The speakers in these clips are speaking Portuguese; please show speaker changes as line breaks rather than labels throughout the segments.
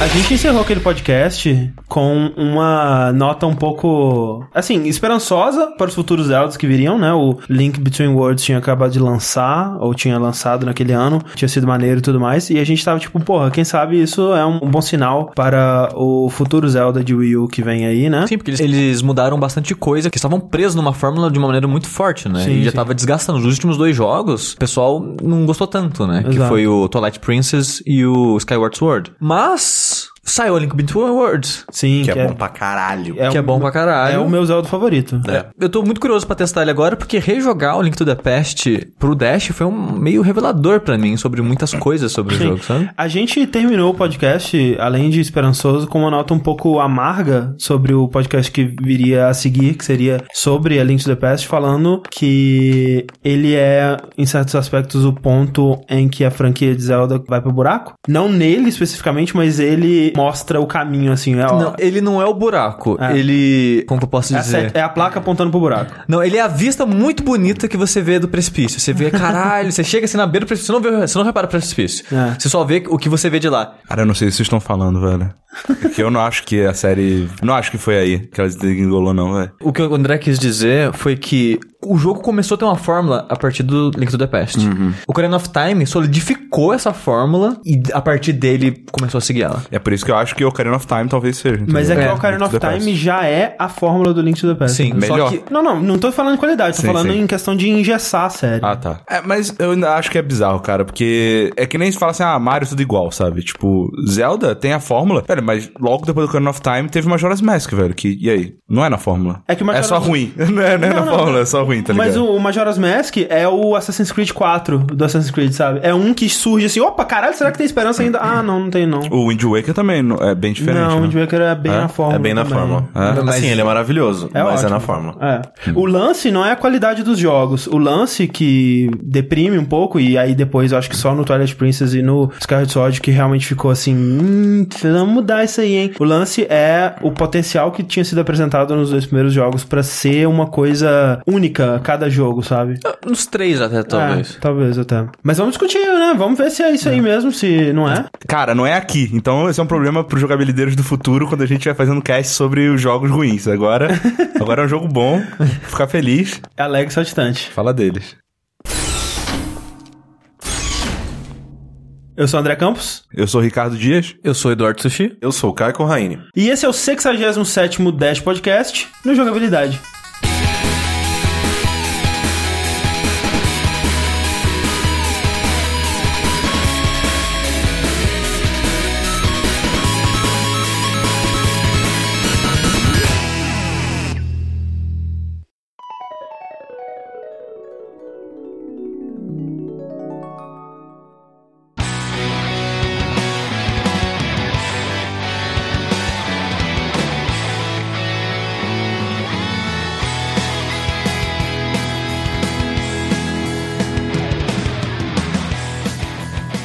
A gente encerrou aquele podcast com uma nota um pouco, assim, esperançosa para os futuros Zeldas que viriam, né? O Link Between Worlds tinha acabado de lançar, ou tinha lançado naquele ano, tinha sido maneiro e tudo mais, e a gente tava tipo, porra, quem sabe isso é um bom sinal para o futuro Zelda de Wii U que vem aí, né?
Sim, porque eles, eles mudaram bastante coisa, que estavam presos numa fórmula de uma maneira muito forte, né?
Sim,
e já
sim.
tava desgastando. Os últimos dois jogos, o pessoal não gostou tanto, né? Que
Exato.
foi o Twilight Princess e o Skyward Sword. Mas saiu o Link Between Worlds,
Sim,
Que é bom pra caralho.
é
que é
um-
bom pra caralho.
é o meu Zelda favorito.
É. Eu tô muito curioso pra testar ele agora, porque rejogar o Link to the Past pro Dash foi um meio revelador pra mim sobre muitas coisas sobre o jogo, sabe?
A gente terminou o podcast, além de esperançoso, com uma nota um pouco amarga sobre o podcast que viria a seguir, que seria sobre a Link to the Past, falando que ele é, em certos aspectos, o ponto em que a franquia de Zelda vai pro buraco. Não nele especificamente, mas ele mostra o caminho, assim. É, ó,
Não, ele não é o buraco.
É.
Ele. Como que eu posso
é, a
dizer?
seta- é a placa apontando pro buraco.
Não, ele é a vista muito bonita que você vê do precipício. Você vê, caralho, você chega assim na beira do precipício, você não, vê, você não repara o precipício.
É.
Você só vê o que você vê de lá.
Cara, eu não sei o que vocês estão falando, velho. Porque eu não acho que a série. eu Não acho que foi aí que ela desengolou, não, velho.
O que o André quis dizer foi que o jogo começou a ter uma fórmula a partir do Link to the Past. O Ocarina of Time solidificou essa fórmula e a partir dele começou a seguir ela.
É por isso que eu acho que o Ocarina of Time talvez seja.
Mas é que
É,
o Ocarina of
Link to the
Time já é a fórmula do Link to the Past.
Sim,
Melhor.
só que...
Não, não, não tô falando em qualidade, tô
Sim,
falando
sim.
em questão de engessar a série.
Ah, tá. É, mas eu ainda acho que é bizarro, cara, porque é que nem se fala assim, ah, Mario tudo igual, sabe? Tipo, Zelda tem a fórmula, velho, mas logo depois do Ocarina of Time teve Majora's Mask, velho, que, e aí? Não é na fórmula.
É que o
É
Majora's-
só ruim. Não é, não é na
não,
fórmula,
não.
é só ruim, tá ligado?
Mas o o Majora's Mask é o Assassin's Creed 4 do Assassin's Creed, sabe? É um que surge assim, opa, caralho, será que tem esperança ainda? Ah, não, não tem não.
O Wind Waker também não- é bem diferente,
não, o
né?
Wind Waker é bem na fórmula.
É bem na
também.
fórmula.
É.
Assim, ele é maravilhoso,
É
mas
ótimo.
é na fórmula.
É. O lance não é a qualidade dos jogos. O lance que deprime um pouco, e aí depois eu acho que só no Twilight Princess e no Skyward Sword que realmente ficou assim, hum, vamos mudar isso aí, hein? O lance é o potencial que tinha sido apresentado nos dois primeiros jogos pra ser uma coisa única, cada jogo, sabe?
Uns três até, talvez.
É, talvez até. Mas vamos discutir, né? Vamos ver se é isso aí mesmo, se não é.
Cara, não é aqui. Então esse é um problema pros jogabilideiros do futuro quando a gente vai fazendo cast sobre os jogos ruins. Agora, agora é um jogo bom, ficar feliz.
É alegre e saltitante.
Fala deles.
Eu sou o André Campos
Eu sou o Ricardo Dias.
Eu sou Eduardo Sushi.
Eu sou o Caio Corraine.
e esse é o 67º Dash Podcast no Jogabilidade.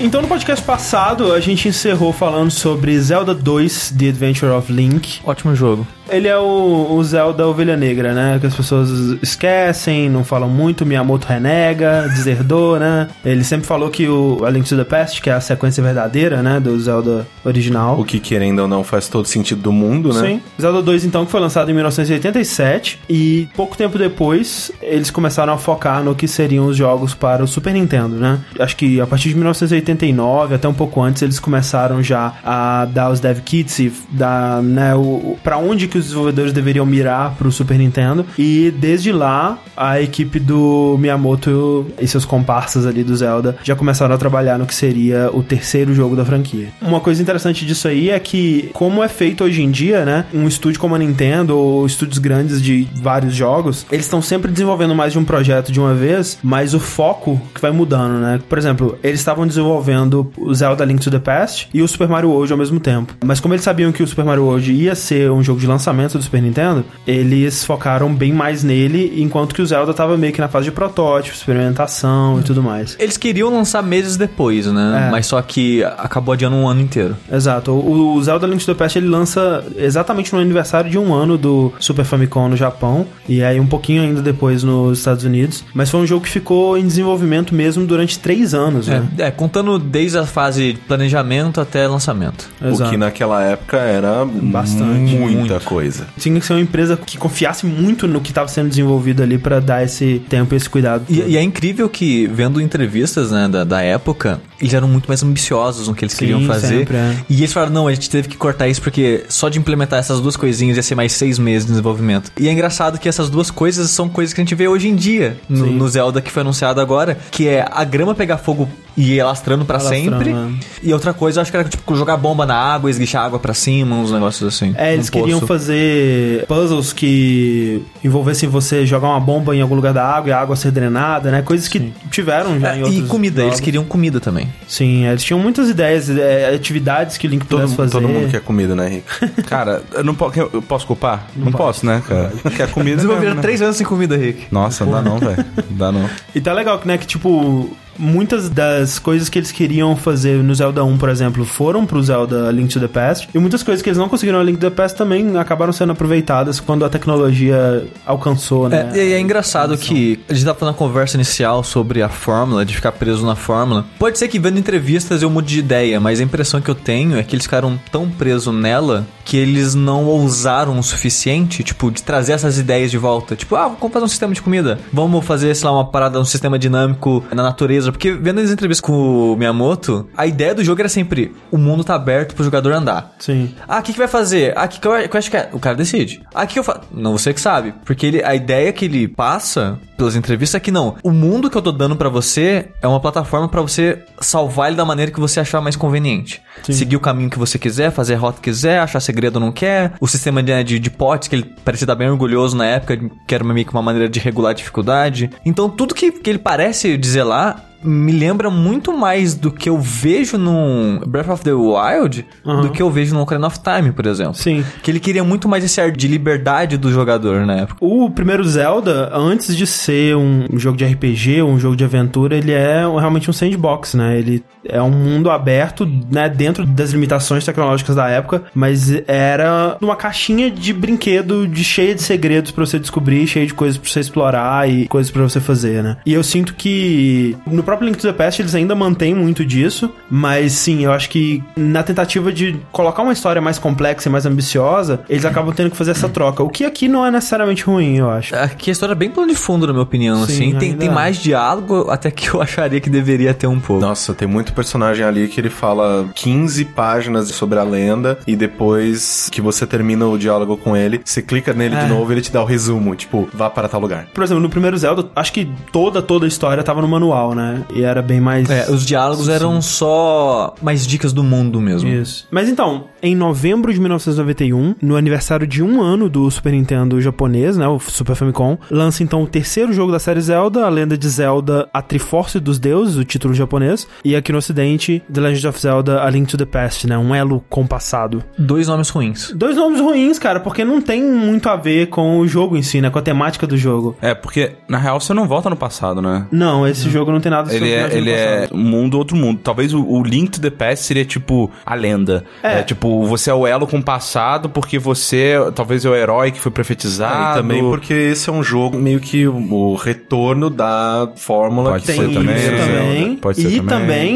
Então, no podcast passado, a gente encerrou falando sobre Zelda 2 The Adventure of Link.
Ótimo jogo.
Ele é o, o Zelda Ovelha Negra, né? Que as pessoas esquecem, não falam muito. Miyamoto renega, deserdou, né? Ele sempre falou que o A Link to the Past, que é a sequência verdadeira, né? Do Zelda original.
O que, querendo ou não, faz todo sentido do mundo, né?
Sim. Zelda 2, então, que foi lançado em 1987 e pouco tempo depois eles começaram a focar no que seriam os jogos para o Super Nintendo, né? Acho que a partir de 1989, até um pouco antes, eles começaram já a dar os dev kits e dar, né, o, o- pra onde que os desenvolvedores deveriam mirar pro Super Nintendo. E desde lá, a equipe do Miyamoto e seus comparsas ali do Zelda já começaram a trabalhar no que seria o terceiro jogo da franquia. Uma coisa interessante disso aí é que, como é feito hoje em dia, né? Um estúdio como a Nintendo ou estúdios grandes de vários jogos, eles estão sempre desenvolvendo mais de um projeto de uma vez, mas o foco que vai mudando, né? Por exemplo, eles estavam desenvolvendo o Zelda Link to the Past e o Super Mario World ao mesmo tempo. Mas como eles sabiam que o Super Mario World ia ser um jogo de lançamento do Super Nintendo, eles focaram bem mais nele, enquanto que o Zelda tava meio que na fase de protótipo, experimentação e tudo mais.
Eles queriam lançar meses depois, né?
É.
Mas só que acabou adiando um ano inteiro.
Exato. O o Zelda Link to the Past ele lança exatamente no aniversário de um ano do Super Famicom no Japão e aí um pouquinho ainda depois nos Estados Unidos. Mas foi um jogo que ficou em desenvolvimento mesmo durante três anos, né?
É, é, contando ano desde a fase de planejamento até lançamento.
O que naquela época era
Bastante,
muita coisa.
Tinha que ser uma empresa que confiasse muito no que estava sendo desenvolvido ali pra dar esse tempo e esse cuidado.
E, e é incrível que, vendo entrevistas né, da, da época, eles eram muito mais ambiciosos no que eles
Sim,
queriam fazer.
sempre, é.
E eles falaram, não, a gente teve que cortar isso porque só de implementar essas duas coisinhas ia ser mais seis meses de desenvolvimento. E é engraçado que essas duas coisas são coisas que a gente vê hoje em dia no, no Zelda que foi anunciado agora, que é a grama pegar fogo e ir alastrando pra
Alastrando,
sempre.
é.
E outra coisa, eu acho que era tipo jogar bomba na água, esguichar água pra cima, uns negócios assim.
É, eles
Um
queriam
poço.
fazer puzzles que envolvessem você jogar uma bomba em algum lugar da água e a água ser drenada, né? Coisas que tiveram já
É,
em outros
e comida,
jogos.
eles queriam comida também.
Sim, é, eles tinham muitas ideias, é, atividades que o Link
Todo,
pudesse fazer.
todo mundo quer comida, né, Henrique?
Cara, eu não posso. Eu posso culpar? Não, posso, né, cara? Porque a comida. mesmo,
Desenvolveram
né?
três anos sem comida, Rick.
Nossa, não dá não, velho. Não dá não.
E tá legal, né? Que tipo. Muitas das coisas que eles queriam fazer no Zelda 1, por exemplo, foram pro Zelda Link to the Past. E muitas coisas que eles não conseguiram no Link to the Past também acabaram sendo aproveitadas quando a tecnologia alcançou, né?
É, e aí é engraçado que a gente tava na conversa inicial sobre a fórmula, de ficar preso na fórmula. Pode ser que vendo entrevistas eu mude de ideia, mas a impressão que eu tenho é que eles ficaram tão presos nela que eles não ousaram o suficiente, tipo, de trazer essas ideias de volta. Tipo, ah, vamos fazer um sistema de comida. Vamos fazer, sei lá, uma parada, um sistema dinâmico na natureza. Porque vendo as entrevistas com o Miyamoto, a ideia do jogo era sempre: o mundo tá aberto pro jogador andar.
Sim.
Ah, o que, que vai fazer? Ah, que que eu, eu acho que é? O cara decide. Ah, o que, que eu faço? Não, você que sabe. Porque ele, a ideia que ele passa pelas entrevistas é que não. O mundo que eu tô dando pra você é uma plataforma pra você salvar ele da maneira que você achar mais conveniente. Seguir o caminho que você quiser, fazer a rota que quiser, achar segredo ou não quer. O sistema de, de, de potes, que ele parecia estar bem orgulhoso na época, que era meio que uma maneira de regular a dificuldade. Então, tudo que, que ele parece dizer lá me lembra muito mais do que eu vejo num Breath of the Wild do que eu vejo no Ocarina of Time, por exemplo.
Sim.
Que ele queria muito mais esse ar de liberdade do jogador na época.
O primeiro Zelda, antes de ser um jogo de RPG, um jogo de aventura, ele é um- realmente um sandbox, né? Ele é um mundo aberto, né, dentro das limitações tecnológicas da época, mas era uma caixinha de brinquedo de cheia de segredos pra você descobrir, cheia de coisas pra você explorar e coisas pra você fazer, né? E eu sinto que no próprio Link to the Past eles ainda mantêm muito disso, mas sim, eu acho que na tentativa de colocar uma história mais complexa e mais ambiciosa, eles acabam tendo que fazer essa troca, o que aqui não é necessariamente ruim, eu acho.
Aqui a história é bem plano de fundo, na minha opinião,
Sim,
assim. Tem,
ainda
tem
é.
mais diálogo até que eu acharia que deveria ter um pouco.
Nossa, tem muito personagem ali que ele fala 15 páginas sobre a lenda e depois que você termina o diálogo com ele, você clica nele
É.
de novo e ele te dá o resumo, tipo, vá para tal lugar.
Por exemplo, no primeiro Zelda, acho que toda, toda a história tava no manual, né? E era bem mais...
É, os diálogos eram só mais dicas do mundo mesmo.
Isso. Mas então, em novembro de 1991, no aniversário de um ano do Super Nintendo japonês, né, o Super Famicom, lança então o terceiro jogo da série Zelda, a lenda de Zelda, a Triforce dos Deuses, o título japonês, e aqui no ocidente, The Legend of Zelda, A Link to the Past, né, um elo com o passado.
Dois nomes ruins.
Dois nomes ruins, cara, porque não tem muito a ver com o jogo em si, né, com a temática do jogo.
É, porque, na real, você não volta no passado, né?
Não, esse jogo não tem nada
Ele
viagem
é,
no
ele
passado.
é um mundo, outro mundo. Talvez o, o Link to the Past seria tipo a lenda.
É.
É. tipo, você é o elo com o passado porque você talvez é o herói que foi
Ah,
profetizado.
e também porque esse é um jogo meio que o retorno da fórmula
Pode
que
Tem
ser
foi
isso
também.
também.
também, Zelda. Pode ser
e também.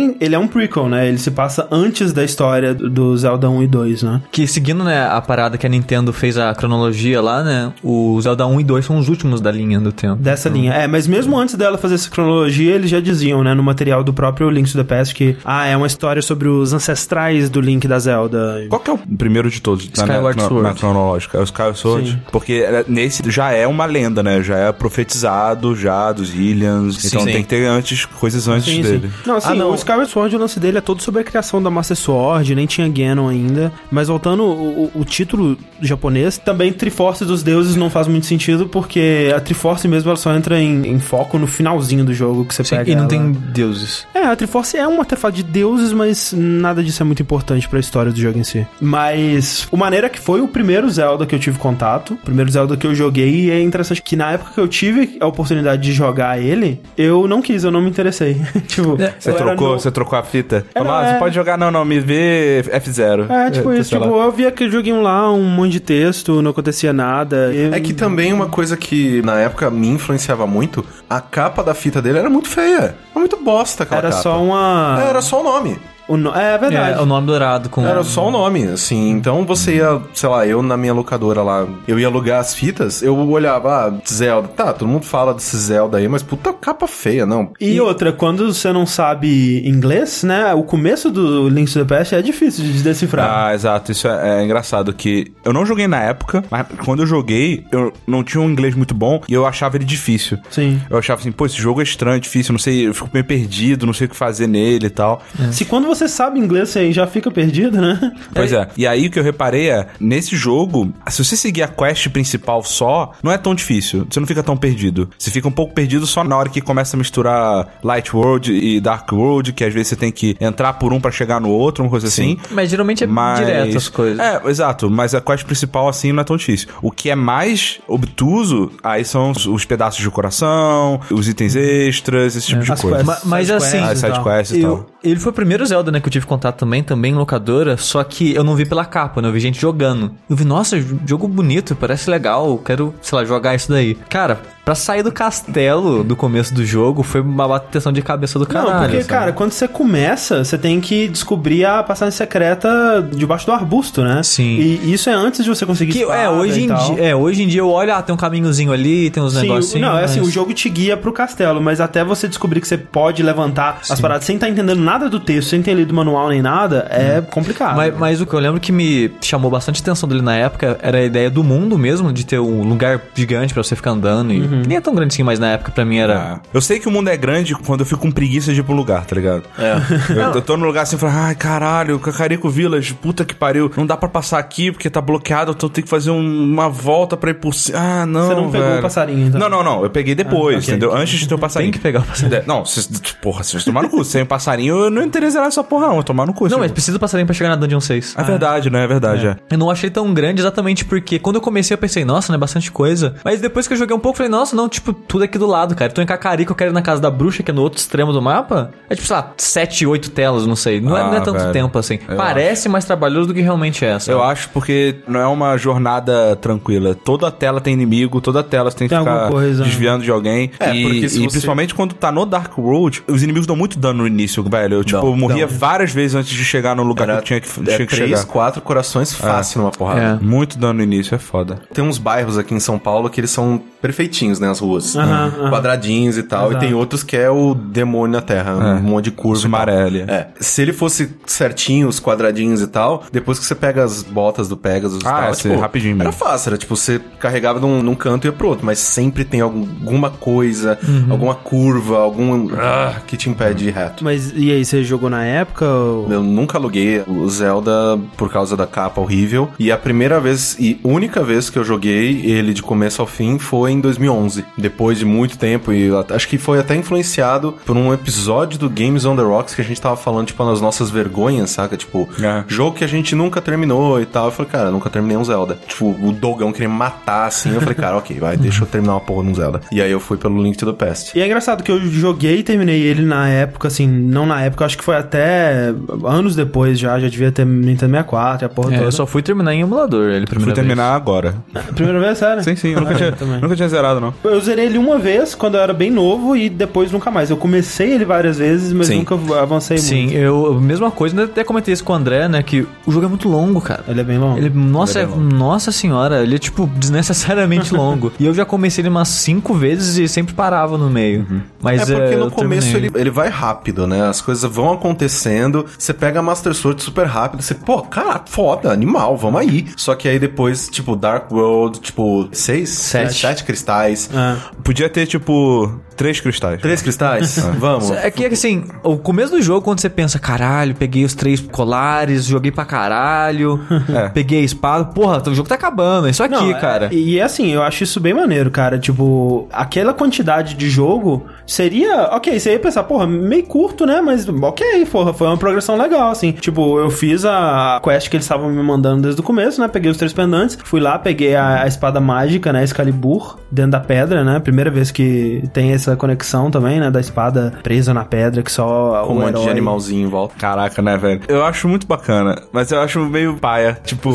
também.
ele é um prequel, né? Ele se passa antes da história do- do Zelda 1 e 2, né?
Que seguindo, né, a parada que a Nintendo fez a cronologia lá, né, o Zelda 1 e 2 são os últimos da linha do tempo.
Dessa linha. É, mas mesmo antes dela fazer essa cronologia, eles já diziam, né, no material do próprio Link to the Past que, ah, é uma história sobre os ancestrais do Link da Zelda.
Qual que é o primeiro de todos? na-
Skyward
na, na,
Sword.
Na cronológica. É o Skyward Sword.
Sim.
Porque é, nesse já é uma lenda, né? Já é profetizado, já dos Illians. então
sim.
tem que ter antes, coisas antes dele.
Não, assim,
Ah, não.
o Skyward Sword, o lance dele é todo sobre a criação da Master Sword, nem tinha Ganon ainda. Mas voltando, o, o- o título japonês, também Triforce dos Deuses não faz muito sentido, porque a Triforce mesmo ela só entra em, em foco no finalzinho do jogo que você
Sim,
pega.
e não
ela.
tem deuses.
É, a Triforce é um artefato de deuses, mas nada disso é muito importante pra história do jogo em si. Mas o maneira que foi o primeiro Zelda que eu tive contato, o primeiro Zelda que eu joguei, e é interessante que na época que eu tive a oportunidade de jogar ele, eu não quis, eu não me interessei. tipo,
É,
Você
eu era
trocou,
no-
você trocou a fita?
Era,
Falou, ah,
é.
você pode jogar, não, não, me vê F0.
É, tipo isso,
sei
tipo,
lá.
eu via aquele joguinho lá, um monte de texto, não acontecia nada. e-
É que também uma coisa que na época me influenciava muito, a capa da fita dele era muito feia. É muito bosta, cara.
Era só uma.
É, Era só o nome.
o no- É verdade.
É, o nome dourado
Hum.
com.
Era só o nome, assim. Então você ia, sei lá, eu na minha locadora lá, eu ia alugar as fitas, eu olhava, ah, Zelda. Tá, todo mundo fala desse Zelda aí, mas puta capa feia, não.
E outra, quando você não sabe inglês, né? O começo do Link to the Past é difícil de decifrar.
Ah, exato. Isso é, é engraçado que eu não joguei na época, mas quando eu joguei, eu não tinha um inglês muito bom e eu achava ele difícil.
Sim.
Eu achava assim, pô, esse jogo é estranho, é difícil, não sei, eu fico meio perdido, não sei o que fazer nele e tal.
É.
Se quando você sabe inglês, você já fica perdido, né?
Pois é. E aí o que eu reparei é, nesse jogo, se você seguir a quest principal só, não é tão difícil. Você não fica tão perdido. Você fica um pouco perdido só na hora que começa a misturar Light World e Dark World, que às vezes você tem que entrar por um pra chegar no outro, uma coisa assim.
Mas geralmente é
Mas...
direto as coisas.
É, exato. Mas a quest principal, assim, não é tão difícil. O que é mais obtuso, aí são os, os pedaços de coração, os itens extras, esse tipo de
É.
As
coisa.
quests,
Ma- mas
sidequests
assim,
e
Ah,
tal.
sidequests e
Eu-
tal.
ele foi o primeiro Zelda, né, que eu tive contato também, também em locadora, só que eu não vi pela capa, né? Eu vi gente jogando. Eu vi, nossa, jo- jogo bonito, parece legal, eu quero, sei lá, jogar isso daí. Cara, pra sair do castelo do começo do jogo foi uma bateção de cabeça do caralho.
Não, porque,
sabe?
cara, quando você começa, você tem que descobrir a passagem secreta debaixo do arbusto, né?
Sim.
E isso é antes de você conseguir
Que, é,
espada
hoje
e
em
tal.
dia, é, hoje em dia eu olho, ah, tem um caminhozinho ali, tem uns
Sim, o-
negocinhos.
não, é assim,
mas-
o jogo te guia pro castelo, mas até você descobrir que você pode levantar as paradas sem estar entendendo nada do texto, sem ter lido o manual nem nada, é complicado.
Hum. Mas, mas o que eu lembro que me chamou bastante atenção dele na época era a ideia do mundo mesmo, de ter um lugar gigante pra você ficar andando. E
Uhum.
que nem é tão grande assim, mas na época pra mim era.
Ah, Eu sei que o mundo é grande quando eu fico com preguiça de ir pro lugar, tá ligado? É. Eu, eu tô num lugar assim e falo, ai caralho, Cacarico Village, puta que pariu, não dá pra passar aqui porque tá bloqueado, então eu tenho que fazer um- uma volta pra ir por cima. Ah, não.
Você não pegou
velho.
o passarinho, então?
Não, não, não. Eu peguei depois,
Ah, ok.
entendeu? Antes de ter o passarinho.
que pegar o passarinho.
É, Não, vocês, porra, vocês tomaram no cu. Sem passarinho, eu não entrei zerar essa porra, não. Eu tomar no cu.
Não,
tipo.
mas precisa do passarinho pra chegar na Dungeon 6.
É verdade, né? É verdade, é.
Eu não achei tão grande exatamente porque quando eu comecei eu pensei, nossa, né, bastante coisa. Mas depois que eu joguei um pouco, eu falei, nossa, não, tipo, tudo aqui do lado, cara. Eu tô em Cacarico, eu quero ir na casa da bruxa, que é no outro extremo do mapa. É tipo, sei lá, 7, 8 telas, não sei. Não, é,
Ah,
não é tanto
velho.
tempo assim.
Eu
Parece mais trabalhoso do que realmente é.
Tá.
sabe?
Eu acho porque não é uma jornada tranquila. Toda tela tem inimigo, toda tela você tem que
Tem
ficar
alguma coisa, né?
desviando de alguém.
É,
e
porque se
e
você-
principalmente quando tá no Dark World, os inimigos dão muito dano no início, velho. Eu, tipo,
Dão,
morria
dão.
várias vezes antes de chegar no lugar
Era
que eu tinha que,
é,
tinha que
três,
chegar.
quatro né? corações fácil numa porrada.
É.
Muito dano no início, é foda.
Tem uns bairros aqui em São Paulo que eles são perfeitinhos, né? As ruas.
Aham, aham.
Quadradinhos e tal.
Exato.
E tem outros que é o demônio na terra.
É.
Um monte de curva.
Os
e tal.
Marelli.
É. Se ele fosse certinho, os quadradinhos e tal, depois que você pega as botas do Pegasus e
Ah,
tal, tipo,
é, você- rapidinho
Era
mesmo.
fácil, era tipo, você carregava num, num canto e ia pro outro, mas sempre tem algum- alguma coisa, alguma curva, algum. Uhum. ah, que te impede de ir reto.
Mas e aí, você jogou na época? ou-
Eu nunca aluguei o Zelda por causa da capa horrível. E a primeira vez e única vez que eu joguei ele de começo ao fim foi em 2011. Depois de muito tempo, e eu at- acho que foi até influenciado por um episódio do Games on the Rocks que a gente tava falando, tipo, nas nossas vergonhas, saca? Tipo,
É.
jogo que a gente nunca terminou e tal. Eu falei, cara, eu nunca terminei um Zelda. Tipo, o Dogão queria me matar assim. Eu falei, cara, ok, vai, deixa eu terminar uma porra num Zelda. E aí eu fui pelo Link to the Past.
E é engraçado que eu joguei e terminei ele na época, assim, não na época, acho que foi até anos depois já, já devia ter Nintendo 64 e a porra
É,
toda.
eu só fui terminar em emulador ele primeiro.
Fui terminar agora.
Primeira vez, sério?
Sim, sim, eu nunca,
Ah,
tinha,
eu também.
nunca tinha zerado, não.
Eu zerei ele uma vez quando eu era bem novo e depois nunca mais. Eu comecei ele várias vezes, mas
Sim.
nunca avancei
Sim,
muito.
eu. Mesma coisa, né, até comentei isso com o André, né? Que o jogo é muito longo, cara.
Ele é bem longo.
Ele, nossa,
Ele é bem longo.
nossa senhora, ele é tipo desnecessariamente longo. E eu já comecei ele umas cinco vezes e sempre parava no meio. Mas
É porque no
eu
começo
terminei.
ele, ele vai rápido, né? As coisas vão acontecendo. Você pega a Master Sword super rápido. Você, pô, cara, foda, animal, vamos aí. Só que aí depois, tipo, Dark World, tipo, seis?
Sete.
Sete cristais.
Ah,
Podia ter, tipo, três cristais.
Três cristais? vamos.
É que assim, o começo do jogo, quando você pensa, caralho, peguei os três colares, joguei pra caralho,
É.
peguei a espada, porra, o jogo tá acabando, é isso aqui,
não, é-
cara.
E assim, eu acho isso bem maneiro, cara. Tipo, aquela quantidade de jogo seria. Ok, você ia pensar, porra, meio curto, né? Mas ok, porra, foi uma progressão legal, assim. Tipo, eu fiz a quest que eles estavam me mandando desde o começo, né? Peguei os três pendantes, fui lá, peguei a, a espada mágica, né? Excalibur, dentro da pedra, né? Primeira vez que tem essa conexão também, né? Da espada presa na pedra, que só
Com um
o
monte de
herói-
animalzinho em volta.
Caraca, né, velho? Eu acho muito bacana, mas eu acho meio paia. Tipo,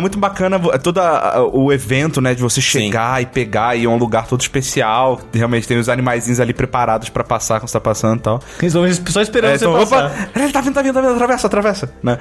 muito bacana vo- todo a- a- o evento, né, de você chegar e pegar e é um lugar todo especial. Realmente tem os animaizinhos ali preparados pra passar quando você tá passando e tal.
Eles vão só esperando
É,
você
então,
passar.
opa, ele tá vindo, tá vindo, tá vindo, atravessa, atravessa, né?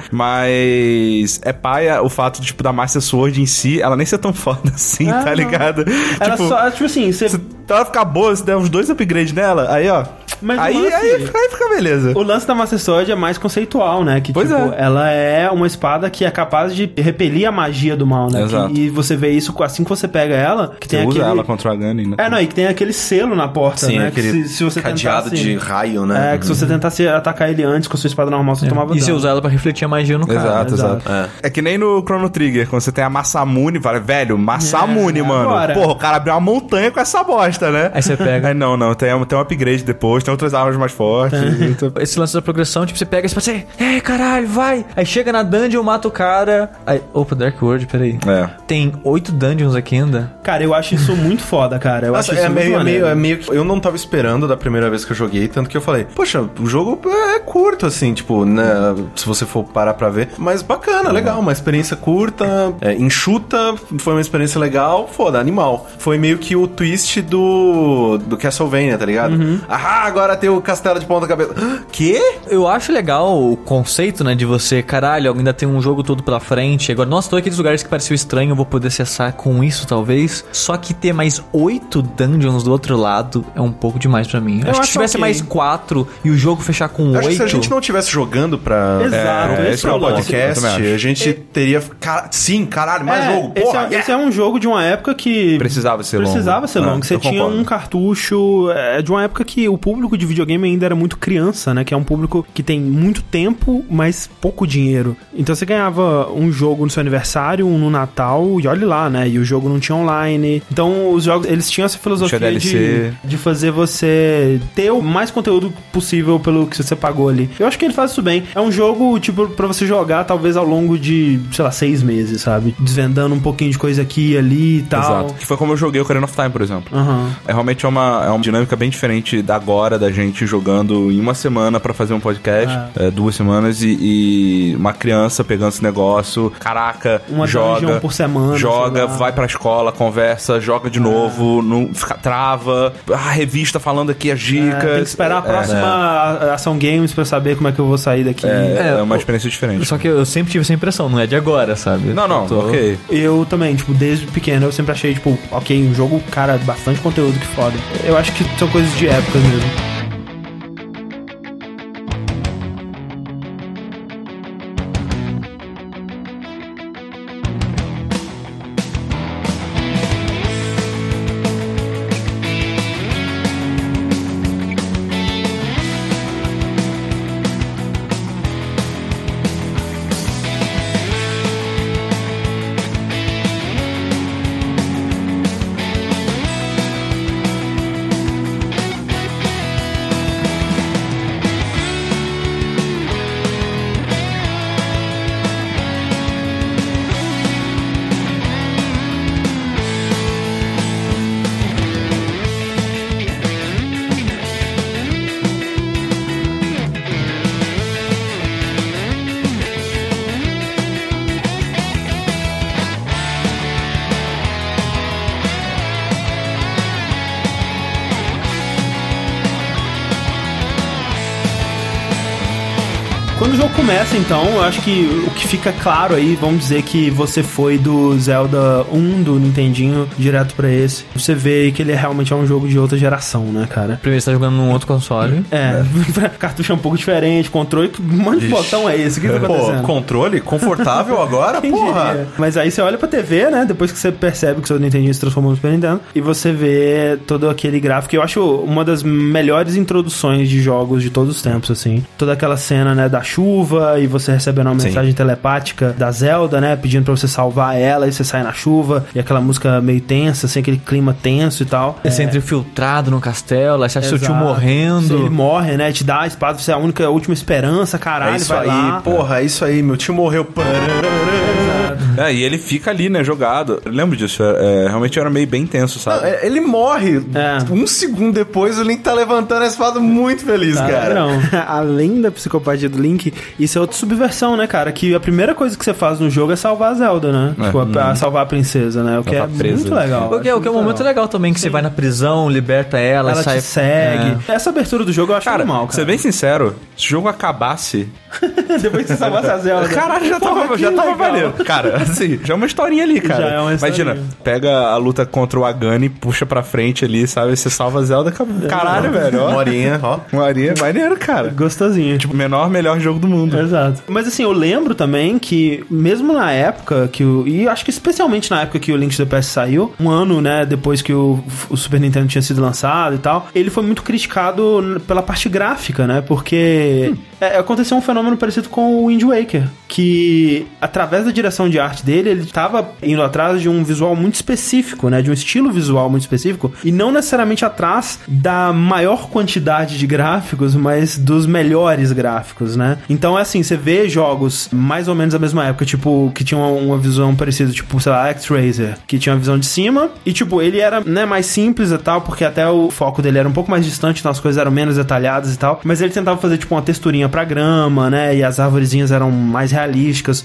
Mas é paia o fato de, tipo, da Master Sword em si, ela nem ser tão foda assim,
Ah,
tá
não.
ligado?
Era
tipo,
só, tipo assim, você
se ela ficar boa, se der uns dois upgrades nela, aí, ó.
Mas o
aí,
lance-
aí, aí fica beleza.
O lance da Master Sword é mais conceitual, né? Que,
Pois
tipo,
é.
ela é uma espada que é capaz de repelir a magia do mal, né? Que-
Exato.
e você vê isso com- assim que você pega ela, que
Você
tem
usa
aquele...
ela contra a Gunny, né?
É, não, e que tem aquele selo na porta,
Sim,
né?
aquele
que se, se você
cadeado
tentasse-
de raio, né?
É, que se você tentasse atacar ele antes com a sua espada normal,
É.
você tomava
E você
dano.
usar ela pra refletir a magia no cara.
Exato, exato. É. que nem no Chrono Trigger, quando você tem a Massamune, fala, velho, Massamune,
É,
mano.
agora.
Porra, o cara abriu uma montanha com essa bosta, né?
Aí você pega.
Aí não, não, tem, um- tem um upgrade depois, tem outras armas mais fortes. então-
Esse lance da progressão, tipo, você pega e você fala assim, é, caralho, vai! Aí chega na dungeon, mata o cara. Aí, opa, Dark World, peraí.
É.
Tem oito dungeons aqui ainda.
Cara, eu acho isso muito foda, cara. Eu
Nossa,
acho isso
é
muito
meio, é
maneiro.
meio, é meio que. Eu não tava esperando da primeira vez que eu joguei, tanto que eu falei, poxa, o jogo é curto, assim, tipo, né? Se você for parar pra ver. Mas
Uhum.
bacana, legal, uma experiência curta, é, enxuta, foi uma experiência legal, foda, animal. Foi meio que o twist do. do Castlevania, tá ligado?
Uhum.
Ah, agora tem o castelo de ponta cabeça. Quê?
Eu acho legal o conceito, né, de você, caralho, ainda tem um jogo todo pela frente. Agora, nossa, todos aqueles lugares que pareciam estranho, eu vou poder acessar com isso, talvez. Só que ter mais oito dungeons do outro lado é um pouco demais pra mim. acho que
acho
se tivesse
ok.
mais quatro e o jogo fechar com
Eu Acho que se a gente
oito...
não tivesse jogando pra.
Exato,
é,
esse é
pra
o lance.
podcast,
Eu também acho.
a gente teria. Cara, sim, caralho, mais
É,
jogo,
esse,
porra!
é,
yeah!
esse é um jogo de uma época que.
Precisava ser longo.
Precisava ser longo.
Ah,
que você
eu
tinha
concordo.
um cartucho. É de uma época que o público de videogame ainda era muito criança, né? Que é um público que tem muito tempo, mas pouco dinheiro. Então você ganhava um jogo no seu aniversário, um no Natal, e olha lá, né? E o jogo não tinha online. Então os jogos, eles tinham essa filosofia
Não tinha
de,
DLC.
de fazer você ter o mais conteúdo possível pelo que você pagou ali. Eu acho que ele faz isso bem. É um jogo, tipo, pra você jogar talvez ao longo de, sei lá, seis meses, sabe? Desvendando um pouquinho de coisa aqui e ali e tal.
Exato. Que foi como eu joguei o Ocarina of Time, por exemplo.
Aham.
É realmente uma, é uma dinâmica bem diferente da agora, da gente jogando em uma semana pra fazer um podcast, é, duas semanas, e, e uma criança pegando esse negócio, caraca,
Uma
joga,
dungeon por semana, sei
joga,
lá. É.
vai pra escola, conversa, joga de novo, não, fica, trava, a revista falando aqui as dicas.
É, Tem que esperar a
É,
próxima a- ação games pra saber como é que eu vou sair daqui.
É, é
É,
uma
o-
experiência diferente.
Só que eu sempre tive essa impressão, não é de agora, sabe? Tipo,
Não, não,
Eu tô-
ok.
Eu também, tipo, desde pequeno eu sempre achei, tipo, ok, um jogo, cara, bastante conteúdo, que foda. Eu acho que são coisas de época mesmo. Quando o jogo começa, então, eu acho que o que fica claro aí, vamos dizer que você foi do Zelda 1 do Nintendinho direto pra esse. Você vê que ele é realmente é um jogo de outra geração, né, cara?
Primeiro você tá jogando num outro
Uhum.
console.
É, cartucho é um pouco diferente, controle, que monte de botão é esse? O que tá
Pô,
acontecendo?
controle? Confortável agora?
Quem
Porra! É
diria? Mas aí você olha pra TV, né? Depois que você percebe que o seu Nintendinho se transformou no Super Nintendo. E você vê todo aquele gráfico. Eu acho uma das melhores introduções de jogos de todos os tempos, assim. Toda aquela cena, né? Da chuva e você recebendo uma
Sim.
mensagem telepática da Zelda, né? Pedindo pra você salvar ela e você sai na chuva e aquela música meio tensa, assim, aquele clima tenso e tal.
Você entra infiltrado no castelo, aí você acha seu tio
Exato. Se Ele
morrendo.
morre, né? Te dá a espada, você é a única, a última esperança, caralho,
é isso
vai
aí,
lá.
porra, é isso aí, meu tio morreu.
É, e ele fica ali, né, jogado. Eu lembro disso, é, é, realmente era meio bem tenso, sabe?
É, Ele morre.
É.
Um segundo depois, o Link tá levantando a espada muito feliz,
Tá,
cara.
Não. Além da psicopatia do Link, isso é outra subversão, né, cara? Que a primeira coisa que você faz no jogo é salvar a Zelda, né?
É.
Tipo, a- a salvar a princesa, né? O que
Ela
é
tá presa.
muito legal.
O que, é- o que é um
Muito
momento legal também, que você vai na prisão, liberta ela,
Ela
e sai. É.
te segue. Essa abertura do jogo eu acho
Cara,
normal,
ser
cara.
bem sincero, se o jogo acabasse.
Depois que você salvasse a Zelda.
Caralho, já
Porra,
tava,
que
já tava
legal.
valendo. Cara, assim, já é uma historinha ali, cara.
Já é uma historinha.
Imagina, pega a luta contra o Agani, puxa pra frente ali, sabe? Você salva a Zelda.
É.
acabou. Caralho, velho. Ó,
Morinha, ó.
uma horinha, maneiro, cara.
Gostosinho.
Tipo, menor, melhor jogo do mundo.
Exato. Mas assim, eu lembro também que, mesmo na época que o. E acho que especialmente na época que o Link to the Past saiu, um ano, né, depois que o, o Super Nintendo tinha sido lançado e tal, ele foi muito criticado n- pela parte gráfica, né? Porque é, aconteceu um fenômeno parecido com o Wind Waker, que através da direção de arte dele, ele tava indo atrás de um visual muito específico, né? De um estilo visual muito específico, e não necessariamente atrás da maior quantidade de gráficos, mas dos melhores gráficos, né? Então é assim, você vê jogos mais ou menos da mesma época, tipo, que tinham uma visão parecida, tipo, sei lá, X-Razer, que tinha uma visão de cima, e tipo, ele era, né, mais simples e tal, porque até o foco dele era um pouco mais distante, então as coisas eram menos detalhadas e tal, mas ele tentava fazer, tipo, uma texturinha pra grama, né, e as arvorezinhas eram mais realísticas.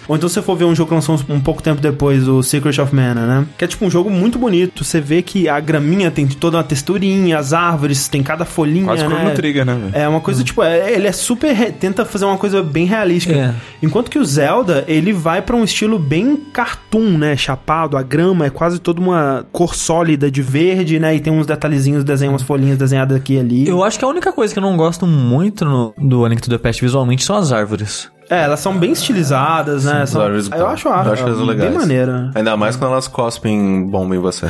Ou então se você for ver um jogo que lançou um pouco tempo depois, o Secret of Mana, né, que é tipo um jogo muito bonito, você vê que a graminha tem toda uma texturinha, as árvores, tem cada folhinha,
Quase
né.
Chrono Trigger, né, velho?
É uma coisa,
Uhum.
tipo, é- ele é super. re- Tenta fazer uma coisa bem realística.
É.
Enquanto que o Zelda, ele vai pra um estilo bem cartoon, né? Chapado, a grama é quase toda uma cor sólida de verde, né? E tem uns detalhezinhos, desenha umas folhinhas desenhadas aqui e ali.
Eu acho que a única coisa que eu não gosto muito no- do A Link to the Past visualmente são as árvores.
É, elas são bem estilizadas, né? São-
Vários-
eu acho a
acho elas
bem
legais.
maneira.
Ainda mais quando elas cospem bomba em você.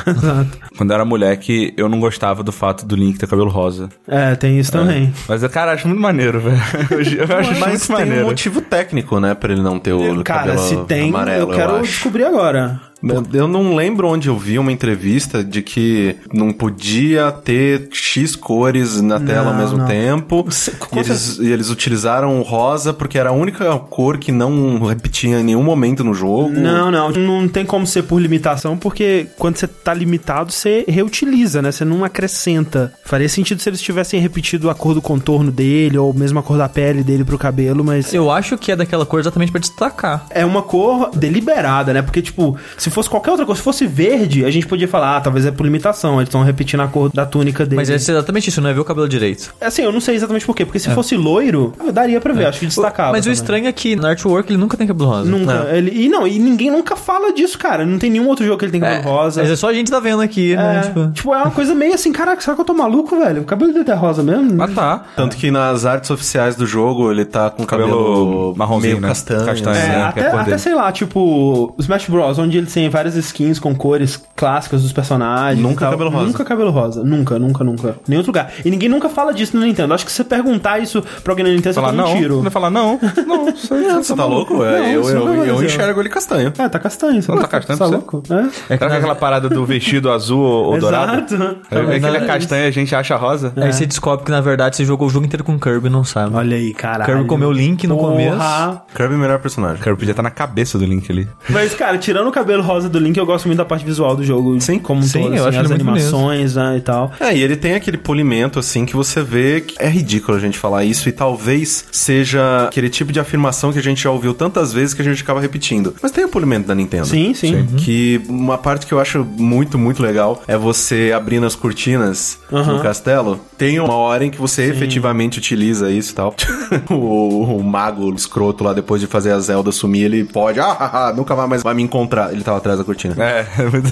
Quando eu era moleque, eu não gostava do fato do Link ter cabelo rosa.
É, tem isso também.
Mas, eu, cara, acho muito maneiro, velho. Hoje Eu acho
Mas
muito
tem um
maneiro.
motivo técnico, né, pra ele não ter o
Cara,
cabelo
se tem,
amarelo,
eu quero
acho.
descobrir agora.
Eu- Eu não lembro onde eu vi uma entrevista de que não podia ter X cores na tela ao mesmo
não.
tempo.
com
E eles, e eles utilizaram o rosa porque era a única cor que não repetia em nenhum momento no jogo.
Não, não, não tem como ser por limitação, porque quando você tá limitado, você reutiliza, né? Você não acrescenta. Faria sentido se eles tivessem repetido a cor do contorno dele, ou mesmo a cor da pele dele pro cabelo, mas.
Eu acho que é daquela cor exatamente pra destacar.
É uma cor deliberada, né? Porque, tipo, se fosse qualquer outra cor, se fosse verde, a gente podia falar, ah, talvez é por limitação, eles estão repetindo a cor da túnica dele.
Mas é exatamente isso, não é ver o cabelo direito.
Assim, eu não sei exatamente por quê, porque se fosse loiro, ah, daria pra ver, acho que destacava.
É. Mas o
também.
estranho é que no artwork ele nunca tem cabelo rosa.
Nunca. Ele, e não, e ninguém nunca fala disso, cara. Não tem nenhum outro jogo que ele tem
É,
cabelo rosa.
Mas é só a gente tá vendo aqui, né?
É,
Tipo,
tipo... é uma coisa meio assim, caraca, será que eu tô maluco, velho? O cabelo dele é rosa mesmo?
Ah, tá.
Tanto que nas artes oficiais do jogo ele tá com
Cabelo
cabelo,
marronzinho,
meio
né?
castanho.
Castanho.
É,
né, que é
até,
a cor
até
dele.
sei lá, tipo, Smash Bros, onde ele tem várias skins com cores clássicas dos personagens.
Nunca
e tal.
cabelo rosa.
Nunca cabelo rosa. Nunca, nunca, nunca. Nenhum outro lugar. E ninguém nunca fala disso no Nintendo. Acho que se você perguntar isso pra alguém no Nintendo, você
Falar
toma um
não,
tiro.
não é falar não, não, isso aí-
Você tá louco? É,
Não,
eu,
isso não
eu,
vai
eu
fazer.
enxergo ele castanho.
É, tá castanho. Você
Não, tá
louco?
castanho
Tá
pra você.
louco? É.
Será que é aquela parada do vestido azul ou ou dourado?
Exato.
É, é que ele é
Exato.
castanho e a gente acha rosa?
aí você descobre que na verdade você jogou o jogo inteiro com o Kirby, não sabe.
É. Olha aí, caralho.
Kirby comeu o Link no
Porra.
começo.
Kirby é o melhor personagem.
O cara podia estar tá na cabeça do Link ali.
Mas, cara, tirando o cabelo rosa do Link, eu gosto muito da parte visual do jogo.
Sim,
como um
sim,
todo,
eu
assim,
acho
as
ele muito
animações, né, e tal.
É, e ele tem aquele polimento, assim, que você vê que é ridículo a gente falar isso e talvez seja aquele tipo de afirmação que a gente já ouviu tantas vezes que a gente acaba repetindo. Mas tem o polimento da
Né?
Nintendo. Uhum.
Sim, Uhum. sim.
Que uma parte que eu acho muito, muito legal é você abrindo as cortinas
Aham.
no castelo. Tem uma hora em que você efetivamente utiliza isso e tal. o, o mago escroto lá, depois de fazer a Zelda sumir, ele pode, ah, ah, ah, nunca mais vai me encontrar. Ele tava atrás da cortina.
É, é muito...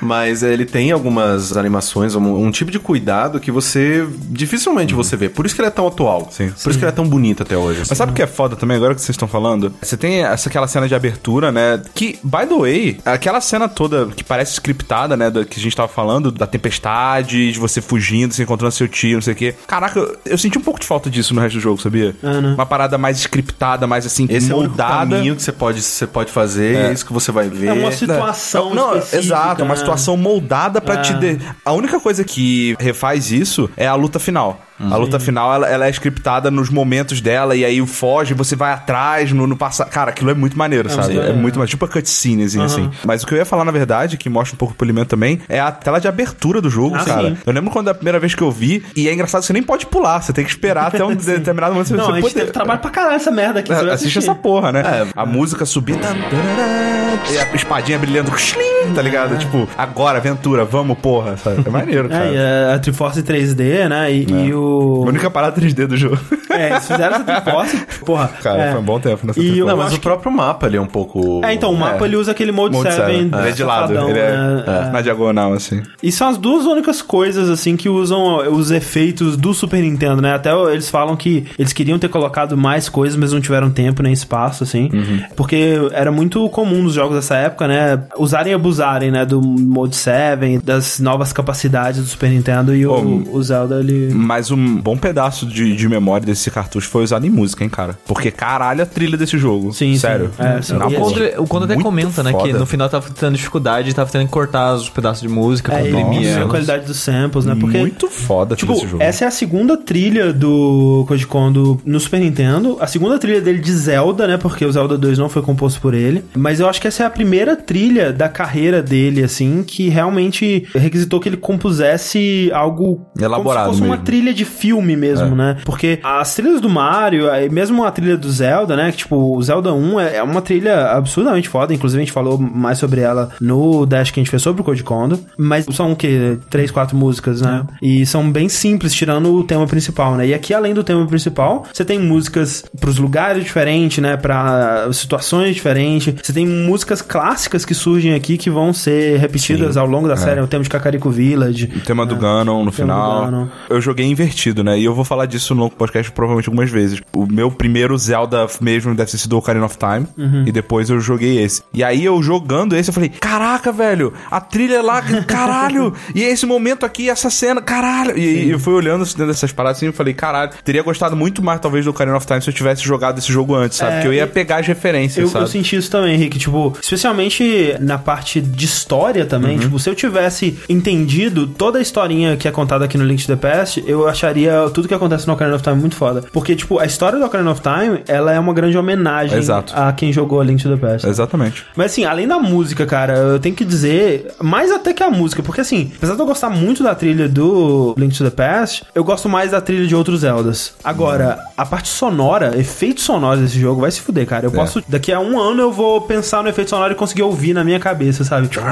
Mas é, ele tem algumas animações, um, um tipo de cuidado que você dificilmente você vê. Por isso que ele é tão atual.
Uhum. Sim.
Por isso que ele é tão bonito até
coisas. Mas sabe o que é foda também, agora que vocês estão falando? Você tem essa, aquela cena de abertura, né? Que, by the way, aquela cena toda que parece scriptada, né? Da, que a gente tava falando, da tempestade, de você fugindo, se encontrando seu tio, não sei o quê. Caraca, eu, eu senti um pouco de falta disso no resto do jogo, sabia?
Ah, né?
Uma parada mais scriptada, mais assim,
Esse é o único
moldada.
caminho que você pode, você pode fazer, é. isso que você vai ver.
É uma situação
Não,
específica,
exato, é uma
né?
situação moldada pra
É.
te. De... A única coisa que refaz isso é a luta final. A luta final, ela, ela é scriptada nos momentos dela, e aí o foge, você vai atrás no, no passado. Cara, aquilo é muito maneiro, sabe?
sim.
É, muito mais tipo a cutscene, assim, assim. Mas o que eu ia falar, na verdade, que mostra um pouco o polimento também, é a tela de abertura do jogo,
Ah,
cara.
sim.
Eu lembro quando é a primeira vez que eu vi, e é engraçado, você nem pode pular, você tem que esperar até um determinado momento.
Não,
você Ah,
a gente teve trabalho pra caralho essa merda aqui. você vai
É,
É.
Assiste essa porra, né? A música subir. tan, tarará, E a espadinha brilhando. xlim, Tá ligado? Tipo, agora, aventura, vamos, porra. Sabe? É maneiro, cara. É.
É, e a- a Triforce 3D, né? E, e
A
o.
única parada 3D do jogo.
É, eles fizeram essa Triforce. Porra.
Cara,
é.
foi um bom tempo nessa
E
temporada.
eu
Não,
acho
mas o
que-
próprio mapa ali é um pouco.
É, então, o mapa ele usa aquele Mode,
Monte
7.
Seven, Ele é de lado,
safadão,
ele é,
né?
é, na diagonal, assim.
E são as duas únicas coisas, assim, que usam os efeitos do Super Nintendo, né? Até eles falam que eles queriam ter colocado mais coisas, mas não tiveram tempo nem espaço, assim. Porque era muito comum nos jogos dessa época, né? Usarem e abusarem, né? Do Mode 7, das novas capacidades do Super Nintendo e o, o Zelda, ele...
Mas um bom pedaço de, de memória desse cartucho foi usado em música, hein, cara? Porque caralho a trilha desse jogo.
Sim, sim.
Sério.
É, sim.
Na
E
O
boa.
Condra, o Condra até
Muito
comenta, né? Que
foda.
no final tava tendo dificuldade, tava tendo que cortar os pedaços de música,
É, ele
comprimir
muda a
elas.
qualidade dos samples, né? Porque...
Muito foda a
Tipo,
trilha desse jogo.
essa é a segunda trilha do Koji Kondo no Super Nintendo. A segunda trilha dele de Zelda, né? Porque o Zelda 2 não foi composto por ele. Mas eu acho que essa é a primeira trilha da carreira dele, assim, que realmente requisitou que ele compusesse algo
Elaborado
como se fosse uma
mesmo.
trilha de filme mesmo, né? Porque as trilhas do Mario, aí mesmo a trilha do Zelda, né? Que, tipo, o Zelda 1 é é uma trilha absurdamente foda. Inclusive, a gente falou mais sobre ela no Dash que a gente fez sobre o Code Kondo. Mas são o quê? Três, quatro músicas, né? E são bem simples, tirando o tema principal, né? E aqui, além do tema principal, você tem músicas pros lugares diferentes, né? Pra situações diferentes. Você tem músicas clássicas que surgem aqui que vão ser repetidas ao longo da série. É O tema de Kakariko Village.
O tema do Ganon no
É, tema do
final.
Ganon.
Eu joguei invertido, né? E eu vou falar disso no podcast provavelmente algumas vezes. O meu primeiro Zelda mesmo deve ter sido Ocarina of Time.
Uhum.
E depois eu joguei esse. E aí eu jogando esse, eu falei: Caraca, velho, a trilha lá, caralho! e esse momento aqui, essa cena, caralho! E eu fui olhando dentro dessas paradas assim e falei: Caralho, teria gostado muito mais talvez do Ocarina of Time se eu tivesse jogado esse jogo antes, sabe?
É,
Porque eu ia
e-
pegar as referências,
Eu,
sabe?
eu senti isso também, Henrique. Tipo, especialmente na parte de história também.
Uhum.
Tipo, se eu tivesse entendido toda a historinha que é contada aqui no Link to the Past, eu acharia tudo que acontece no Ocarina of Time muito foda. Porque, tipo, a história do Ocarina of Time, ela é uma grande homenagem
Exato.
a quem jogou a Link to the Past.
Exatamente.
Mas assim, além da música, cara, eu tenho que dizer, mais até que a música, porque assim, apesar de eu gostar muito da trilha do Link to the Past, eu gosto mais da trilha de outros Zeldas. Agora, a parte sonora, efeitos sonoros desse jogo, vai se fuder, cara. Eu posso, daqui a um ano eu vou pensar no efeito sonoro e conseguir ouvir na minha cabeça, sabe? Tipo,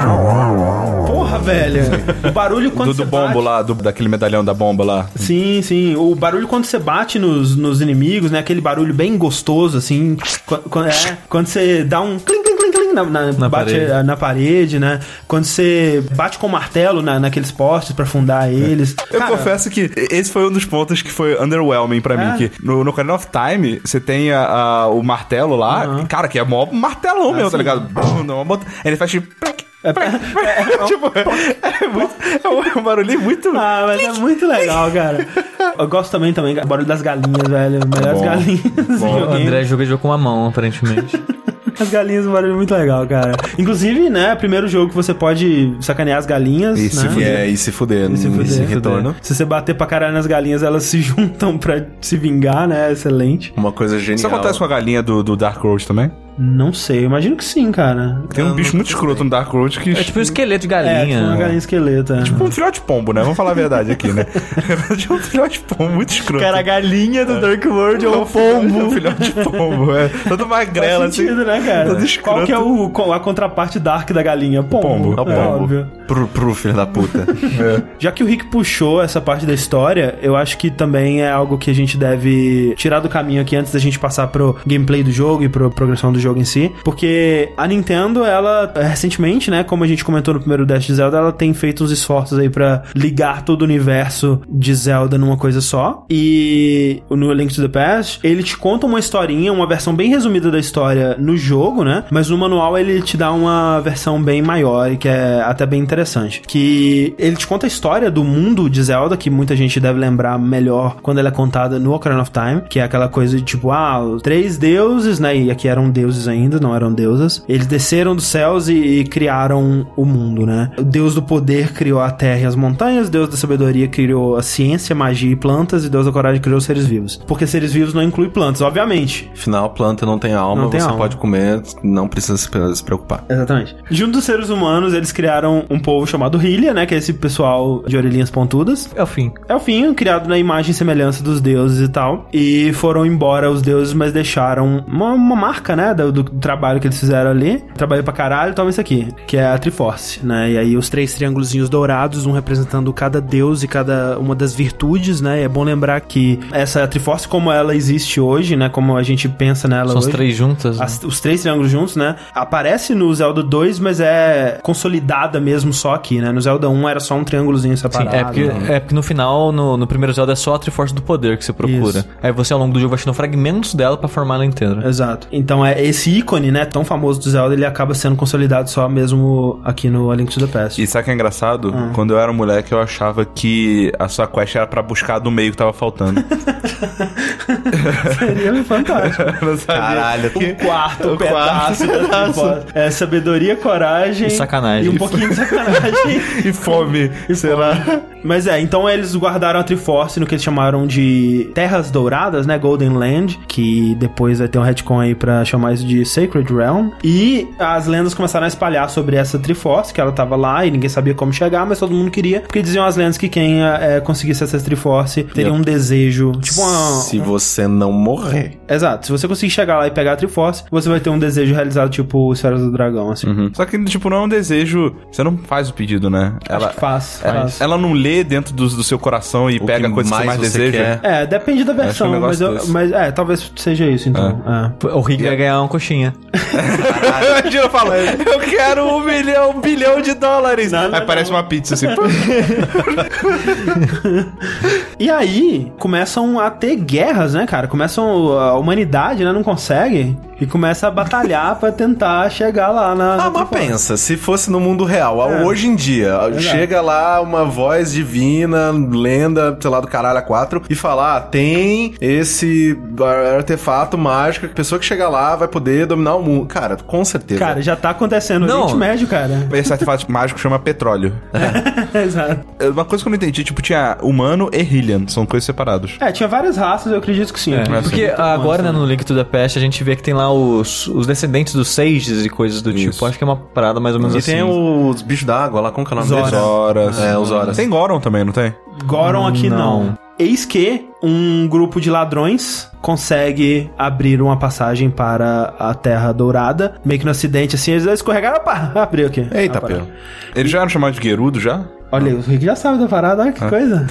porra, velho. O barulho quando
Do, do
você
bombo
bate-
lá, do, daquele medalhão da bomba lá.
Sim, sim. O barulho quando você bate nos, nos inimigos, né? Aquele barulho bem gostoso, assim. Quando, quando- é, quando você dá um clim, clim, clim, clim na, na- bate,
parede.
eh, na parede, né? Quando você bate com o martelo na, naqueles postes pra afundar eles.
É. Eu
Cara,
confesso que esse foi um dos pontos que foi underwhelming pra mim.
É?
Que no, no Ocarina of Time, você tem a- a- o martelo lá, e, cara, que é mó martelão
Ah,
mesmo, tá ligado? Bum, dá uma bota- Aí ele faz tipo. plec,
É,
plec,
um
plec. Tipo, é, muito- é um- é um barulhinho muito.
Ah, mas é muito legal, cara. Eu gosto também, também, o barulho das galinhas, velho. Melhores
Bom.
galinhas do
O
videogame.
André joga jogo com uma mão, aparentemente.
As galinhas, um barulho muito legal, cara. Inclusive, né, primeiro jogo que você pode sacanear as galinhas,
E se,
né?
fuder, é, e se fuder,
se
nesse
fuder.
retorno.
Se você bater pra caralho nas galinhas, elas se juntam pra se vingar, né? Excelente.
Uma coisa genial.
Isso acontece com a galinha do, do Dark Road também?
Não sei, eu imagino que sim, cara.
Tem um bicho muito escroto no Dark Road que.
É tipo um esqueleto de
É, tipo
né?
uma
galinha.
galinha esqueleta.
Tipo,
é.
um filhote de pombo, né? Vamos falar a verdade aqui, né? É um filhote de pombo muito escroto.
Cara, a galinha do Dark World é um
É um
pombo.
filhote de pombo, é. Todo magrela,
Faz
assim.
sentido, né, cara?
todo escroto.
Qual que é o, qual- a contraparte dark da galinha? Pombo.
pombo,
É o
É,
pombo.
óbvio.
pro, pro filho da puta.
Já que o Rick puxou essa parte da história, eu acho que também é algo que a gente deve tirar do caminho aqui antes da gente passar pro gameplay do jogo e pro progressão do jogo em si, porque a Nintendo, ela recentemente, né, como a gente comentou no primeiro Dash de Zelda, ela tem feito uns esforços aí pra ligar todo o universo de Zelda numa coisa só. E no Link to the Past, ele te conta uma historinha, uma versão bem resumida da história no jogo, né? Mas no manual ele te dá uma versão bem maior e que é até bem interessante. Que ele te conta a história do mundo de Zelda, que muita gente deve lembrar melhor quando ela é contada no Ocarina of Time, que é aquela coisa de tipo, ah, os três deuses, né? E aqui eram deuses ainda, não eram deusas. Eles desceram dos céus e, e criaram o mundo, né? O deus do poder criou a terra e as montanhas, o deus da sabedoria criou a ciência, magia e plantas, e deus da coragem criou os seres vivos. Porque seres vivos não inclui plantas, obviamente.
Afinal, planta não tem alma,
Não tem
você
alma.
pode comer, não precisa se se preocupar.
Exatamente. Junto um dos seres humanos, eles criaram um povo chamado Hylia, né? Que é esse pessoal de orelhinhas pontudas.
É o fim.
Elfinho, criado na imagem e semelhança dos deuses e tal. E foram embora os deuses, mas deixaram uma, uma marca, né? Do, do trabalho que eles fizeram ali. Trabalho pra caralho, toma isso aqui. Que é a Triforce, né? E aí os três triângulozinhos dourados, um representando cada deus e cada uma das virtudes, né? E é bom lembrar que essa Triforce, como ela existe hoje, né? Como a gente pensa nela
São as
hoje.
três juntas. né?
As- os três triângulos juntos, né? Aparece no Zelda 2, mas é consolidada mesmo só aqui, né? No Zelda 1 era só um triângulozinho
Sim,
separado.
é porque,
né?
é porque no final, no, no primeiro Zelda, é só a Triforce do Poder que você procura.
Isso.
Aí você, ao longo do jogo, vai tirando fragmentos dela pra formar ela inteira.
Exato. Então é esse ícone, né, tão famoso do Zelda, ele acaba sendo consolidado só mesmo aqui no A Link to the Past.
E sabe o que é engraçado?
Ah.
Quando eu era moleque, eu achava que a sua quest era pra buscar do meio que tava faltando.
é
Seria fantástico.
Eu não sabia.
Caralho,
Um quarto, um pedaço.
quarto pedaço.
É sabedoria, coragem.
E sacanagem.
E um pouquinho de sacanagem.
E fome, sei lá.
Mas é, então eles guardaram a Triforce no que eles chamaram de Terras Douradas, né? Golden Land, que depois vai ter um retcon aí pra chamar isso de Sacred Realm. E as lendas começaram a espalhar sobre essa Triforce, que ela tava lá e ninguém sabia como chegar, mas todo mundo queria, porque diziam as lendas que quem eh, eh, conseguisse essa Triforce teria
Yep.
um desejo, tipo uma,
Se você não morrer.
Exato, se você conseguir chegar lá e pegar a Triforce, você vai ter um desejo realizado tipo Esferas do Dragão, assim.
Uhum. Só que, tipo, não é um desejo. Você não faz o pedido, né?
Acho
Ela,
que faz,
é
ela,
faz.
ela não lê dentro do, do seu coração e
O
pega a
que
coisa que você mais
mais você
deseja.
quer.
É, depende da
Acho que é
versão,
um
mas,
negócio
eu-
desse.
mas é, talvez seja isso, então. é.
O Rick vai ganhar uma coxinha.
Imagina, fala, eu quero um milhão, um bilhão de dólares.
Não, não,
Aí parece uma pizza assim. pô.
E aí começam a ter guerras, né, cara? Começam a humanidade, né, não consegue e começa a batalhar pra tentar chegar lá na.
Ah,
na
mas
plataforma.
pensa, se fosse no mundo real,
É.
hoje em dia, chega lá uma voz divina, lenda, sei lá, do caralho a quatro, e falar, ah, tem esse ar- artefato mágico que a pessoa que chegar lá vai poder dominar o mundo. Cara, com certeza.
Cara, já tá acontecendo no
Não.
Oriente Médio, cara.
Esse artefato mágico chama petróleo.
Exato.
É Uma coisa que eu não entendi, tipo, tinha humano e Hylian. São coisas separadas.
É, tinha várias raças, eu acredito que sim.
É,
Acredito
porque
que tem
agora, né,
raça,
no Link to the Past, a gente vê que tem lá os, os descendentes dos Sages e coisas do tipo. Acho que é uma parada mais ou menos
e
assim.
tem os bichos d'água lá, como que é o nome
Zora.
deles?
Horas.
É, os horas.
Tem Goron também, não tem?
Goron aqui não.
Não.
Eis que um grupo de ladrões consegue abrir uma passagem para a Terra Dourada. Meio que no acidente, assim, eles escorregaram. Opa, abriu aqui.
Eita,
Ah, parou.
pelo.
Eles já eram chamados de Gerudo, já?
Olha, o Rick já sabe da parada,
Ah.
olha que coisa.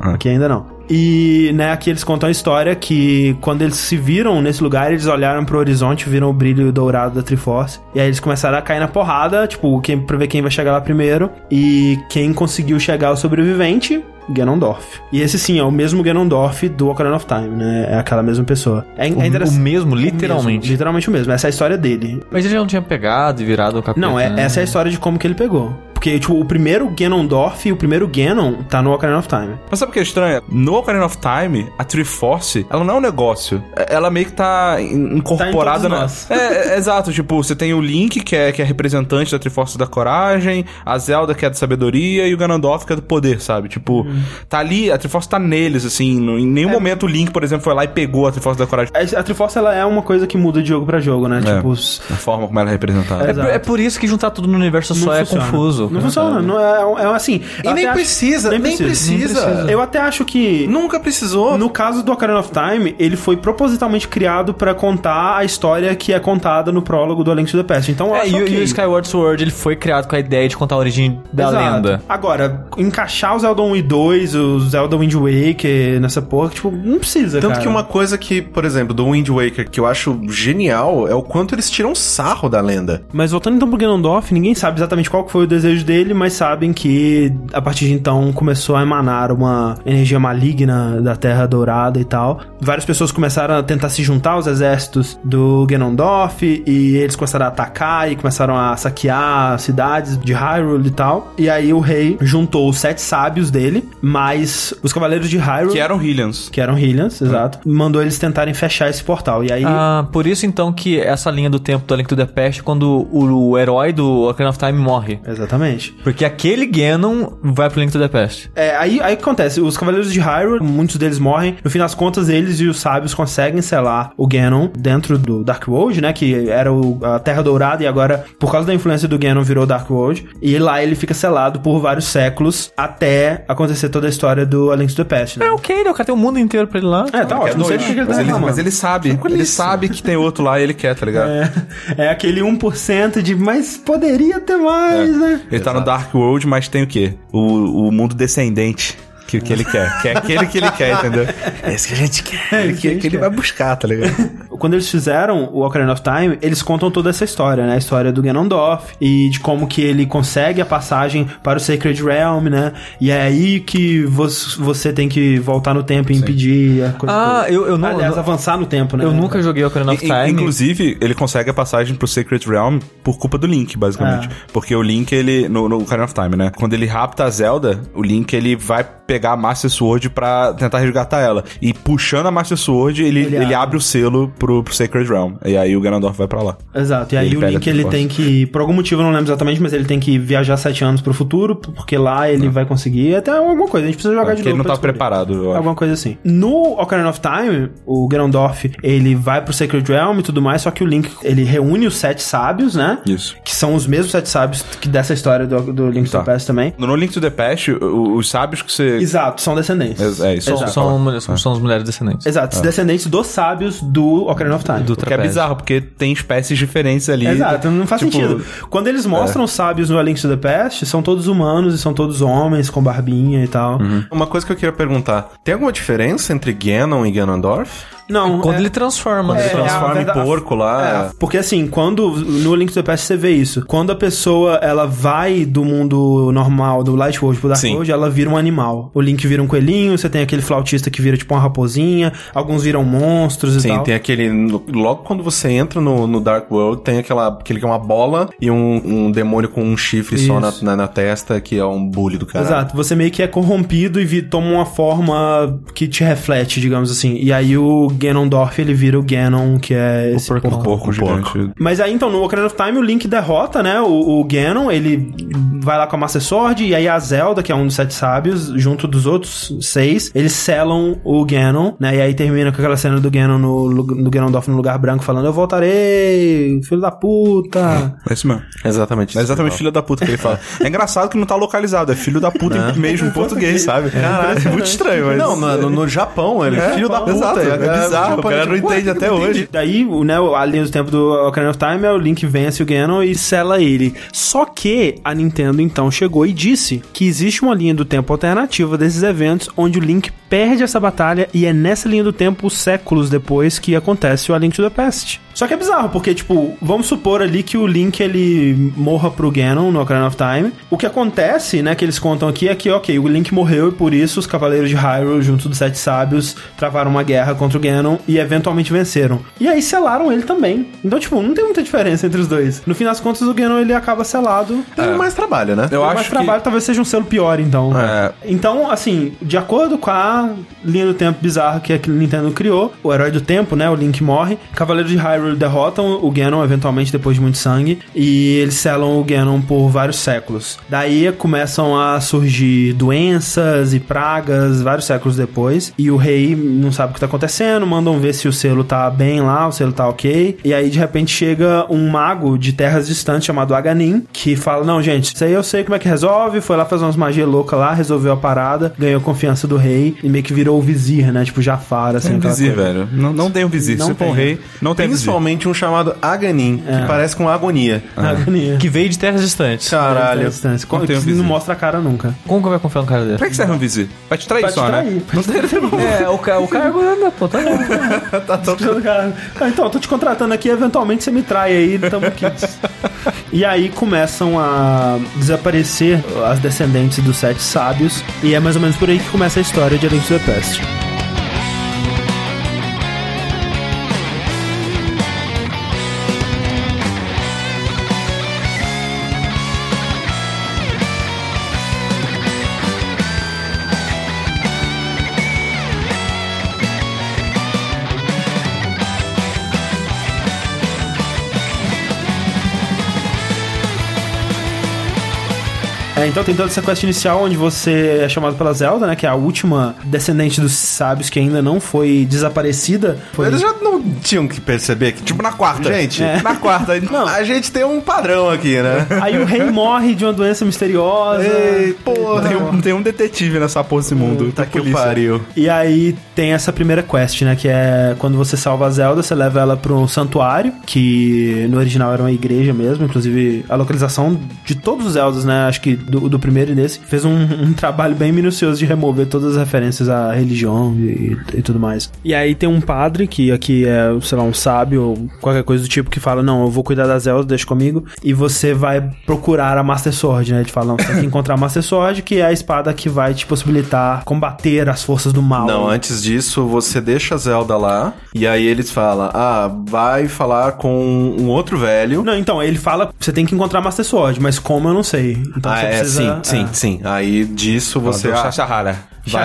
Aqui ainda não. E, né, aqui eles contam a história que quando eles se viram nesse lugar, eles olharam pro horizonte, viram o brilho dourado da Triforce. E aí eles começaram a cair na porrada, tipo, quem, pra ver quem vai chegar lá primeiro. E quem conseguiu chegar é o sobrevivente, Ganondorf. E esse sim, é o mesmo Ganondorf do Ocarina of Time, né? É aquela mesma pessoa. É, é
O, o
interessante.
mesmo,
O mesmo,
literalmente.
literalmente o mesmo. Essa é a história dele.
Mas ele já não tinha pegado e virado o capeta.
Não, é,
né?
essa é a história de como que ele pegou. Porque, tipo, o primeiro Ganondorf e o primeiro Ganon tá no Ocarina of Time.
Mas sabe o que é estranho? No Ocarina of Time, a Triforce, ela não é um negócio. É- Ela meio que tá in-
Tá
incorporada
em todos
na.
nós.
É, é, é, exato, tipo, você tem o Link, que é, que é representante da Triforce da Coragem, a Zelda, que é da Sabedoria, e o Ganondorf, que é do Poder, sabe? Tipo,
Uhum.
tá ali, a Triforce tá neles, assim. no- em
É.
nenhum momento o Link, por exemplo, foi lá e pegou a Triforce da Coragem.
A a Triforce ela é uma coisa que muda de jogo pra jogo, né? Tipo, os-
A forma como ela é representada.
É por- É por isso que juntar tudo no universo só
Não
é
funciona.
confuso. maluco.
Não funciona, não é, é assim.
E
eu
nem
até acho-
precisa, Ah, nem precisa.
Eu até acho que.
Nunca precisou.
No caso do Ocarina of Time, ele foi propositalmente criado pra contar a história que é contada no prólogo do A Link to the Past. Então, eu
É,
acho
e, o-
ok.
e o Skyward Sword ele foi criado com a ideia de contar a origem da
Exato.
lenda.
Agora, encaixar o Zelda 1 e 2, o Zelda Wind Waker nessa porra, que, tipo, não precisa,
Tanto
cara.
que uma coisa que, por exemplo, do Wind Waker, que eu acho genial, é o quanto eles tiram sarro da lenda.
Mas voltando então pro Ganondorf, ninguém sabe exatamente qual que foi o desejo dele, mas sabem que a partir de então começou a emanar uma energia maligna da Terra Dourada e tal. Várias pessoas começaram a tentar se juntar aos exércitos do Ganondorf e eles começaram a atacar e começaram a saquear cidades de Hyrule e tal. E aí o rei juntou os sete sábios dele, mais os cavaleiros de Hyrule.
Que eram Hillians.
que eram Hylians, exato. Mandou eles tentarem fechar esse portal. E aí.
Ah, por isso então que essa linha do tempo do A Link to the Past é quando o, o herói do Ocarina of Time morre.
Exatamente.
Porque aquele Ganon vai pro Link to the Past.
É, aí, aí o que acontece? Os Cavaleiros de Hyrule, muitos deles morrem. No fim das contas, eles e os sábios conseguem selar o Ganon dentro do Dark World, né? Que era o- a Terra Dourada e agora, por causa da influência do Ganon, virou Dark World. E lá ele fica selado por vários séculos até acontecer toda a história do A Link to the Past, né?
É ok, né? O cara tem um mundo inteiro pra ele lá.
É, tá ótimo. Não sei porque ele tá
Mas ele,
reclamando.
mas ele sabe. Ele sabe que tem outro lá e ele quer, tá ligado?
É, é aquele 1% de, mas poderia ter mais, né?
Ele tá no Dark World, mas tem o quê? O, o mundo descendente. Que, que ele quer. Que é aquele que ele quer, entendeu? É isso que a gente quer. Ele, que, que ele vai buscar, tá ligado?
Quando eles fizeram o Ocarina of Time, eles contam toda essa história, né? A história do Ganondorf e de como que ele consegue a passagem para o Sacred Realm, né? E é aí que vos- você tem que voltar no tempo e impedir a coisa.
Ah,
toda.
eu, eu não.
Aliás,
não-
avançar no tempo, né?
eu nunca joguei Ocarina of
In-
Time.
Inclusive, ele consegue a passagem pro Secret Realm por culpa do Link, basicamente.
Ah.
Porque o Link, ele. No, no Ocarina of Time, né? Quando ele rapta a Zelda, o Link ele vai pegar a Master Sword pra tentar resgatar ela. E puxando a Master Sword, ele,
Ele
ele,
abre.
abre. o selo pro, pro Sacred Realm. E aí o Ganondorf vai pra lá.
Exato, e aí
Ele
o
pega
Link
essa
ele
força.
tem que, por algum motivo eu não lembro exatamente, mas ele tem que viajar sete anos pro futuro, porque lá ele vai conseguir até alguma coisa, a gente precisa jogar de novo.
Porque ele não
pra
tá
descobrir.
preparado, eu acho.
Alguma coisa assim. No Ocarina of Time, o Ganondorf, ele vai pro Sacred Realm e tudo mais, só que o Link, ele reúne os sete sábios, né?
Isso.
Que são os mesmos sete sábios que dessa história do, do Link to
Tá.
the Past também.
No Link to the Past, o- o- os sábios que você.
Exato, são descendentes.
É, é isso.
São,
Ah.
Exato.
são, mulher- são, são as mulheres descendentes.
Exato, os descendentes dos sábios do Ocarina of Time.
Do
Que é
trapézio.
bizarro, porque tem espécies diferentes ali.
Exato, não faz
Tipo,
sentido. Quando eles mostram os sábios no A Link to the Past, são todos humanos e são todos homens com barbinha e tal.
Uhum.
Uma coisa que eu queria perguntar: tem alguma diferença entre Ganon e Ganondorf?
Não,
né? Quando
é-
ele transforma.
É,
transforma.
a
Transforma
verdade-
em porco
É,
lá.
porque assim, quando no Link to the Past você vê isso, quando a pessoa ela vai do mundo normal, do Light World pro Dark
Sim.
World, ela vira um animal. O Link vira um coelhinho, você tem aquele flautista que vira tipo uma raposinha, alguns viram monstros e
Sim,
tal.
tem aquele. Logo quando você entra no, no Dark World, tem aquela, aquele que é uma bola e um, um demônio com um chifre só na,
Isso.
na- na testa, que é um bully do cara.
Exato, você meio que é corrompido e vi- toma uma forma que te reflete, digamos assim. E aí o Ganondorf, ele vira o Ganon, que é esse
porcão.
porcão.
Porco um gigante.
Mas aí então, no Ocarina of Time, o Link derrota, né? O, o Ganon, ele vai lá com a Master Sword, e aí a Zelda, que é um dos sete sábios, junto dos outros seis, eles selam o Ganon, né? E aí termina com aquela cena do Ganon no, lu- do Ganondorf no lugar branco falando: Eu voltarei, filho da puta.
É isso mesmo.
Exatamente.
É exatamente filho da puta que ele fala. É engraçado que não tá localizado, é filho da puta em mesmo em português, sabe? Caralho, é muito estranho, mas.
Não, no, no- no Japão, ele é filho da puta.
Exato, é, bizarro, o
Japão,
cara
tipo,
não entende até hoje.
Daí, o- né, a linha do tempo do Ocarina of Time é o Link vence o Ganon e sela ele. Só que a Nintendo então chegou e disse que existe uma linha do tempo alternativa desses eventos onde o Link perde essa batalha e é nessa linha do tempo séculos depois que acontece o A Link to the Past. Só que é bizarro, porque, tipo, vamos supor ali que o Link, ele morra pro Ganon no Ocarina of Time. O que acontece, né, que eles contam aqui é que, ok, o Link morreu e por isso os Cavaleiros de Hyrule, junto dos Sete Sábios, travaram uma guerra contra o Ganon e eventualmente venceram. E aí selaram ele também. Então, tipo, não tem muita diferença entre os dois. No fim das contas, o Ganon, ele acaba selado.
Tem mais trabalho, né?
Eu
Mas
acho
trabalho
que.
talvez seja um selo pior, então.
É.
Então, assim, de acordo com a linha do tempo bizarra que a Nintendo criou, o herói do tempo, né, o Link morre, Cavaleiro de Hyrule Hyrule derrotam o Ganon, eventualmente, depois de muito sangue, e eles selam o Ganon por vários séculos. Daí começam a surgir doenças e pragas, vários séculos depois, e o rei não sabe o que tá acontecendo, mandam ver se o selo tá bem lá, o selo tá ok, e aí de repente chega um mago de terras distantes chamado Aganin, que fala, não, gente, isso aí eu sei como é que resolve, foi lá fazer umas magias loucas lá, resolveu a parada, ganhou a confiança do rei, e meio que virou o vizir, né, tipo Jafar, assim,
Tem
aquela
É um vizir,
coisa.
velho. Não, não tem um vizir.
Não
Se for
tem.
rei, não tem vizir.
Principalmente um chamado Aganin,
É.
que parece com agonia.
Ah, Agonia.
Que veio de terras distantes.
Caralho.
Não,
tem um
é. não
vizinho.
mostra a cara nunca.
Como que vai confiar no cara dele?
Pra que serve um vizir? Pra te trair
Pra te
só, né?
trair, pra
Não tem
É, o, ca o cargo anda, pô, tá bom.
Ah, então, eu tô te contratando aqui, eventualmente você me trai aí, tamo kits. e aí começam a desaparecer as descendentes dos sete sábios, e é mais ou menos por aí que começa a história de A Link to the Past. É, então tem toda essa quest inicial onde você é chamado pela Zelda, né? Que é a última descendente dos sábios que ainda não foi desaparecida. Foi...
Eles já não tinham que perceber que, tipo, na quarta. Gente, na quarta. A gente tem um padrão aqui, né?
Aí o rei morre de uma doença misteriosa.
Ei, porra.
Tem um, tem um detetive nessa porra desse mundo.
Puta
Tem
que
polícia.
pariu.
E aí tem essa primeira quest, né? Que é quando você salva a Zelda, você leva ela pra um santuário, que no original era uma igreja mesmo, inclusive a localização de todos os Zeldas, né? Acho que do, do primeiro e desse, fez um, um trabalho bem minucioso de remover todas as referências à religião e, e tudo mais. E aí tem um padre, que aqui é, sei lá, um sábio ou qualquer coisa do tipo, que fala: Não, eu vou cuidar da Zelda, deixa comigo. E você vai procurar a Master Sword, né? Ele fala: Não, você tem que encontrar a Master Sword, que é a espada que vai te possibilitar combater as forças do mal.
Não, é- antes disso, você deixa a Zelda lá, e aí eles falam, ah, vai falar com um outro velho.
Não, então, ele fala, você tem que encontrar a Master Sword, mas como eu não sei. Então
ah,
você
é,
precisa...
sim, sim, sim. Aí disso você...
Você
ah,
acha rara.
vai-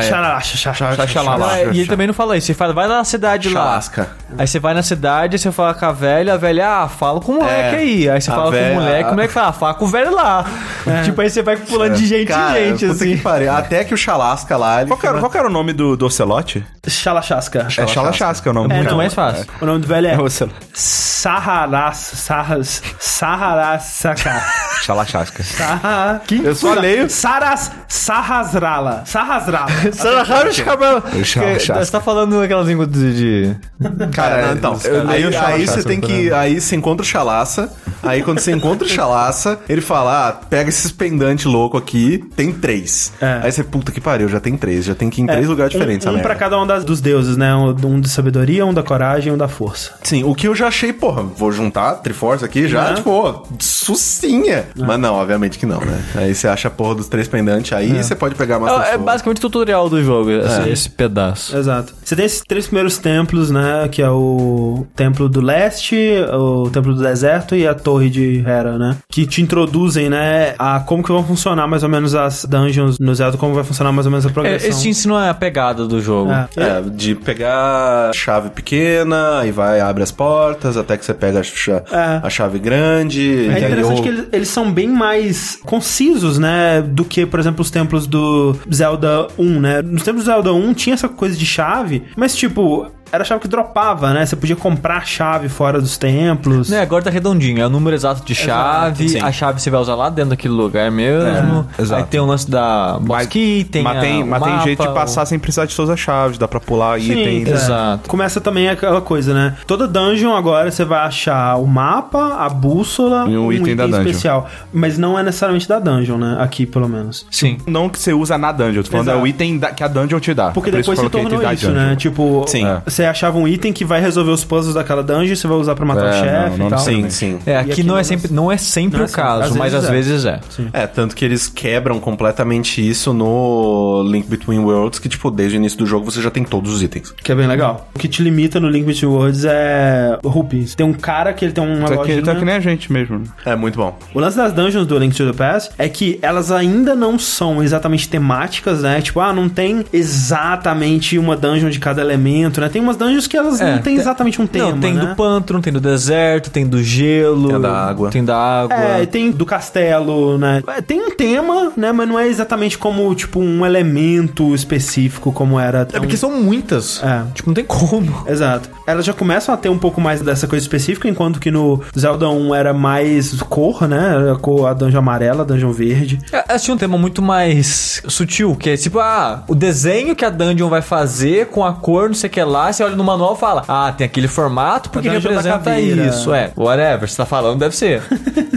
Xaxará, xaxará,
é
xaxará.
Xaxalala.
Ah, e
então,
ele também não fala isso. Ele fala, vai na cidade
Chalasca.
lá. Aí você vai na cidade, você fala com a velha, a velha, ah, fala com o moleque
É.
aí. Aí você
A
fala
velha-
com o moleque, o moleque fala, ah, fala com o velho lá. Tipo, aí você vai pulando de gente
É. Cara,
em gente,
puta
assim.
que pariu. Até que o Chalasca lá, ele...
Qual que, era, qual que era o nome do, do Ocelote?
Xalaxasca.
É Chalachasca o nome
É,
do
Muito
não,
cara.
mais fácil.
O nome do velho é
É Ocelote.
Saharás, Saras, Saharás, Saká.
Chalachasca.
Sahar- Que
Eu só
fura-
leio-
Saras, Sarrasrala, Sarrasrala.
é
Sarah Harris Cabral.
Chalasca.
Você tá falando aquela língua de. de-
Cara, não, então, eu- aí,
Aí o
aí
Xalaxaça,
você tem que. Aí você encontra o Chalaça. Aí quando você encontra o Chalaça, ele fala: ah, pega esses pendante louco aqui, tem três.
É.
Aí você, puta que pariu, já tem três, já tem que ir em três lugares diferentes.
Um,
essa
um pra
merda."
cada um das, dos deuses, né? Um, um de sabedoria, um da coragem e um da força.
Sim, o que eu já achei, porra, vou juntar a Triforce aqui já,
Uhum.
tipo, ó, sucinha. Mas não, obviamente que não, né? Aí você acha a porra dos três pendantes, aí você pode pegar a Master
É, é
Sword.
basicamente o tutorial do jogo,
É.
esse, esse pedaço.
Exato. Você tem esses três primeiros templos, né? Que é o Templo do Leste, o Templo do Deserto e a Torre de Hera, né? Que te introduzem, né? A como que vão funcionar mais ou menos as dungeons no Zelda, como vai funcionar mais ou menos a
É,
progressão.
esse te ensina a pegada do jogo.
É.
É, de pegar chave pequena, aí vai, abre as portas, até que você pega a, cha-
É.
a chave grande.
É
e aí
interessante
eu-
que eles, eles são bem mais concisos, né? Do que, por exemplo, os templos do Zelda 1, né? Nos templos do Zelda 1 tinha essa coisa de chave, mas tipo, era a chave que dropava, né? Você podia comprar a chave fora dos templos.
Né, agora tá redondinho, é o número exato de chave, a chave você vai usar lá dentro daquele lugar mesmo. Aí
É, exato.
tem o lance da boss key, tem
Mas
a-
é
tem,
o
mas tem
mapa,
jeito de passar sem precisar de todas as chaves. Dá pra pular
um Sim,
item.
é.
Exato.
Começa também aquela coisa, né? Toda dungeon agora você vai achar o mapa, a bússola
E um item da dungeon.
especial. Mas não é necessariamente da dungeon, né? Aqui, pelo menos.
Sim.
Não que você usa na dungeon. Tô falando
Exato.
é o item da- que a dungeon te dá.
Porque
Por
depois
que é eu
se
coloquei
tornou
item da
isso,
dungeon.
né? Tipo,
Sim.
é. você achava um item que vai resolver os puzzles daquela dungeon, você vai usar pra matar
É,
o chefe
não,
e
não,
tal.
Sim, sim.
É, aqui,
aqui
não, é
não-
sempre, não é sempre
não é
o
sempre.
caso,
Às
mas às vezes
vezes
é.
É, tanto que eles quebram completamente isso no Link Between Worlds, que, tipo, desde o início do jogo você já tem todos os itens.
Que é bem legal. O que te limita no Link Between Worlds é rupees. Tem um cara que ele tem uma
Tá que,
lojinha...
tá que nem a gente mesmo.
É muito bom.
O lance das dungeons do Link to the Past é que elas ainda não são exatamente temáticas, né? Tipo, ah, não tem exatamente uma dungeon de cada elemento, né? Tem umas umas dungeons que elas
É,
não têm
tem-
exatamente um tema,
não, tem
né?
do pântano, tem do deserto, tem do gelo.
Tem da água.
Tem da água.
É, e tem do castelo, né? É, Tem um tema, né? Mas não é exatamente como, tipo, um elemento específico como era.
É porque são muitas.
É.
Tipo, não tem como.
Exato. Elas já começam a ter um pouco mais dessa coisa específica, enquanto que no Zelda 1 era mais cor, né? Era a cor- a dungeon amarela, a dungeon verde.
É, Elas tinham um tema muito mais sutil, que é tipo, ah, o desenho que a dungeon vai fazer com a cor, não sei o que lá, você olha no manual e fala, ah, tem aquele formato porque
A dungeon da
representa
caveira.
isso. É, whatever, você tá falando, deve ser.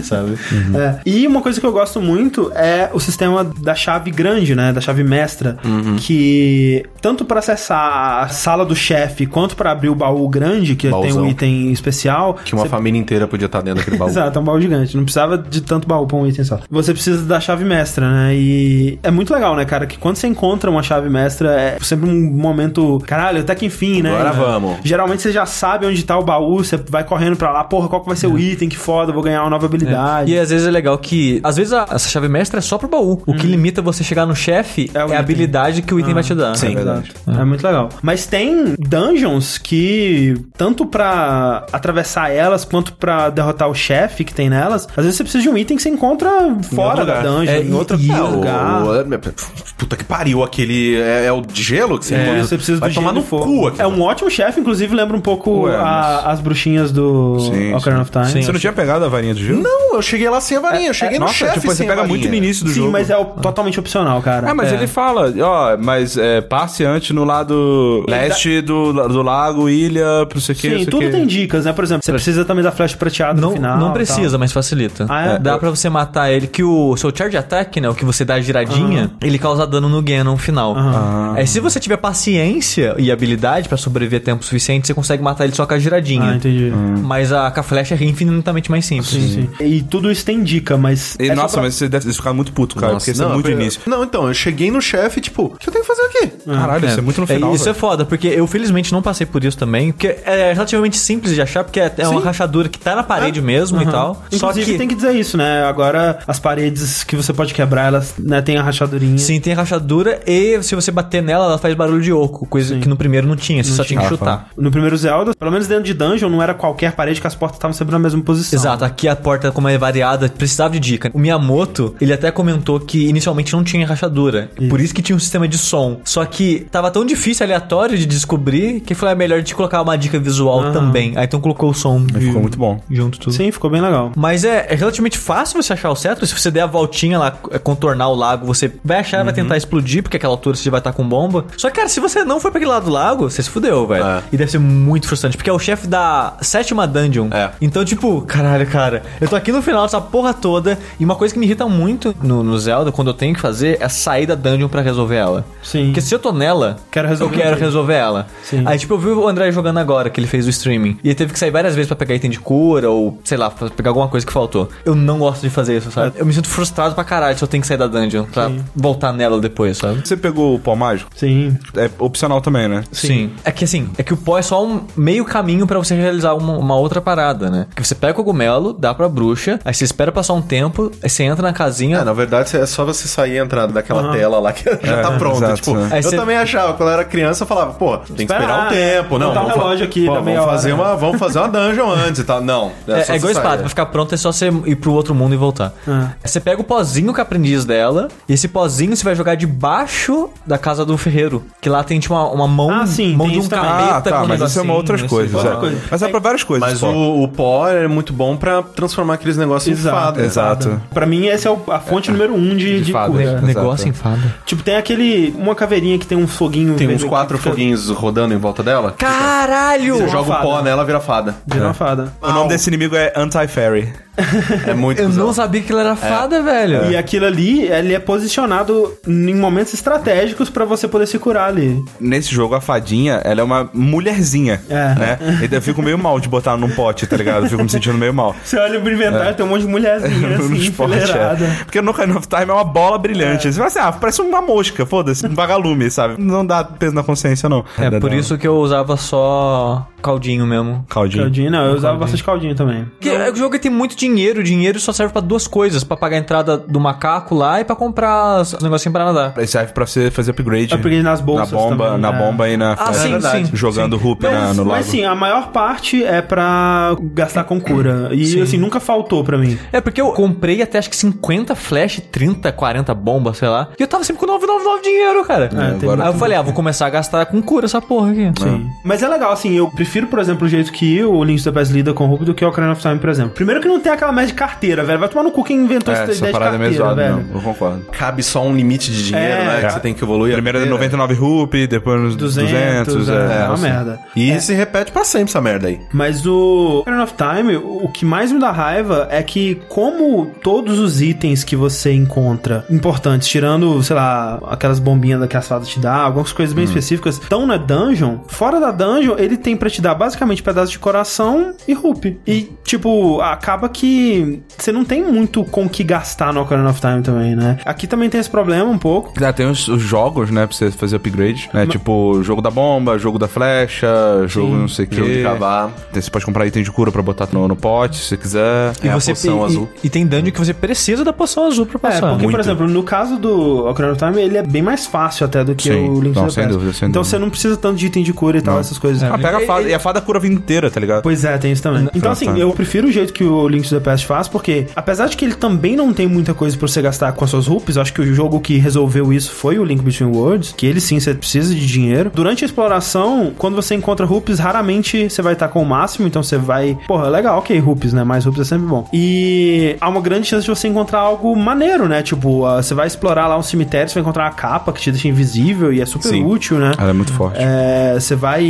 sabe?
Uhum.
É. E uma coisa que eu gosto muito é o sistema da chave grande, né? Da chave mestra.
Uhum.
Que tanto pra acessar a sala do chefe quanto pra abrir o baú grande, que tem
Baúzão.
um item especial.
Que uma família inteira podia estar dentro daquele baú.
Exato, é um baú gigante. Não precisava de tanto baú pra um item só. Você precisa da chave mestra, né? E é muito legal, né, cara? Que quando você encontra uma chave mestra, é sempre um momento. Caralho, até que enfim, né?
Agora vamos.
Geralmente você já sabe onde tá o baú, você vai correndo pra lá, porra, qual que vai ser o item, que foda, vou ganhar uma nova habilidade.
E às vezes é legal que. Às vezes a- essa chave mestra é só pro baú. O que limita você chegar no chefe
Uhum. É
é,
o item.
a habilidade que o item vai te dar.
É verdade. É muito legal. Mas tem dungeons que, tanto pra atravessar elas, quanto pra derrotar o chefe que tem nelas, às vezes você precisa de um item que você encontra fora da
lugar.
dungeon,
É,
em
e-
outro
e
Ah, o-
lugar.
o- Puta que pariu, aquele. É, é o de gelo que você
É,
encontra?
você precisa
Vai
do
tomar
gelo
no
e fogo.
cu aqui.
É um ótimo chefe, inclusive lembra um pouco
Ué,
a-
mas-
as bruxinhas do
Sim,
Ocarina of Time.
Sim.
Você não tinha pegado a varinha do gelo?
Não, eu cheguei lá sem a varinha, eu
é
cheguei no
Nossa,
chefe
tipo, você
sem
pega
a varinha.
muito no início do
Sim,
jogo.
mas é o- totalmente opcional, cara.
Ah, mas
É.
ele fala, ó, mas é, passe antes no lado leste do, do lago, ilha, pro sei o que,
Sim, tudo tem dicas, né? Por exemplo, você precisa também da flecha prateada
Não,
no final.
não
e
precisa, mas facilita.
Ah, é?
Dá pra você matar ele, que o seu charge attack, né? O que você dá a giradinha, ele causa dano no Ganon final.
Aham.
É, se você tiver paciência e habilidade pra sobreviver tempo suficiente, você consegue matar ele só com a
Tal.
giradinha.
Ah, entendi.
Mas a, com a flecha é infinitamente mais simples.
Sim, sim. E tudo isso tem dica, mas.
E,
é só
nossa,
pra-
mas você deve ter ficado muito puto, cara,
Nossa,
porque isso é
não,
muito
eu-
início.
Não, então, eu cheguei no chefe, tipo, o que eu tenho que fazer aqui?
Caralho, isso é muito no final.
isso é foda, porque eu felizmente não passei por isso também, porque é relativamente simples de achar, porque é é uma rachadura que tá na
Ah,
parede mesmo e tal. Só
Inclusive,
que
tem que dizer isso, né? Agora, as paredes que você pode quebrar, elas né, tem a rachadurinha.
Sim, tem rachadura e se você bater nela, ela faz barulho de oco, coisa que no primeiro não tinha, você só tinha que
tinha.
chutar.
No primeiro Zelda, pelo menos dentro de dungeon, não era qualquer parede que as portas estavam sempre na mesma posição.
Exato, aqui a porta, como é variada, precisava de dica. O Miyamoto, ele até comentou que inicialmente não tinha rachadura. Por isso que tinha um sistema de som. Só que tava tão difícil, aleatório de descobrir, que foi "Ah, melhor de colocar uma dica visual também. Aí então colocou o som.
Aí
e-
ficou muito bom.
Junto tudo.
Sim, ficou bem legal.
Mas é, é relativamente fácil você achar o cetro. Se você der a voltinha lá, é, contornar o lago, você vai achar, vai tentar explodir, porque aquela altura você vai estar com bomba. Só que, cara, se você não for pra aquele lado do lago, você se fudeu, velho.
É.
E deve ser muito frustrante, porque é o chefe da sétima dungeon.
É.
Então, tipo, caralho, cara, eu tô aqui no final dessa porra toda. E uma coisa que me irrita muito no, no Zelda, quando eu tenho que fazer, é sair da dungeon pra resolver ela.
Sim.
Porque se eu tô nela,
Quero resolver
eu quero
tudo.
resolver ela.
Sim.
Aí, tipo, eu vi o André jogando agora, que ele fez o streaming. E ele teve que sair várias vezes pra pegar item de cura, ou, sei lá, pra pegar alguma coisa que faltou. Eu não gosto de fazer isso,
É.
sabe? Eu me sinto frustrado pra caralho se eu tenho que sair da dungeon pra voltar nela depois, sabe?
Você pegou o pó mágico?
Sim.
É opcional também, né?
Sim. É que assim, é que o pó é só um meio caminho pra você realizar uma, uma outra parada, né? Que você pega o cogumelo, dá pra bruxa, aí você espera passar um tempo, aí você entra na casinha.
É, na verdade, é só você sair e entrar daquela tela lá que já tá
É,
pronta.
exato,
tipo,
né?
Aí
eu
você-
também achava, quando eu era criança, eu falava, pô, tem que
Espera,
esperar um tempo, não.
botar um
fa-
relógio aqui
pô,
da meia
vamos fazer
hora.
uma, vamos fazer uma dungeon antes e tal. Não,
É,
só
é
você
igual espada,
sair.
pra ficar pronta é só você ir pro outro mundo e voltar.
Ah.
Você pega o pozinho que é aprendiz dela, e esse pozinho você vai jogar debaixo da casa do ferreiro. Que lá tem tipo uma, uma mão,
Ah, sim,
mão
tem
de um
isso também.
capeta
Ah, tá,
com um
mas isso é uma
negocinho,
outras
assim,
coisas.
outra
é.
coisa.
Mas é pra várias coisas.
Mas
pó.
o, o pó é muito bom pra transformar aqueles negócios
Exato,
em fada.
Exato.
Pra mim, essa é o- a fonte número um de, de,
fadas.
cura.
Negócio
Exato.
em fada.
Tipo, tem aquele. Uma caveirinha que tem um foguinho.
Tem uns
vermelho que
quatro
fica-
foguinhos rodando em volta dela.
Caralho!
Você joga o pó
fada.
nela, vira fada.
Vira uma fada.
O nome desse inimigo é Anti-Fairy.
É muito
Eu
bizarro.
não sabia que ele
É.
era fada, velho.
E aquilo ali, ele é posicionado em momentos estratégicos pra você poder se curar ali.
Nesse jogo, a fadinha, ela é uma mulherzinha,
É.
né? E daí eu fico meio mal de botar num pote, tá ligado? Eu fico me sentindo meio mal.
Você olha pro inventário, tem um monte de mulherzinha
No
assim,
esporte,
enfileirada.
é. Porque no Kind of Time é uma bola brilhante. Você fala assim, ah, parece uma mosca, foda-se, um vagalume, sabe? Não dá peso na consciência, não.
É,
Não,
por
não.
isso que eu usava só caldinho mesmo.
Caldinho.
Caldinho, não, eu usava bastante caldinho também.
Porque o jogo tem muito de dinheiro, o dinheiro só serve pra duas coisas, pra pagar a entrada do macaco lá e pra comprar os os negocinhos em Paraná.
Aí serve pra você fazer upgrade.
Upgrade nas bolsas
Na bomba,
também,
na
né?
bomba e na
Ah,
festa.
sim, É verdade. sim.
Jogando hoop na-
Mas,
no lago.
mas sim, a maior parte é pra gastar com cura. E assim, nunca faltou pra mim.
É porque eu comprei até acho que 50 flash, 30, 40 bombas, sei lá. E eu tava sempre com 999 dinheiro, cara.
É, tem
agora-
Aí eu falei, ah, vou começar a gastar com cura essa porra aqui.
Sim. Mas é legal, assim, eu prefiro, por exemplo, o jeito que o Link to the Past lida com o Ruby do que o Ocarina of Time, por exemplo. Primeiro que não tem aquela média de carteira, velho. Vai tomar no cu quem inventou
É,
essa
essa
ideia de
parada é
carteira,
meio zoada,
velho.
não. Eu concordo.
Cabe só um limite de dinheiro,
É.
né?
É.
Que você tem que evoluir.
Primeiro
é
é 99 rupi, depois nos
200,
200.
é,
é,
uma
assim.
merda.
E se repete pra sempre essa merda aí.
Mas o Ocarina of Time, o que mais me dá raiva é que, como todos os itens que você encontra importantes, tirando, sei lá, aquelas bombinhas que as fadas te dá, algumas coisas bem específicas, estão na dungeon, fora da dungeon, ele tem pra te dar basicamente pedaço de coração e rupe. E, tipo, acaba que você não tem muito com o que gastar no Ocarina of Time também, né? Aqui também tem esse problema um pouco.
Ah, tem os, os jogos, né, pra você fazer upgrade, né? Tipo, jogo da bomba, jogo da flecha, jogo não sei o que.
Jogo de cavar.
Você pode comprar item de cura pra botar no, no pote, se você quiser. Ah,
E,
É a
você,
poção
e-
azul.
e tem dungeon que você precisa da poção azul pra
É,
passar.
porque, por
muito.
exemplo, no caso do Ocarina of Time, ele é bem mais fácil até do que
Sim.
o Link's
Não,
to the
sem
Past.
dúvida, sem
Então
dúvida.
você não precisa tanto de item de cura e tal, essas coisas.
Ah, pega a fada. E a fada cura a vida inteira, tá ligado?
Pois é, tem isso também. Então, assim,
tá.
eu prefiro o jeito que o Link to the Past faz, porque apesar de que ele também não tem muita coisa pra você gastar com as suas rupees, eu acho que o jogo que resolveu isso foi o Link Between Worlds, que ele sim, você precisa de dinheiro. Durante a exploração, quando você encontra rupees, raramente você vai estar com o máximo, então você vai... Porra, legal, ok, rupees, né? Mais rupees é sempre bom. E há uma grande chance de você encontrar algo maneiro, né? Tipo, ah, você vai explorar lá um cemitério, você vai encontrar uma capa que te deixa invisível e é super
Sim.
útil, né?
Ela é muito forte.
É, você vai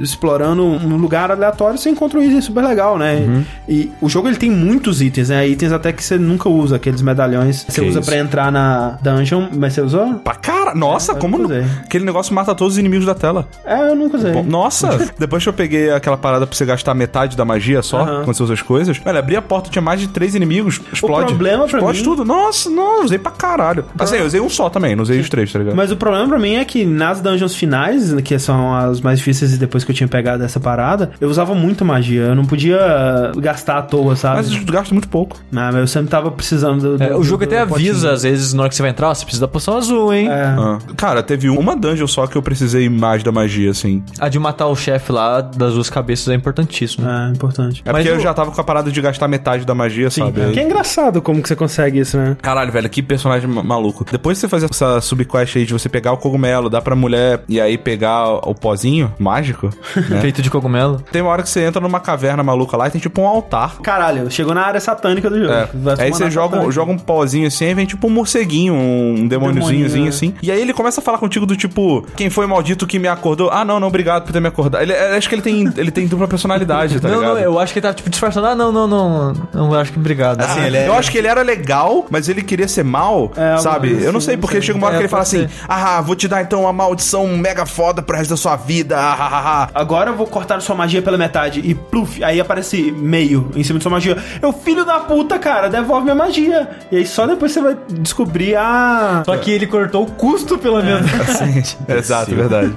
explorando um lugar aleatório, você encontra um item super legal, né?
Uhum.
E o jogo ele tem muitos itens, né? Itens até que você nunca usa, aqueles medalhões. Você
Que
usa
isso.
pra entrar na dungeon, mas você usou?
Pra cara, nossa,
É,
como
pois
não-
é.
aquele negócio mata todos os inimigos da tela.
É, eu nunca usei.
Bom, nossa, depois que eu peguei aquela parada pra você gastar metade da magia só,
Aham.
quando você usa as coisas, velho, abri a porta, tinha mais de três inimigos, explode.
problema pra
explode
mim- Ah.
tudo. Nossa, não, usei pra caralho. Assim, eu usei um só também, não usei os três, tá ligado?
Mas o problema pra mim é que nas dungeons finais, que são as mais difíceis e depois que eu tinha pegado essa parada, eu usava muito magia. Eu não podia eh, gastar à toa, sabe?
Mas gasta muito pouco.
Ah, mas eu sempre tava precisando do,
É,
do-
o jogo
do-
até
do potinho.
avisa, às vezes, na hora que você vai entrar, ó, você precisa da poção azul, hein?
É.
Ah. Cara, teve uma dungeon só que eu precisei mais da magia, assim.
A de matar o chefe lá das duas cabeças é importantíssimo.
É, importante.
É
Mas
porque
o-
eu já tava com a parada de gastar metade da magia, sabe?
Que é engraçado como que você consegue isso, né?
Caralho, velho, que personagem ma- maluco. Depois de você fazer essa subquest aí de você pegar o cogumelo, dar pra mulher e aí pegar o pozinho mágico, né?
Feito de cogumelo.
tem uma hora que você entra numa caverna maluca lá e tem tipo um altar.
Caralho, chegou na área satânica do jogo.
É.
Vai tomar
Aí você
na
joga, um-
satânica.
joga um pozinho assim, aí vem tipo um morceguinho, um demôniozinhozinho
Demônio, é.
assim. E aí ele começa a falar contigo do tipo, quem foi maldito que me acordou? Ah, não, não, obrigado por ter me acordado. Ele, é, acho que ele tem, ele tem dupla personalidade, tá
não,
ligado?
não, eu acho que ele tava, tipo, disfarçando. Ah, não, não, não. Não, eu acho que obrigado.
Assim,
Ah,
ele é-
Eu acho que ele era legal, mas ele queria ser mal,
É,
sabe?
alguma
eu não
coisa
sei,
assim,
porque chega uma hora
É,
que ele fala
pode
assim: Ah, vou te dar então uma maldição mega foda pro resto da sua vida. ah, ah, ah, ah."
Agora eu vou cortar sua magia pela metade e pluf, aí aparece meio em cima de sua magia. Eu, filho da puta, cara, devolve minha magia. E aí só depois você vai descobrir a. É.
Só que ele cortou o custo, pelo menos.
Exato, verdade.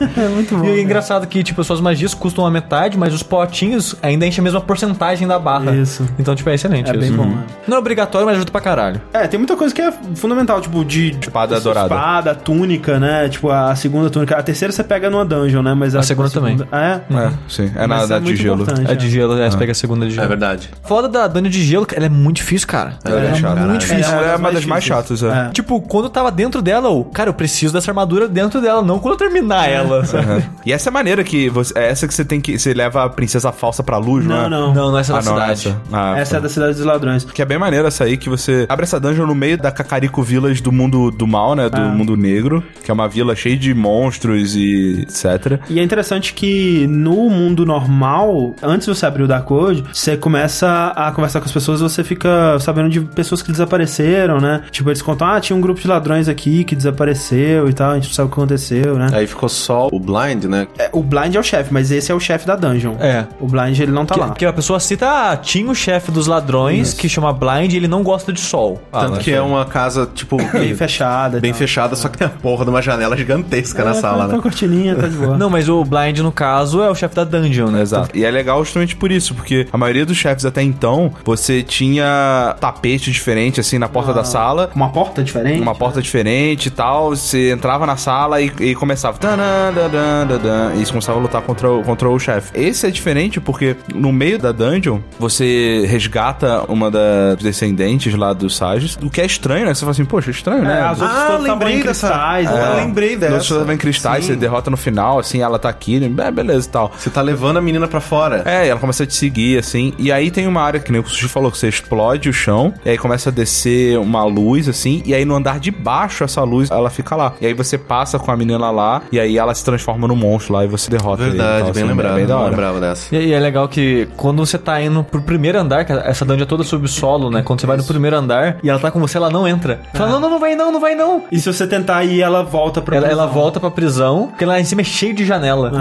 e é engraçado que, tipo, as suas magias custam a metade, mas os potinhos ainda enchem a mesma porcentagem da barra.
Isso.
Então, tipo, é excelente.
É
isso.
bem bom,
Uhum.
né?
Não é obrigatório, mas ajuda pra caralho.
É, tem muita coisa que é fundamental, tipo, de.
Espada dourada.
Espada, túnica, né? Tipo, a segunda túnica. A terceira você pega numa dungeon, né? Mas a,
segunda
É.
É, sim. É
Mas
na
isso
da
é muito
de gelo.
importante.
A de gelo,
Ah.
é, você pega a segunda de
É
gelo.
verdade.
Foda da dungeon de gelo, ela é muito difícil, cara.
Ela é chata.
muito
Caralho.
difícil.
Ela é uma das
difíceis.
mais chatas, é.
é.
Tipo, quando eu tava dentro dela, eu, cara, eu preciso dessa armadura dentro dela, não quando eu terminar ela, sabe?
Aham. E essa é a maneira que você. É essa que você tem que. Você leva a princesa falsa pra luz,
Não,
é?
não.
Não, não é essa
Ah,
da
não,
cidade.
essa. Ah,
Essa é da cidade dos ladrões.
Que é bem maneiro essa aí, que você abre essa dungeon no meio da Cacarico Village do mundo do mal, né? Do mundo negro. Que é uma vila cheia de monstros e etc.
E é interessante que no mundo normal, antes de você abrir o Dark World, você começa a conversar com as pessoas e você fica sabendo de pessoas que desapareceram, né? Tipo, eles contam, ah, tinha um grupo de ladrões aqui que apareceu e tal, a gente não sabe o que aconteceu, né?
Aí ficou só o blind, né?
É, o Blind é o chefe, mas esse é o chefe da dungeon.
É.
O Blind ele não tá
que,
lá.
que a pessoa cita, ah, tinha o chefe dos ladrões que chama Blind e ele não gosta de sol. Ah,
Tanto
mas
que é uma casa, tipo,
Bem fechada. e
bem
tal.
fechada, só que tem a porra de uma janela gigantesca
É,
na
tá-
sala,
tá
né?
uma cortininha, tá de boa.
Não, mas o Blind, no caso, é o chefe da dungeon, né?
Exato. E é legal justamente por isso, porque a maioria dos chefes até então, você tinha tapete diferente, assim, na porta da sala.
Uma porta diferente.
Uma porta diferente e tal, você entrava na sala e, e começava. tanã, dadã, dadã, E você começava a lutar contra o, contra o chefe. Esse é diferente porque no meio da dungeon você resgata uma das descendentes lá dos Sages. O que é estranho, né? Você fala assim, poxa, estranho, né?
É, as outras todas estavam em cristais, né?
Eu
É.
lembrei dessa.
Você leva em cristais,
Sim.
você derrota no final, assim, ela tá aqui, né? É, beleza e tal.
Você tá levando a menina pra fora.
É, e ela começa a te seguir, assim. E aí tem uma área que nem o Sushi falou, que você explode o chão, e aí começa a descer uma luz, assim, e aí no andar de baixo essa luz, ela fica lá. E aí você passa com a menina lá, e aí ela se transforma num monstro lá e você derrota ele. e
Verdade,
tal,
bem
assim,
lembrado.
Bem da
Não
hora.
lembrava dessa.
E aí é legal que quando você tá indo pro primeiro andar, que essa dungeon é toda subsolo, né? Quando você vai no primeiro andar e ela tá com você, ela não entra. Você Fala, não, não, não vai não, não vai não.
E se você tentar ir, ela volta pra.
Ela, ela
prisão.
volta pra prisão, porque lá em cima é cheio de janela.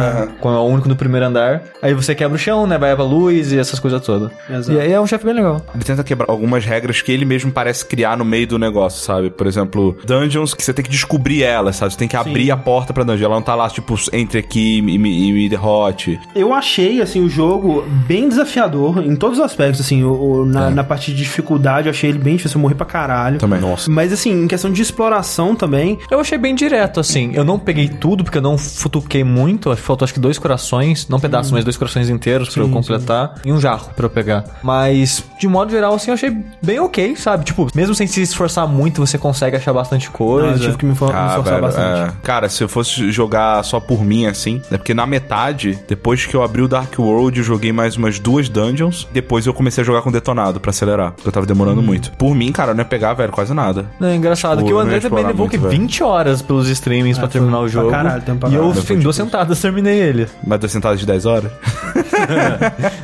Como é o único no primeiro andar. Aí você quebra o chão, né? Vai pra luz e essas coisas todas.
Exato.
E aí é um chefe bem legal.
Ele tenta quebrar algumas regras que ele mesmo parece criar no meio do negócio, sabe? Por exemplo, dungeons que você tem que descobrir elas, sabe? Você tem que abrir a porta pra dungeon. Ela não tá lá, tipo, entre aqui e me, e me derrote.
Eu achei, assim, o jogo bem desafiador em todos os aspectos, assim, o, o- na, na parte de dificuldade eu achei ele bem difícil, eu morri pra caralho.
É. Também. Nossa.
Mas, assim, em questão de exploração também,
Eu achei bem direto, assim. Eu não peguei tudo, porque eu não futuquei muito. Acho que Faltou acho que dois corações. Não pedaços, mas dois corações inteiros pra eu completar. E um jarro pra eu pegar. Mas, de modo geral, assim, eu achei bem ok, sabe? Tipo, mesmo sem se esforçar muito, você consegue achar bastante coisa.
eu tive que me, for, me
Ah,
esforçar
velho,
bastante.
é. Cara, se eu fosse jogar só por mim, assim, é porque na metade, depois que eu abri o Dark World, eu joguei mais umas duas dungeons. Depois eu comecei a jogar com detonado pra acelerar, porque eu tava demorando
Hum.
muito. Por mim, cara, eu não ia pegar, velho, quase nada.
Não, é engraçado
Tipo,
que o
eu não
André
ia
também
explorar
levou
muito,
que
velho.
20 horas pelos streamings pra
foi
terminar o
pra
jogo.
caralho, tempo pra
e eu
caralho.
em duas sentadas terminei ele.
Mas duas sentadas de 10 horas.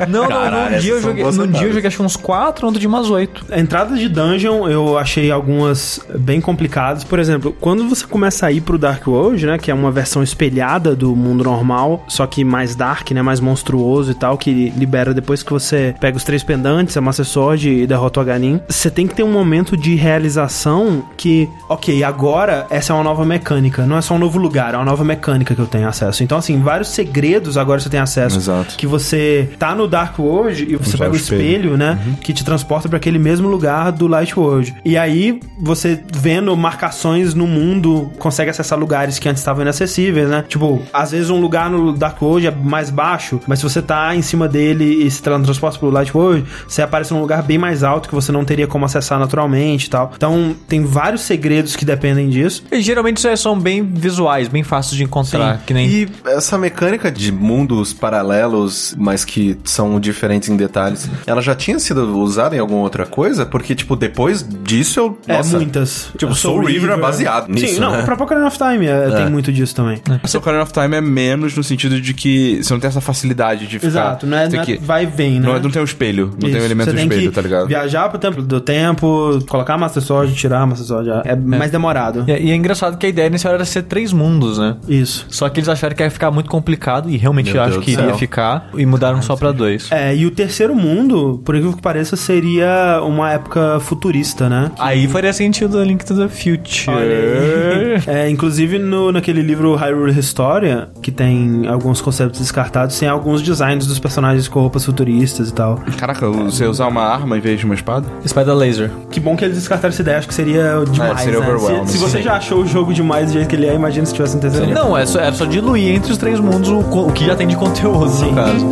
Não, não,
Caralho,
num dia eu
essas são
joguei.
boas
Num dia eu
sentadas.
joguei acho que uns 4, outro dia umas 8.
A entrada de dungeon eu achei algumas bem complicadas. Por exemplo, quando você começa a ir pro Dark World, né? Que é uma versão espelhada do mundo normal, só que mais dark, né? Mais monstruoso e tal, que libera depois que você pega os três pendantes, a Master Sword e derrota o Aganin. Você tem que ter um momento de realização que, ok, agora essa é uma nova mecânica. Não é só um novo lugar, é uma nova mecânica que eu tenho acesso. Então, assim, vários segredos agora você tem acesso.
Exato.
Que você tá no Dark World e você
Usar
pega
o
o
espelho.
espelho espelho, né?
Uhum.
Que te transporta para aquele mesmo lugar do Light World. E aí, você vendo marcações no mundo, consegue acessar lugares que antes estavam inacessíveis, né? Tipo, às vezes um lugar no Dark World é mais baixo, mas se você tá em cima dele e se tra- transporta pro Light World, você aparece num lugar bem mais alto que você não teria como acessar naturalmente e tal. Então, tem vários segredos que dependem disso.
E geralmente isso aí são bem visuais, bem fáceis de encontrar. Que nem.
E essa mecânica de mundos paralelos, mas que são diferentes em detalhes, ela já tinha sido usada em alguma outra coisa? Porque, tipo, depois disso eu.
é, muitas.
Tipo, Soul River é baseado
Sim,
nisso,
não,
né?
o próprio Ocarina of Time é, tem muito disso também.
Seu Ocarina of Time é menos no sentido de que você não tem essa facilidade de ficar.
Exato, não é,
tem
não é
que-
vai e vem, né?
Não, é- não tem um espelho, não tem um
Isso.
elemento
Você
do
tem
espelho,
que
tá ligado?
Viajar pro tempo do tempo, colocar a Master Sword, tirar a Master Sword. É, mais demorado.
E é- e é engraçado que a ideia inicial era ser três mundos, né?
Isso.
Só que eles acharam que ia ficar muito complicado e realmente
Meu
eu acho
Deus
que
do
iria
céu.
ficar e mudaram só pra dois.
É, e o terceiro mundo, por incrível que pareça, seria uma época futurista, né?
Aí faria sentido o Link to the Future.
É, inclusive no, naquele livro Hyrule Historia, que tem alguns conceitos descartados, tem alguns designs dos personagens com roupas futuristas e tal.
Caraca, você usar uma arma em vez de uma espada?
Spider Laser.
Que bom que eles descartaram essa ideia, acho que seria demais.
É, seria
né?
overwhelming,
Se, se você
sim.
já achou o jogo demais do jeito que ele é, imagina se tivesse um terceiro. mundo.
Não, é só, era só diluir entre os três mundos o, co- o que já tem de conteúdo, no caso.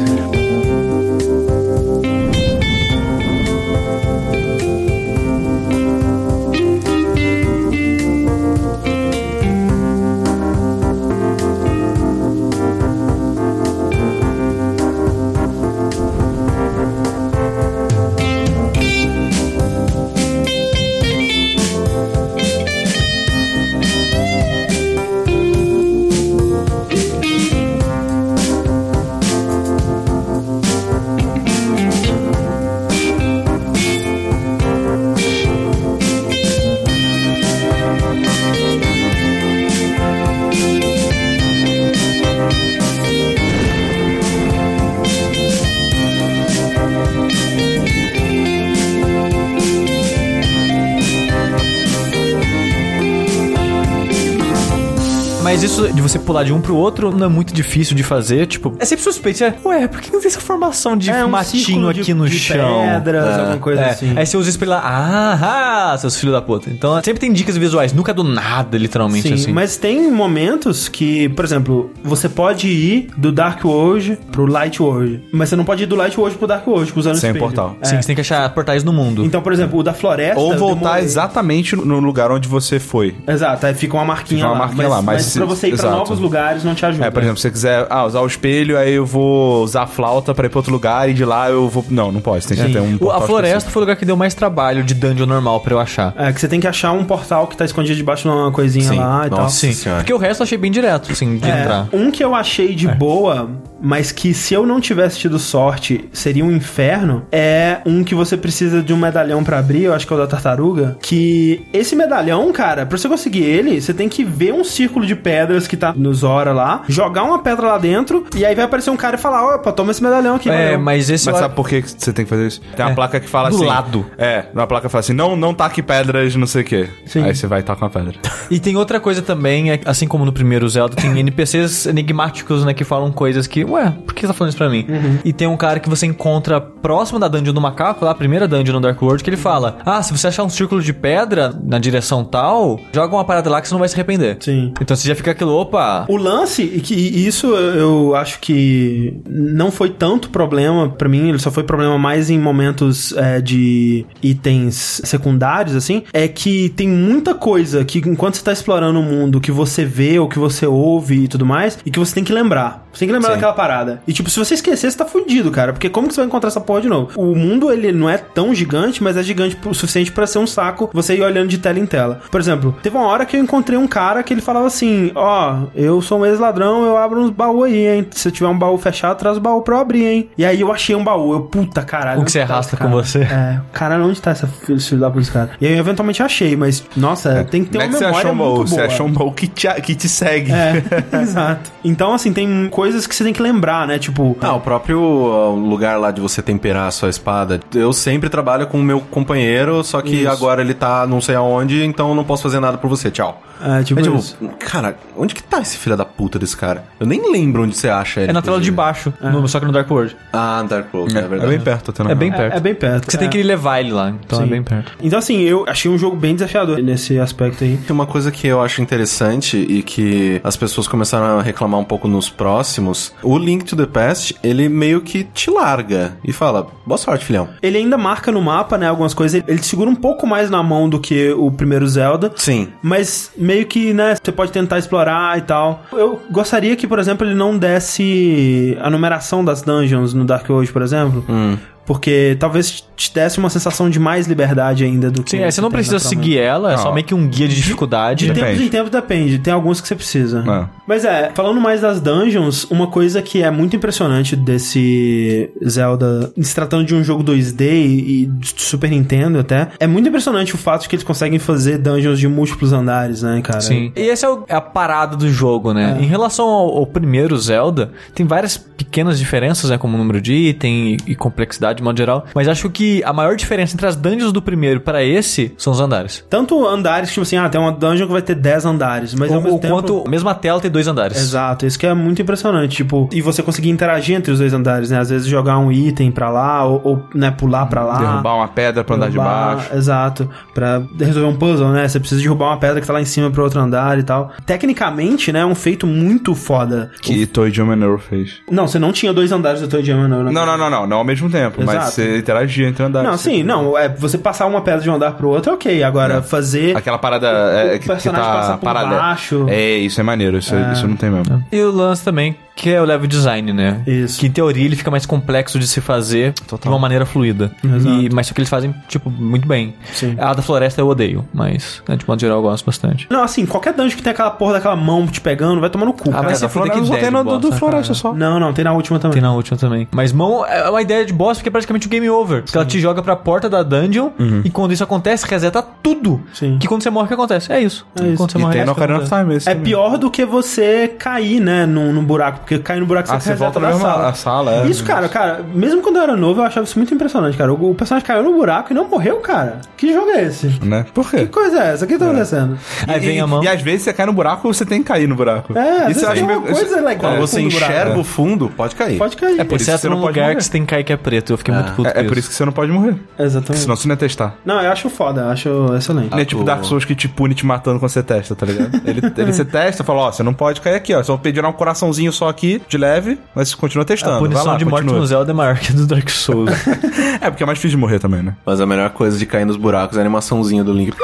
Mas isso de você pular de um pro outro não é muito difícil de fazer. Tipo, é sempre suspeito. É, ué, por que não tem essa formação de
É um
matinho
círculo de-
aqui no
de
chão? É,
pedras,
É.
alguma coisa assim.
Aí você usa isso pra ir lá. Ah, ah, seus filhos da puta. Então sempre tem dicas visuais. Nunca é do nada, literalmente,
Sim,
assim.
mas tem momentos que, por exemplo, você pode ir do Dark World pro Light World, mas você não pode ir do Light World pro Dark World, usando
Sem
o espelho.
portal.
É.
Sim, você tem que achar portais no mundo.
Então, por exemplo, o da floresta...
Ou
eu
voltar
demorei.
exatamente no lugar onde você foi.
Exato, aí fica uma marquinha
Fica uma
lá.
marquinha
mas,
lá, mas
mas
se-
pra você ir pra
exato.
novos lugares não te ajuda.
É, por exemplo, se você quiser ah, usar o espelho, aí eu vou usar a flauta pra ir pra outro lugar e de lá eu vou. Não, não pode, tem que
Então,
ter um.
O- a
portal
floresta
específico.
foi o lugar que deu mais trabalho de dungeon normal pra eu achar.
É, que você tem que achar um portal que tá escondido debaixo de uma coisinha
Sim,
lá e tal.
nossa.
Sim.
Senhora.
Porque o resto eu achei bem direto, assim, de
É,
entrar.
um que eu achei de boa, mas que se eu não tivesse tido sorte seria um inferno, é um que você precisa de um medalhão pra abrir, eu acho que é o da tartaruga. Que esse medalhão, cara, pra você conseguir ele, você tem que ver um círculo de pedras que tá nos Zora lá, jogar uma pedra lá dentro, e aí vai aparecer um cara e falar: opa, toma esse medalhão aqui.
É,
valeu."
mas esse
Mas
eu-
sabe por que que você tem que fazer isso? Tem uma
É.
placa que fala
Do
assim.
lado.
É, uma placa que fala assim: não, não taque pedras, não sei o quê.
Sim.
Aí você vai tacar uma pedra.
E tem outra coisa também, é que, assim como no primeiro Zelda, tem NPCs enigmáticos, né, que falam coisas que, ué, por que você tá falando isso pra mim?
Uhum.
E tem um cara que você encontra próximo da dungeon do macaco, lá, a primeira dungeon no Dark World, que ele fala: Ah, se você achar um círculo de pedra na direção tal, joga uma parada lá que você não vai se arrepender.
Sim.
Então você já fica aquilo, opa.
O lance, e que e isso eu acho que não foi tanto problema pra mim, ele só foi problema mais em momentos é, de itens secundários, assim, é que tem muita coisa que enquanto você tá explorando o mundo, que você vê ou que você ouve e tudo mais, e que você tem que lembrar. Você tem que lembrar daquela parada. E tipo, se você esquecer, você tá fudido, cara, porque como que você vai encontrar essa porra de novo? O mundo, ele não é tão gigante, mas é gigante o suficiente pra ser um saco você ir olhando de tela em tela. Por exemplo, teve uma hora que eu encontrei um cara que ele falava assim: Ó, eu sou um ex-ladrão, eu abro uns baús aí, hein? Se eu tiver um baú fechado, traz o baú pra eu abrir, hein? E aí eu achei um baú. Eu, puta caralho.
O que você
onde tá
arrasta
esse cara?
com você?
É, caralho, onde tá essa filho filho da puta desse cara? E aí eu eventualmente achei, mas, nossa, tem que ter
Não
uma
é que você
memória
achou um
muito
baú,
boa.
você achou um baú que te, que te segue.
É, exato. Então, assim, tem coisas que você tem que lembrar, né? Tipo,
Ah, o próprio ó, lugar lá de você temperar a sua espada. Eu sempre trabalho com o meu companheiro, só que agora ele tá não sei aonde, então eu não posso fazer nada por você. Tchau.
é, tipo,
É tipo,
isso.
cara, onde que tá esse filho da puta desse cara? Eu nem lembro onde você acha ele.
É na tela de
inclusive.
baixo, no- só que no Dark World.
Ah, Dark World, é,
É
verdade.
bem perto até, na
É bem
real.
perto.
É, é bem perto.
Porque você tem
é.
que levar ele lá, então é
Sim.
bem perto.
Então, assim, eu achei um jogo bem desafiador nesse aspecto aí.
Tem uma coisa que eu acho interessante e que as pessoas começaram a reclamar um pouco nos próximos. O Link to the Past, ele meio que te larga e fala: boa sorte, filhão.
Ele ainda marca no mapa, né, algumas coisas. Ele, ele te segura um pouco mais na mão do que o primeiro Zelda.
Sim.
Mas meio que, né, você pode tentar explorar e tal. Eu gostaria que, por exemplo, ele não desse a numeração das dungeons no Dark World, por exemplo.
Hum.
Porque talvez te desse uma sensação de mais liberdade ainda do que.
Sim, aí você não
tem
precisa
naturalmente.
seguir ela, é só
Não.
meio que um guia de dificuldade.
De
Depende.
tempos em tempos depende, tem alguns que você precisa.
É.
Mas é, falando mais das dungeons, uma coisa que é muito impressionante desse Zelda, se tratando de um jogo 2D e e de Super Nintendo até, é muito impressionante o fato de que eles conseguem fazer dungeons de múltiplos andares, né, cara? É.
Sim. E essa é, o- é a parada do jogo, né? Em relação ao, ao primeiro Zelda, tem várias pequenas diferenças, né? Como número de item e, e complexidade, de modo geral. Mas acho que a maior diferença entre as dungeons do primeiro para esse são os andares.
Tanto andares, tipo assim, ah, tem uma dungeon que vai ter 10 andares, mas ao
Ou,
mesmo
ou
tempo...
quanto a mesma tela tem dois andares.
Exato, isso que é muito impressionante, tipo, e você conseguir interagir entre os dois andares, né? Às vezes jogar um item pra lá, ou, ou, né, pular pra lá.
Derrubar uma pedra pra andar de
Derrubar- é,
baixo.
Exato. Pra resolver um puzzle, né? Você precisa derrubar uma pedra que tá lá em cima pro outro andar e tal. Tecnicamente, né? É um feito muito foda.
Que Toy Jam Manor fez.
Não, você não tinha dois andares do Toy Jam, não. né?
Não, não, não, não. Não ao mesmo tempo,
Exato.
mas você interagia entre andares.
Não, sim, não. É, você passar uma pedra de um andar pro outro, ok. Agora, fazer.
Aquela parada
O- o
é, que, que
personagem passa
tá
por
parada.
baixo.
É, isso é maneiro, isso, isso não tem mesmo.
E o lance também, que é o level design, né?
Isso.
Que em teoria ele fica mais complexo de se fazer de uma maneira fluida.
Exato.
E, mas só que eles fazem, tipo, muito bem.
Sim.
A da floresta eu odeio, mas né, de modo geral eu gosto bastante.
Não, assim, qualquer dungeon que tem aquela porra daquela mão te pegando, vai tomar no cu,
Ah,
cara.
mas
Essa
você foi
floresta
daqui
só
dez
tem no, do,
bosta,
do floresta só.
Não, não, tem na última também.
Tem na última também. Mas mão é uma ideia de boss porque é praticamente um game over. Porque ela te joga pra porta da dungeon e quando isso acontece, reseta tudo.
Uhum. Sim.
Que quando você morre, o que acontece? É isso.
É isso.
Quando você
E
morre,
tem
isso
no
que
Ocarina of
acontece.
Time esse
É
também.
pior do que você cair, né, num, num buraco. Porque cair no buraco
Ah, você
reseta
volta
da
pra mesma
sala.
a sala, é.
Isso, cara, cara, mesmo quando eu era novo, eu achava isso muito impressionante, cara. O, o personagem caiu no buraco e não morreu, cara. Que jogo é esse?
Né? Por
Que
quê?
coisa é essa? O que tá acontecendo?
Aí vem
e,
a mão.
E às vezes você cai no buraco, você tem que cair no buraco.
É, às vezes
eu
tem uma
meio-
coisa legal.
Quando você
É, fundo do buraco,
enxerga
né?
o fundo, pode cair.
Pode cair.
É por isso
que você
num
não pode
lugar
morrer.
que você tem que cair que é preto. Eu fiquei muito puto
É, é por isso que você não pode morrer. porque
Exatamente.
Senão você não ia testar.
Não, eu acho foda, eu acho
Ah,
excelente.
Não é tipo
pô.
Dark Souls que te pune te matando quando você testa, tá ligado? Ele,
É.
ele você testa e fala, ó, você não pode cair aqui, ó. Só vou pedir um coraçãozinho só aqui, de leve, mas você continua testando.
A
tá, Vai
punição
lá,
de morte
continua.
no Zelda é maior que a do Dark Souls.
É, porque é mais difícil de morrer também, né?
Mas a melhor coisa de cair nos buracos é a animaçãozinha do Link.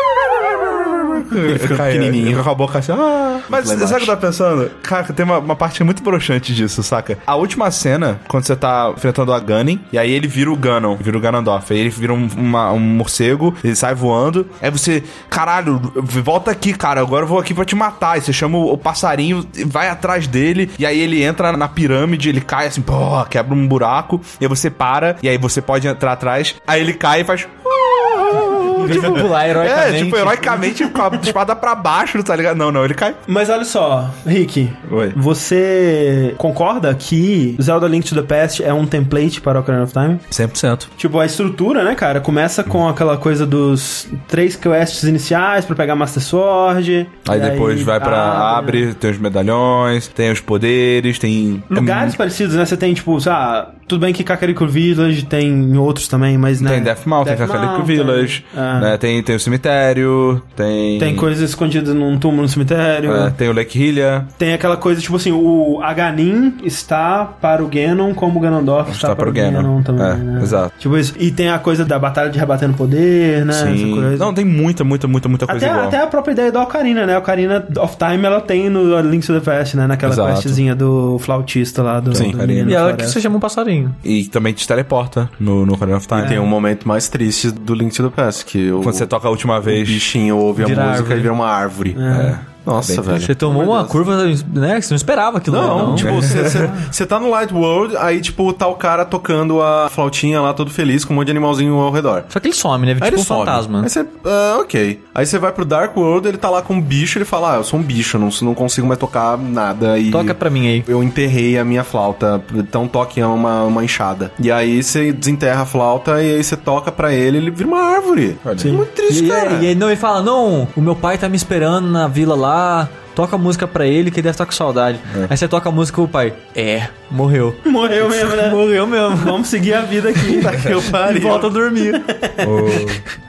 Ele
fica
cai,
pequenininho.
ele fica com a boca assim. Ah. Mas
lá
sabe o que eu tava pensando? Cara, tem uma, uma parte muito broxante disso, saca? A última cena, quando você tá enfrentando a Ganon, e aí ele vira o Ganon, vira o Ganondorf. Aí ele vira um, uma- um morcego, ele sai voando. Aí você, caralho, volta aqui, cara. Agora eu vou aqui pra te matar. E você chama o, o passarinho, e vai atrás dele. E aí ele entra na pirâmide, ele cai assim, pô, quebra um buraco. E aí você para, e aí você pode entrar atrás. Aí ele cai e faz.
Em vez de pular
É,
heroicamente.
tipo, heroicamente com a espada pra baixo, tá ligado? Não, não, ele cai.
Mas olha só, Rick,
Oi.
você concorda que Zelda Link to the Past é um template para Ocarina of Time?
100%.
Tipo, a estrutura, né, cara? Começa com aquela coisa dos três quests iniciais pra pegar Master Sword.
Aí
e tá, ah,
depois vai pra abre, tem os medalhões, tem os poderes, tem.
É Lugares parecidos, né? Você tem, tipo, sei lá, tudo bem que Kakariko Village tem em outros também, mas, né?
Tem Death Mountain, tem Cacalico
Mountain,
Village,
é.
né, tem, tem o cemitério, tem.
Tem coisas escondidas num túmulo no cemitério.
é, tem o Lake Hylia,
Tem aquela coisa, tipo assim, o Aganin está para o Ganon, como o Ganondorf está,
está
para
para
o
o
Ganon,
Ganon.
também,
É,
né?
exato.
Tipo isso. E tem a coisa da batalha de rebatendo poder, né? Essa
sim.
coisa.
Não, tem muita, muita, muita, muita coisa
até,
igual.
até a própria ideia da Ocarina, né? A Ocarina of Time, ela tem no Link to the Past, né? Naquela
Exato.
questzinha do flautista lá, do,
Sim,
do
Ocarina.
menino
E
na
ela que
floresta.
você chama um passarinho.
E também te teleporta no, no Ocarina of Time.
E
É.
tem um momento mais triste do Link to the Past, que o,
Quando você toca a última
o
vez.
bichinho ouve a
tá Vira
música
árvore.
e vira uma árvore.
É.
Nossa,
Bem
velho.
Você tomou uma curva, né? que Você não esperava aquilo.
Não,
né?
tipo, você- você você tá no Light World, aí, tipo, tá o cara tocando a flautinha lá, todo feliz, com um monte de animalzinho ao redor.
Só que ele some, né?
Aí
Tipo
ele
um
some.
fantasma.
Aí você, ah, ok. Aí você vai pro Dark World, ele tá lá com um bicho, ele fala, ah, eu sou um bicho, eu não, não consigo mais tocar nada e...
Toca pra mim aí.
Eu enterrei a minha flauta, então toque é uma, uma enxada. E aí você desenterra a flauta e aí você toca pra ele, ele vira uma árvore. É
Olha aí.
Muito triste,
E,
cara.
e aí não, ele fala, não, o meu pai tá me esperando na vila lá, toca a música pra ele que ele deve estar com saudade. Aí você toca a música o pai, é, morreu.
Morreu mesmo, né?
Morreu mesmo.
Vamos seguir a vida aqui. tá que eu
E
pariu.
volta a dormir.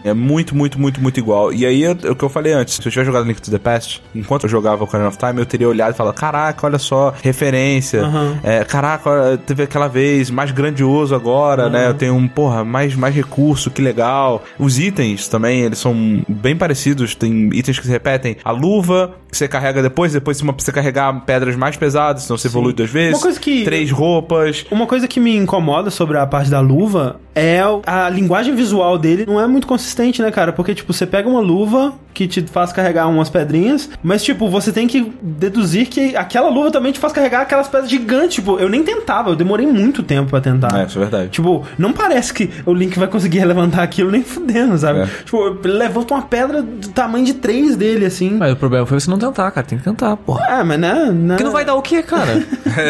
É muito, muito, muito, muito igual. E aí, é o que eu falei antes, se eu tivesse jogado Link to the Past, enquanto eu jogava Ocarina of Time, eu teria olhado e falado, caraca, olha só, referência.
Aham.
É, caraca, olha, teve aquela vez, mais grandioso agora, né? Eu tenho um, porra, mais, mais recurso, que legal. Os itens também, eles são bem parecidos, tem itens que se repetem. A luva, que você carrega depois, depois você precisa carregar pedras mais pesadas, senão você evolui duas vezes.
Uma coisa que-
Três roupas.
Uma coisa que me incomoda sobre a parte da luva é o- a linguagem visual dele não é muito consistente, né, cara? Porque, tipo, você pega uma luva que te faz carregar umas pedrinhas, mas, tipo, você tem que deduzir que aquela luva também te faz carregar aquelas pedras gigantes. Tipo, eu nem tentava, eu demorei muito tempo pra tentar.
É, isso é verdade.
Tipo, não parece que o Link vai conseguir levantar aquilo nem fudendo, sabe?
É.
Tipo, ele levanta uma pedra do tamanho de três dele, assim.
Mas o problema foi você não tentar, cara. Tem que tentar, porra.
Ah, mas né? né-
Porque não vai dar o quê, cara?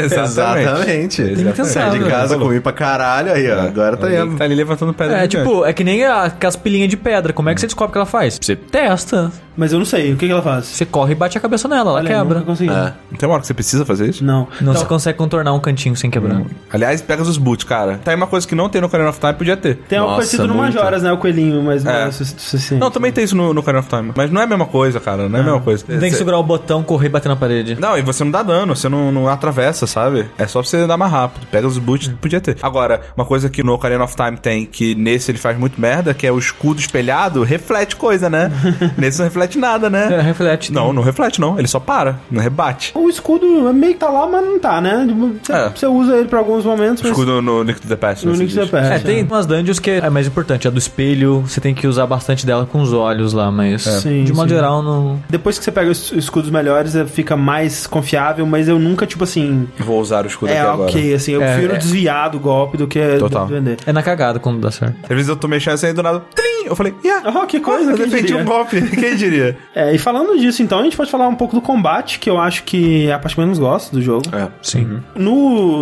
Exatamente.
Tem que né?
Sai
tentar,
de
velho.
casa, comi pra caralho, aí, ó, agora tá
Ele
indo.
tá ali levantando pedra.
É,
gigante.
tipo, é que nem a- aquelas pilhinhas de pedra. Como é que você descobre o que ela faz? Você testa.
Mas eu não sei, o que, que ela faz?
Você corre e bate a cabeça nela, ela
Olha, eu
quebra.
nunca consegui.
É.
Não tem uma hora que você precisa fazer isso?
Não.
Não,
Então,
você consegue contornar um cantinho sem quebrar.
Aliás, pega os boots, cara. Tá aí uma coisa que não tem no Ocarina of Time, podia ter.
Tem algo
Nossa,
parecido no
muito.
Majoras, né? O coelhinho, mas não é
É.
su- suficiente.
tá-
Não, também tem isso no, no Ocarina of Time. Mas não é a mesma coisa, cara. Não é a mesma coisa.
Tem que
Você-
segurar o botão, correr e bater na parede.
Não, e você não dá dano, você não, não atravessa, sabe? É só pra você andar mais rápido. Pega os boots, podia ter. Agora, uma coisa que no Ocarina of Time tem, que nesse ele faz muito merda, que é o escudo espelhado, reflete coisa, né? nesse não reflete nada,
É,
né?
reflete.
Não, não reflete não, ele só para, não rebate.
O escudo é meio que tá lá, mas não tá, né? Você,
É.
você usa ele pra alguns momentos,
O
mas
escudo no Nick to the Past.
no
né,
Nick
você diz.
você
É,
perde.
tem umas dungeons que é mais importante. A do espelho, você tem que usar bastante dela com os olhos lá, mas
Sim,
de modo
sim.
geral não.
Depois que você pega os escudos melhores, eh, fica mais confiável, mas eu nunca, tipo assim.
Vou usar o escudo
É
aqui agora.
ok, assim, eu
É,
prefiro
é.
desviar do golpe do que
Total.
vender.
É na cagada quando dá certo.
Às vezes eu tô mexendo assim aí do nada, trim! Eu falei, yeah,
Oh, que coisa,
eu
quem
defendi
diria?
um golpe, quem diria?
É, e falando disso, então, a gente pode falar um pouco do combate, que eu acho que é a parte que eu menos gosto do jogo.
É.
Sim.
Uhum.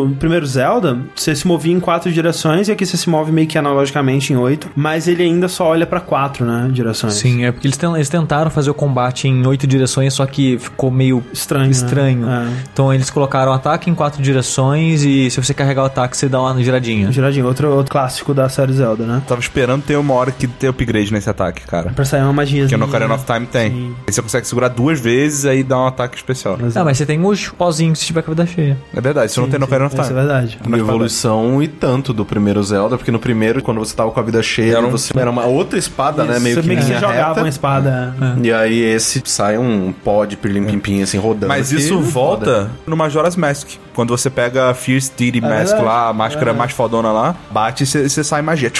No primeiro Zelda, você se movia em quatro direções e aqui você se move meio que analogicamente em oito, mas ele ainda só olha pra quatro, né, direções.
Sim, é porque eles, ten- eles tentaram fazer o combate em oito direções, só que ficou meio
Estranho. né?
estranho.
É.
Então eles colocaram o ataque em quatro direções e se você carregar o ataque, você dá uma giradinha.
Giradinho, outro, outro clássico da série Zelda, né?
Tava esperando ter uma hora que ter upgrade nesse ataque, cara.
Pra sair uma magia.
Que no Ocarina of Time tem.
Sim.
Aí você consegue segurar duas vezes aí dá um ataque especial.
Ah, mas você tem os pozinhos se tiver com a vida cheia.
É verdade, isso não tem no Ocarina of Time.
Isso é verdade.
Uma evolução e tanto do primeiro Zelda, porque no primeiro, quando você tava com a vida cheia,
Era um-
você era uma outra espada, né?
é
Isso,
Meio que,
meio que você
linha
jogava
reta.
é uma espada. é.
E aí esse sai um pó de pirlim-pim-pim, assim, rodando.
Mas
Que
isso
é
foda.
volta no Majora's Mask. Quando você pega a Fierce Deity Mask
É verdade. É.
lá, a máscara mais fodona lá, bate e você você sai magia.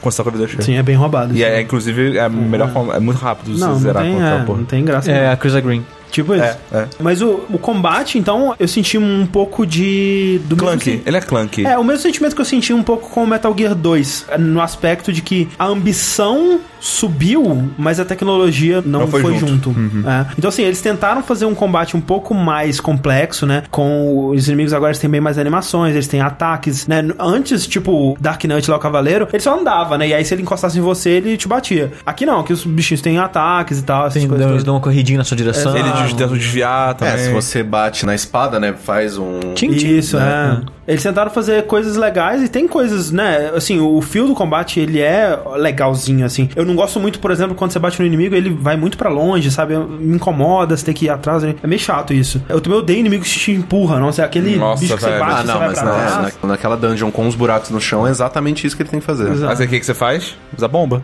Quando você tá com a vida cheia.
Sim, é bem roubado.
E
assim.
é, é, inclusive, é a melhor forma. É muito rápido você
não, não
zerar
tem,
contra
é,
a porra.
não tem graça.
É,
não.
a Chris Green.
Tipo isso.
É, é.
Mas o, o combate, então, eu senti um pouco de. Do mesmo
Clank,
sen-
ele é clank.
É, o mesmo sentimento que eu senti um pouco com o Metal Gear 2, no aspecto de que a ambição subiu, mas a tecnologia não, foi, junto. É. Então, assim, eles tentaram fazer um combate um pouco mais complexo, né? Com os inimigos agora eles têm bem mais animações, eles têm ataques, né? Antes, tipo, Dark Knight lá, o Cavaleiro, ele só andava, né? E aí, se ele encostasse em você, ele te batia. Aqui não, aqui os bichinhos têm ataques e tal, essas
Sim,
coisas.
eles
todas.
dão uma corridinha na sua direção.
Ele
Ah,
des- tenta desviar também.
É, se você bate na espada, né? Faz um.
Tchim, tchim.
Isso, é. Eles tentaram fazer coisas legais e tem coisas, né? Assim, o fio do combate, ele é legalzinho, assim. Eu não gosto muito, por exemplo, quando você bate no inimigo, ele vai muito pra longe, sabe? Me incomoda, você tem que ir atrás. né? É meio chato isso. Eu também odeio inimigo que te empurra, não sei, aquele
Nossa,
bicho que você
velho.
bate,
Ah, não,
você vai
mas
pra
não,
trás.
na- naquela dungeon com os buracos no chão é exatamente isso que ele tem que fazer.
Exato.
Mas aí o que, que você faz? Usa bomba.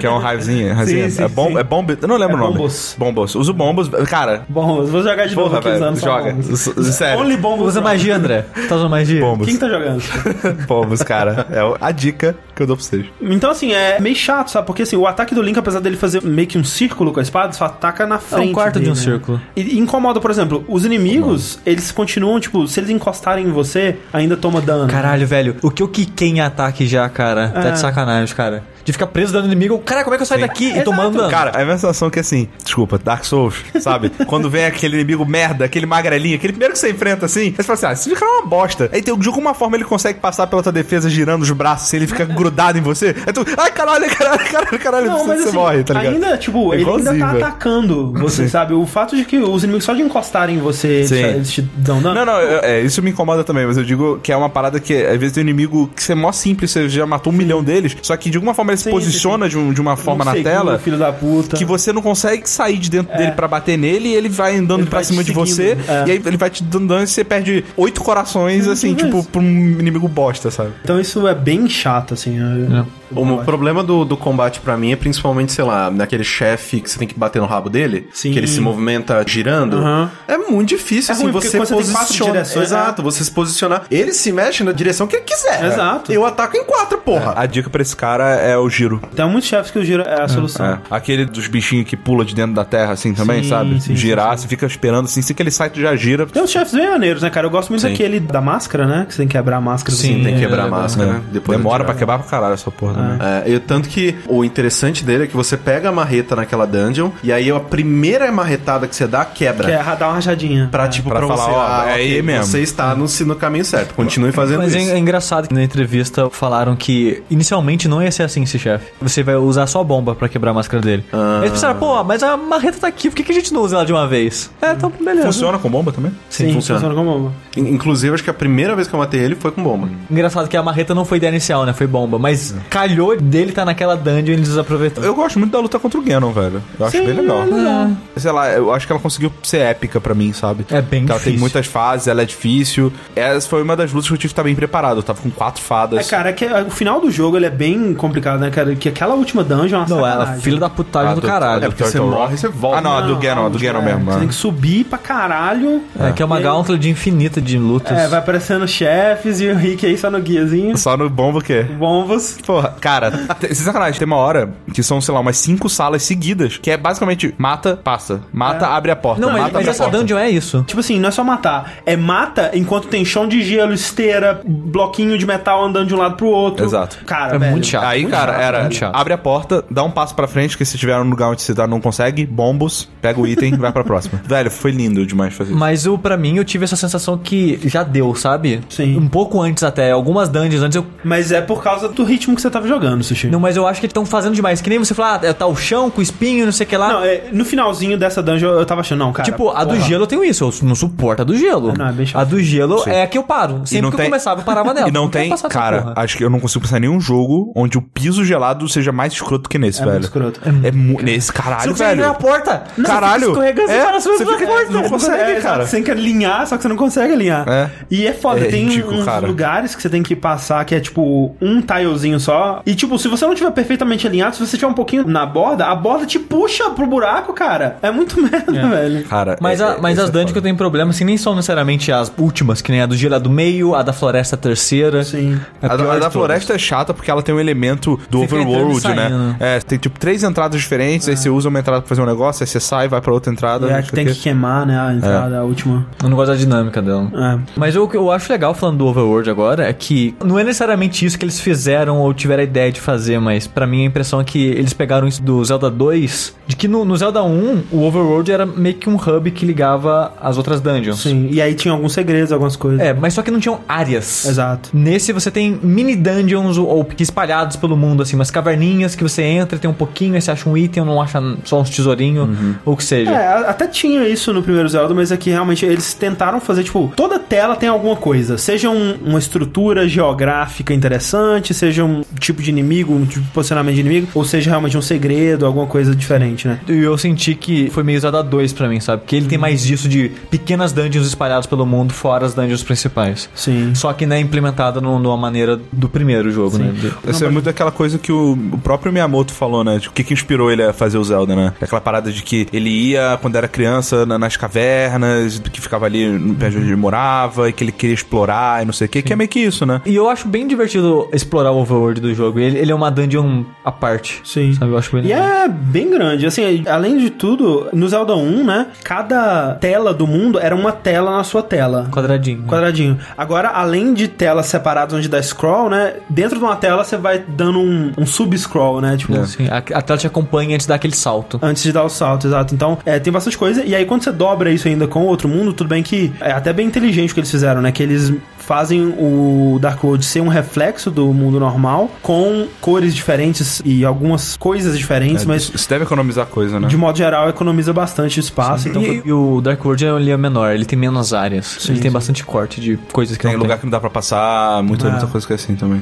que é um raizinha. raizinha.
sim,
é bom,
sim.
é bomba. Eu não lembro
É
o nome.
bombos.
Bombos. Usa o bombos. Cara,
Bom, eu vou jogar de novo
porra,
aqui usando
velho.
só
Joga.
bombas.
S- Sério.
Only bombas.
Usa magia, André. Tá usando magia?
Bombos.
Quem que tá jogando?
Bombos, cara. É o- a dica que eu dou pra vocês.
Então, assim, é meio chato, sabe? Porque, assim, o ataque do Link, apesar dele fazer meio que um círculo com a espada, só ataca na
É
frente.
um quarto de
dele,
um
né?
círculo.
E incomoda, por exemplo, os inimigos, eles continuam, tipo, se eles encostarem em você, ainda toma dano.
Caralho, velho, o que eu quiquei em ataque já, cara? Tá
É.
de sacanagem, cara. De ficar preso dando inimigo, cara, como é que eu saio daqui e tomando dano?
Cara, é a minha sensação que assim, desculpa, Dark Souls, sabe? Quando vem aquele inimigo merda, aquele magrelinho, aquele primeiro que você enfrenta assim, aí você fala assim, ah, esse cara é uma bosta. Aí tem o jogo, uma forma ele consegue passar pela tua defesa girando os braços, assim, ele fica grudado em você. Aí tu, ai caralho, caralho, caralho, caralho,
Não,
você,
mas
você
assim,
morre, tá ligado?
ainda, tipo,
É
ele ainda
igualzinho,
tá
velho.
atacando você, sabe? O fato de que os inimigos só de encostarem em você, eles,
Sim.
eles te dão dano.
Não, não, eu- é, isso me incomoda também, mas eu digo que é uma parada que às vezes tem um inimigo que você é mó simples, você já matou um milhão deles, só que de alguma forma ele se
Sim,
posiciona De, um- de uma forma na
Segura,
tela
Filho da puta.
que você não consegue sair de dentro dele pra bater nele e ele vai andando
É. Ele
pra
vai te
cima de
seguindo,
você
é.
e aí ele vai te dando dano e você perde oito corações, assim,
tudo
tipo,
isso.
pra um inimigo bosta, sabe?
Então isso é bem chato, assim. eu-
O meu problema do, do combate pra mim é principalmente, sei lá, naquele chefe que você tem que bater no rabo dele,
Sim.
que ele se movimenta girando.
Aham.
É muito difícil,
É
assim,
ruim, porque
você
quando você tem quatro
posiciona.
direções, né?
Exato, você se posicionar. Ele se mexe na direção que ele quiser.
Exato.
Eu ataco em quatro, porra.
A dica pra esse cara é o giro.
Tem muitos chefes que o giro é a solução.
É. Aquele dos bichinhos que pula de dentro da terra, assim, também,
Sim,
sabe?
sim,
Girar, você fica esperando, assim, assim que ele sai, tu já gira.
Tem uns chefes bem maneiros, né, cara? Eu gosto muito daquele da máscara, né? Que você tem que quebrar a máscara. assim. do
Tem
inimigo.
que quebrar a máscara. né? Depois
Demora
eu
pra
tirar.
quebrar pra caralho essa porra né? também.
É, eu- tanto que o interessante dele é que você pega a marreta naquela dungeon e aí a primeira marretada que você dá quebra.
Que é dar uma rajadinha.
Pra, tipo,
Pra
pra,
falar,
você,
ó,
ah,
é
ok,
aí mesmo.
Você está no, no caminho certo. Continue fazendo
Mas
isso.
é, é engraçado que na entrevista falaram que inicialmente não ia ser assim esse chefe. Você vai usar só a bomba pra quebrar a máscara dele. Aí Eles pensaram, pô, mas a marreta tá aqui, por que, que a gente não usa ela de uma vez? É, então beleza.
Funciona com bomba também?
Sim, funciona. como...
In- Inclusive, acho que a primeira vez que eu matei ele foi com bomba.
Engraçado que a marreta não foi ideia inicial, né? Foi bomba. Mas calhou dele tá naquela dungeon e eles aproveitou.
Eu gosto muito da luta contra o Ganon, velho. Eu acho
Sim,
bem legal.
é legal.
Sei lá, eu acho que ela conseguiu ser épica pra mim, sabe?
É bem
Porque Ela tem
difícil.
muitas fases, ela é difícil. Essa foi uma das lutas que eu tive que estar bem preparado. Eu tava com quatro
É,
fadas.
cara, é que o final do jogo ele é bem complicado, né, cara? Que aquela última dungeon é uma
Não, ela,
sacanagem.
filha da putagem
Ah,
do
do-
caralho.
É porque você
Turtle
morre
Rock.
e você volta.
Ah, não, a do Ganon, a do Ganon mesmo.
é,
né?
Você
mano.
tem que subir pra caralho.
É que é uma
E aí-
gauntlet infinita de lutas.
É, vai aparecendo chefes e o Rick aí só no guiazinho.
Só no bom porque.
Bombas.
Porra, cara, sem sacanagem, tem uma hora que são, sei lá, umas cinco salas seguidas, que é basicamente mata, passa, mata, abre a porta,
Não, mas,
mata,
mas
abre a
essa
porta.
dungeon é isso.
Tipo assim, não é só matar. É mata enquanto tem chão de gelo, esteira, bloquinho de metal andando de um lado pro outro.
Exato.
Cara,
É
velho,
muito chato.
Aí,
muito
cara,
chato,
era
muito chato.
abre a porta, dá um passo pra frente, que se tiver um lugar onde você tá, não consegue, bombos, pega o item, vai pra próxima. Velho, foi lindo demais fazer isso.
Mas o para mim eu tive essa sensação que já deu, sabe?
Sim.
Um pouco antes até, algumas dungeons antes eu
Mas é por causa do ritmo que você tava jogando, Sushi.
Não, mas eu acho que eles estão fazendo demais, que nem você falar, ah, é, tá o chão com espinho, não sei o que lá.
Não, é, no finalzinho dessa dungeon eu tava achando, não, cara.
Tipo, a do
porra.
gelo eu tenho isso, eu não suporto a do gelo.
Não, é bem chato.
a do gelo é a que eu paro.
E
Sempre
não
que
tem-
eu começava, eu parava nela.
E não
Eu quero
tem,
passar essa
cara,
porra.
acho que eu não consigo pensar em nenhum jogo onde o piso gelado seja mais escroto que nesse,
É
velho.
muito escroto.
É mu- nesse
Você
caralho,
não consegue abrir
velho.
a porta. Não,
Caralho.
Você fica escorregando, você
É,
para
você fica-
porta.
não consegue,
É, exato,
cara.
Você tem que alinhar, só que você não consegue alinhar.
É.
E é foda,
É
tem
ridículo,
uns
cara.
lugares que você tem que passar que é tipo um tilezinho só. E tipo, se você não tiver perfeitamente alinhado, se você tiver um pouquinho na borda, a borda te puxa pro buraco, cara. É muito merda, velho.
Cara,
Mas,
é-
a-
é-
mas
esse
as
é
dungeons
foda.
que eu tenho problema, assim, nem são necessariamente as últimas, que nem a do gelo, a do meio, a da floresta terceira.
Sim.
É
A, da-
pior de
a da
todas.
floresta é chata porque ela tem um elemento do
Fica
overworld,
entrando e
né?
saindo. É.
É, tem tipo três entradas diferentes, aí você usa uma entrada pra fazer um negócio, aí você sai, vai pra outra entrada.
É
não
a
sei
que
o
tem
quê. É.
que queimar, né? A entrada, a última.
Eu não gosto da dinâmica dela.
É.
Mas o que eu acho legal falando do Overworld agora é que não é necessariamente isso que eles fizeram ou tiveram a ideia de fazer, mas pra mim a impressão é que eles pegaram isso do Zelda 2, de que no, no Zelda 1 o Overworld era meio que um hub que ligava as outras dungeons.
Sim. E aí tinha alguns segredos, algumas coisas.
É, mas só que não tinham
É.
áreas.
Exato.
Nesse você tem mini dungeons ou, ou que espalhados pelo mundo, assim, umas caverninhas que você entra, tem um pouquinho, aí você acha um item, ou não acha só uns tesourinhos, ou o que seja.
É, a- até tinha isso no primeiro Zelda, mas é que realmente eles tentaram fazer, tipo, toda tela tem alguma coisa. Seja um- uma estrutura geográfica interessante, seja um tipo de inimigo, um tipo de posicionamento de inimigo, ou seja realmente um segredo, alguma coisa diferente, né?
E eu senti que foi meio Zelda 2 pra mim, sabe? Porque ele
Uhum.
tem mais disso de pequenas dungeons espalhadas pelo mundo, fora as dungeons principais.
Sim.
Só que não é implementada no- numa maneira do primeiro jogo, né? De-
Isso é muito daquela coisa que o, o próprio Miyamoto falou, né? De o que, que inspirou ele a fazer o Zelda, né? Aquela parada de que ele ia quando era criança na- nas cavernas, do que ficava ali no pé de onde ele morava, e que ele queria explorar e não sei o quê, que é meio que isso, né?
E eu acho bem divertido explorar o overworld do jogo. Ele, ele é uma dungeon à parte.
Sim.
Sabe? Eu acho bem
E
legal.
é bem grande, assim, além de tudo, no Zelda 1, né, cada tela do mundo era uma tela na sua tela.
Quadradinho.
Quadradinho. Agora, além de telas separadas onde dá scroll, né, dentro de uma tela você vai dando um, um sub-scroll, né, tipo...
Sim, É. a, a tela te acompanha antes de dar aquele salto.
Antes de dar o salto, exato. Então, é, tem bastante coisa. E aí, quando você dobra isso ainda com outro mundo, tudo bem que é até bem inteligente o que eles fizeram, né? Que eles fazem o Dark World ser um reflexo do mundo normal, com cores diferentes e algumas coisas diferentes, mas
É, Isso deve economizar coisa, né?
de modo geral economiza bastante espaço. Então, foi-
E, e o Dark World ele é menor, ele tem menos áreas. ele
sim.
tem bastante corte de coisas que
Tem
não
lugar que não dá pra passar, muita, muita coisa que é assim também.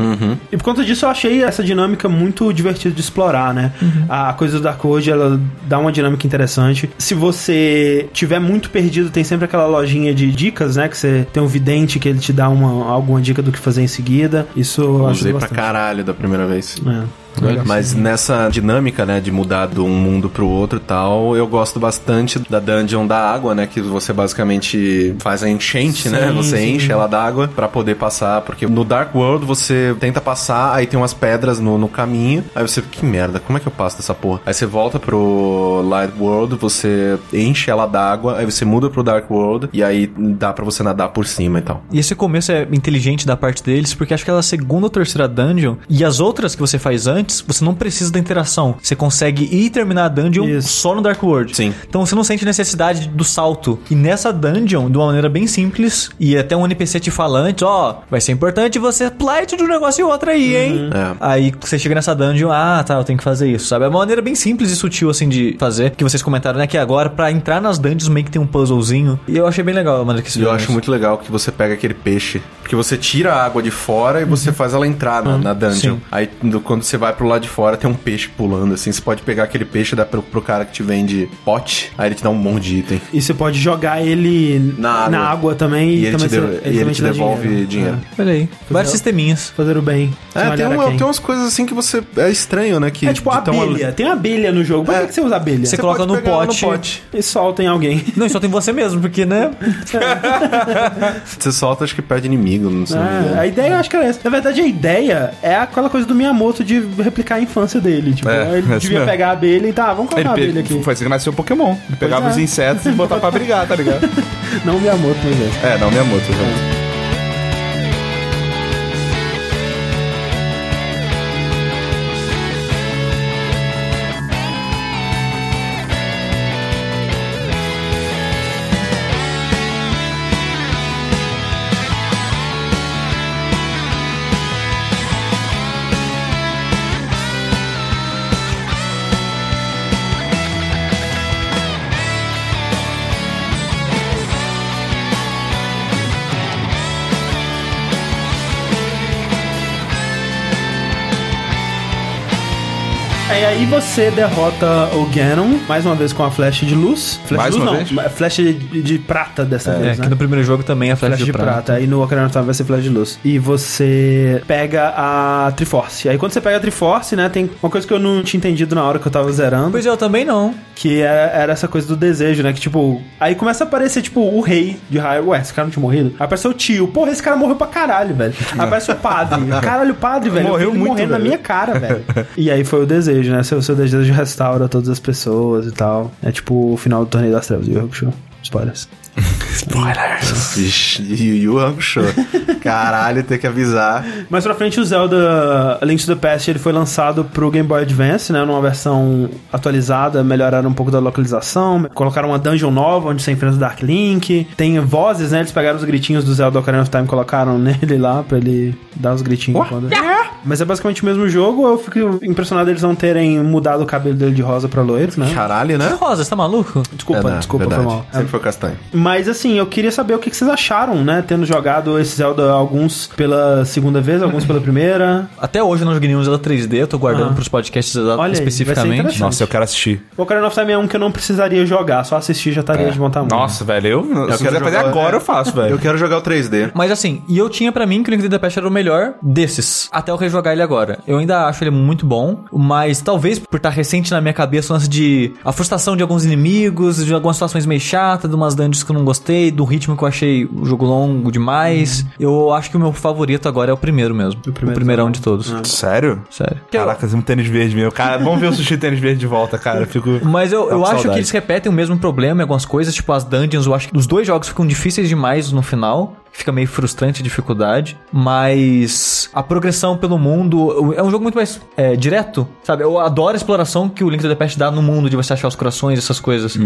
E por conta disso eu achei essa dinâmica muito divertida de explorar, né?
Uhum.
A coisa do Dark World, ela dá uma dinâmica interessante. Se você tiver muito perdido, tem sempre aquela lojinha de dicas, né? Que você tem um vidente que ele te dá uma, alguma dica do que fazer em seguida. Isso eu
Usei
ajuda
pra
bastante.
caralho da primeira vez.
É.
Mas nessa dinâmica, né, de mudar de um mundo pro outro e tal, eu gosto bastante da dungeon da água, né, que você basicamente faz a enchente, né, você enche ela d'água pra poder passar, porque no Dark World você tenta passar, aí tem umas pedras no, no caminho, aí você, que merda, como é que eu passo dessa porra? Aí você volta pro Light World, você enche ela d'água, aí você muda pro Dark World, e aí dá pra você nadar por cima e tal.
E esse começo é inteligente da parte deles, porque acho que ela é a segunda ou terceira dungeon, e as outras que você faz antes, você não precisa da interação. Você consegue ir e terminar a dungeon
Isso.
só no Dark World.
Sim.
Então você não sente necessidade do salto. E nessa dungeon, de uma maneira bem simples, e até um NPC te falante, ó, vai ser importante você pular de um negócio e outro aí, hein?
É.
Aí você chega nessa dungeon, ah, tá, eu tenho que fazer isso, sabe? É uma maneira bem simples e sutil, assim, de fazer, que vocês comentaram, né, que agora, pra entrar nas dungeons, meio que tem um puzzlezinho. E eu achei bem legal a maneira que
E
se
eu acho muito legal que você pega aquele peixe. Porque você tira a água de fora e
Uhum.
você faz ela entrar na, na dungeon.
sim.
Aí do- quando você vai pro lado de fora, tem um peixe pulando, assim. Você pode pegar aquele peixe e dar pro, pro cara que te vende pote. Aí ele te dá um monte de item.
E você pode jogar ele
Na
na,
água.
água também.
E ele,
também
te, de-
você-
e ele
também
te
dá né? É.
devolve dinheiro.
Olha aí. Vários sisteminhas.
Fazer o bem.
É,
se
tem,
malhar
um-
a quem.
tem umas coisas assim que você. É estranho, né? Que,
É tipo
de tão-
abelha. Tem abelha no jogo. Por
É.
que que você usa abelha?
Você
Você...
coloca
pode
no
pegar ela
pote.
E solta em alguém.
Não, e só tem você mesmo, porque, né?
Você solta, acho que perde inimigo, não sei.
tá
o que
Ah,
é.
a ideia eu acho que era essa. Na verdade, a ideia é aquela coisa do Miyamoto de replicar a infância dele. Tipo, ele
É, é isso
devia
mesmo.
pegar a abelha e tá, vamos colocar
Ele
a abelha aqui.
pe... foi assim que nasceu o Pokémon. Ele pegava
é.
os insetos e botava pra brigar, tá ligado?
Não o Miyamoto, mas é.
É, não, minha moto. já.
É, E aí você derrota o Ganon, mais uma vez com a flecha de luz. Flecha
Mais
de luz
uma
não,
vez?
ma- flecha de, de prata dessa
É,
vez,
que
né?
no primeiro jogo também é flash,
Flecha de prata, aí no Ocarina of Time vai ser flecha de luz. E você pega a Triforce. Aí quando você pega a Triforce, né, tem uma coisa que eu não tinha entendido na hora que eu tava zerando.
Pois é, eu também não.
Que era, era essa coisa do desejo, né? Que tipo, aí começa a aparecer, tipo, o rei de Hyrule. Ué, esse cara não tinha morrido? Aí aparece o tio. Porra, esse cara morreu pra caralho, velho. Aí aparece o padre. Caralho, o padre, velho.
Morreu
Eu vi ele
muito,
morrendo na
velho.
minha cara, velho. E aí foi o desejo, né? Seu, seu desejo restaura todas as pessoas e tal. É tipo o final do Torneio das Trevas. E o show. Spoilers.
Vixe, Yu Yu Hakusho. Caralho, tem que avisar.
Mais pra frente, o Zelda Link to the Past ele foi lançado pro Game Boy Advance, né? Numa versão atualizada, melhoraram um pouco da localização, colocaram uma dungeon nova, onde você enfrenta o Dark Link. Tem vozes, né? Eles pegaram os gritinhos do Zelda Ocarina of Time e colocaram nele lá pra ele dar os gritinhos. Quando... Mas é basicamente o mesmo jogo, eu fico impressionado eles não terem mudado o cabelo dele de rosa pra loiro, né?
Caralho, né?
Rosa, você tá maluco?
Desculpa,
É, né?
desculpa,
Verdade.
foi mal.
Sempre foi castanho.
Mas assim, eu queria saber o que que vocês acharam, né? Tendo jogado esse Zelda, alguns pela segunda vez, alguns pela primeira.
Até hoje eu não joguei nenhum Zelda 3D, eu tô guardando
Ah.
pros podcasts
Olha aí, vai ser
especificamente.
interessante.
Nossa, eu quero assistir.
O Ocarina of Time é um que eu não precisaria jogar, só assistir já
É.
estaria de bom tamanho.
Nossa, velho, eu, se
quero
quiser fazer
jogar-
agora, eu faço, velho.
Eu quero jogar o 3D.
Mas assim, e eu tinha pra mim que o Link to the Past era o melhor desses, até eu rejogar ele agora. Eu ainda acho ele muito bom, mas talvez por estar recente na minha cabeça o lance de a frustração de alguns inimigos, de algumas situações meio chatas, de umas dungeons que eu não gostei, do ritmo que eu achei o jogo longo demais. Eu acho que o meu favorito agora é o primeiro mesmo. O,
primeiro
primeirão
tá bom.
de todos.
Sério?
Sério.
Caraca, um tênis verde meu. Cara, vamos ver o sushi tênis verde de volta, cara. Eu fico.
Mas eu,
Tá
eu
com
acho
saudade.
que eles repetem o mesmo problema em algumas coisas, tipo as dungeons, eu acho que os dois jogos ficam difíceis demais no final. Fica meio frustrante a dificuldade, mas a progressão pelo mundo o- é um jogo muito mais é, direto, sabe? Eu adoro a exploração que o Link to the Past dá no mundo, de você achar os corações, essas coisas.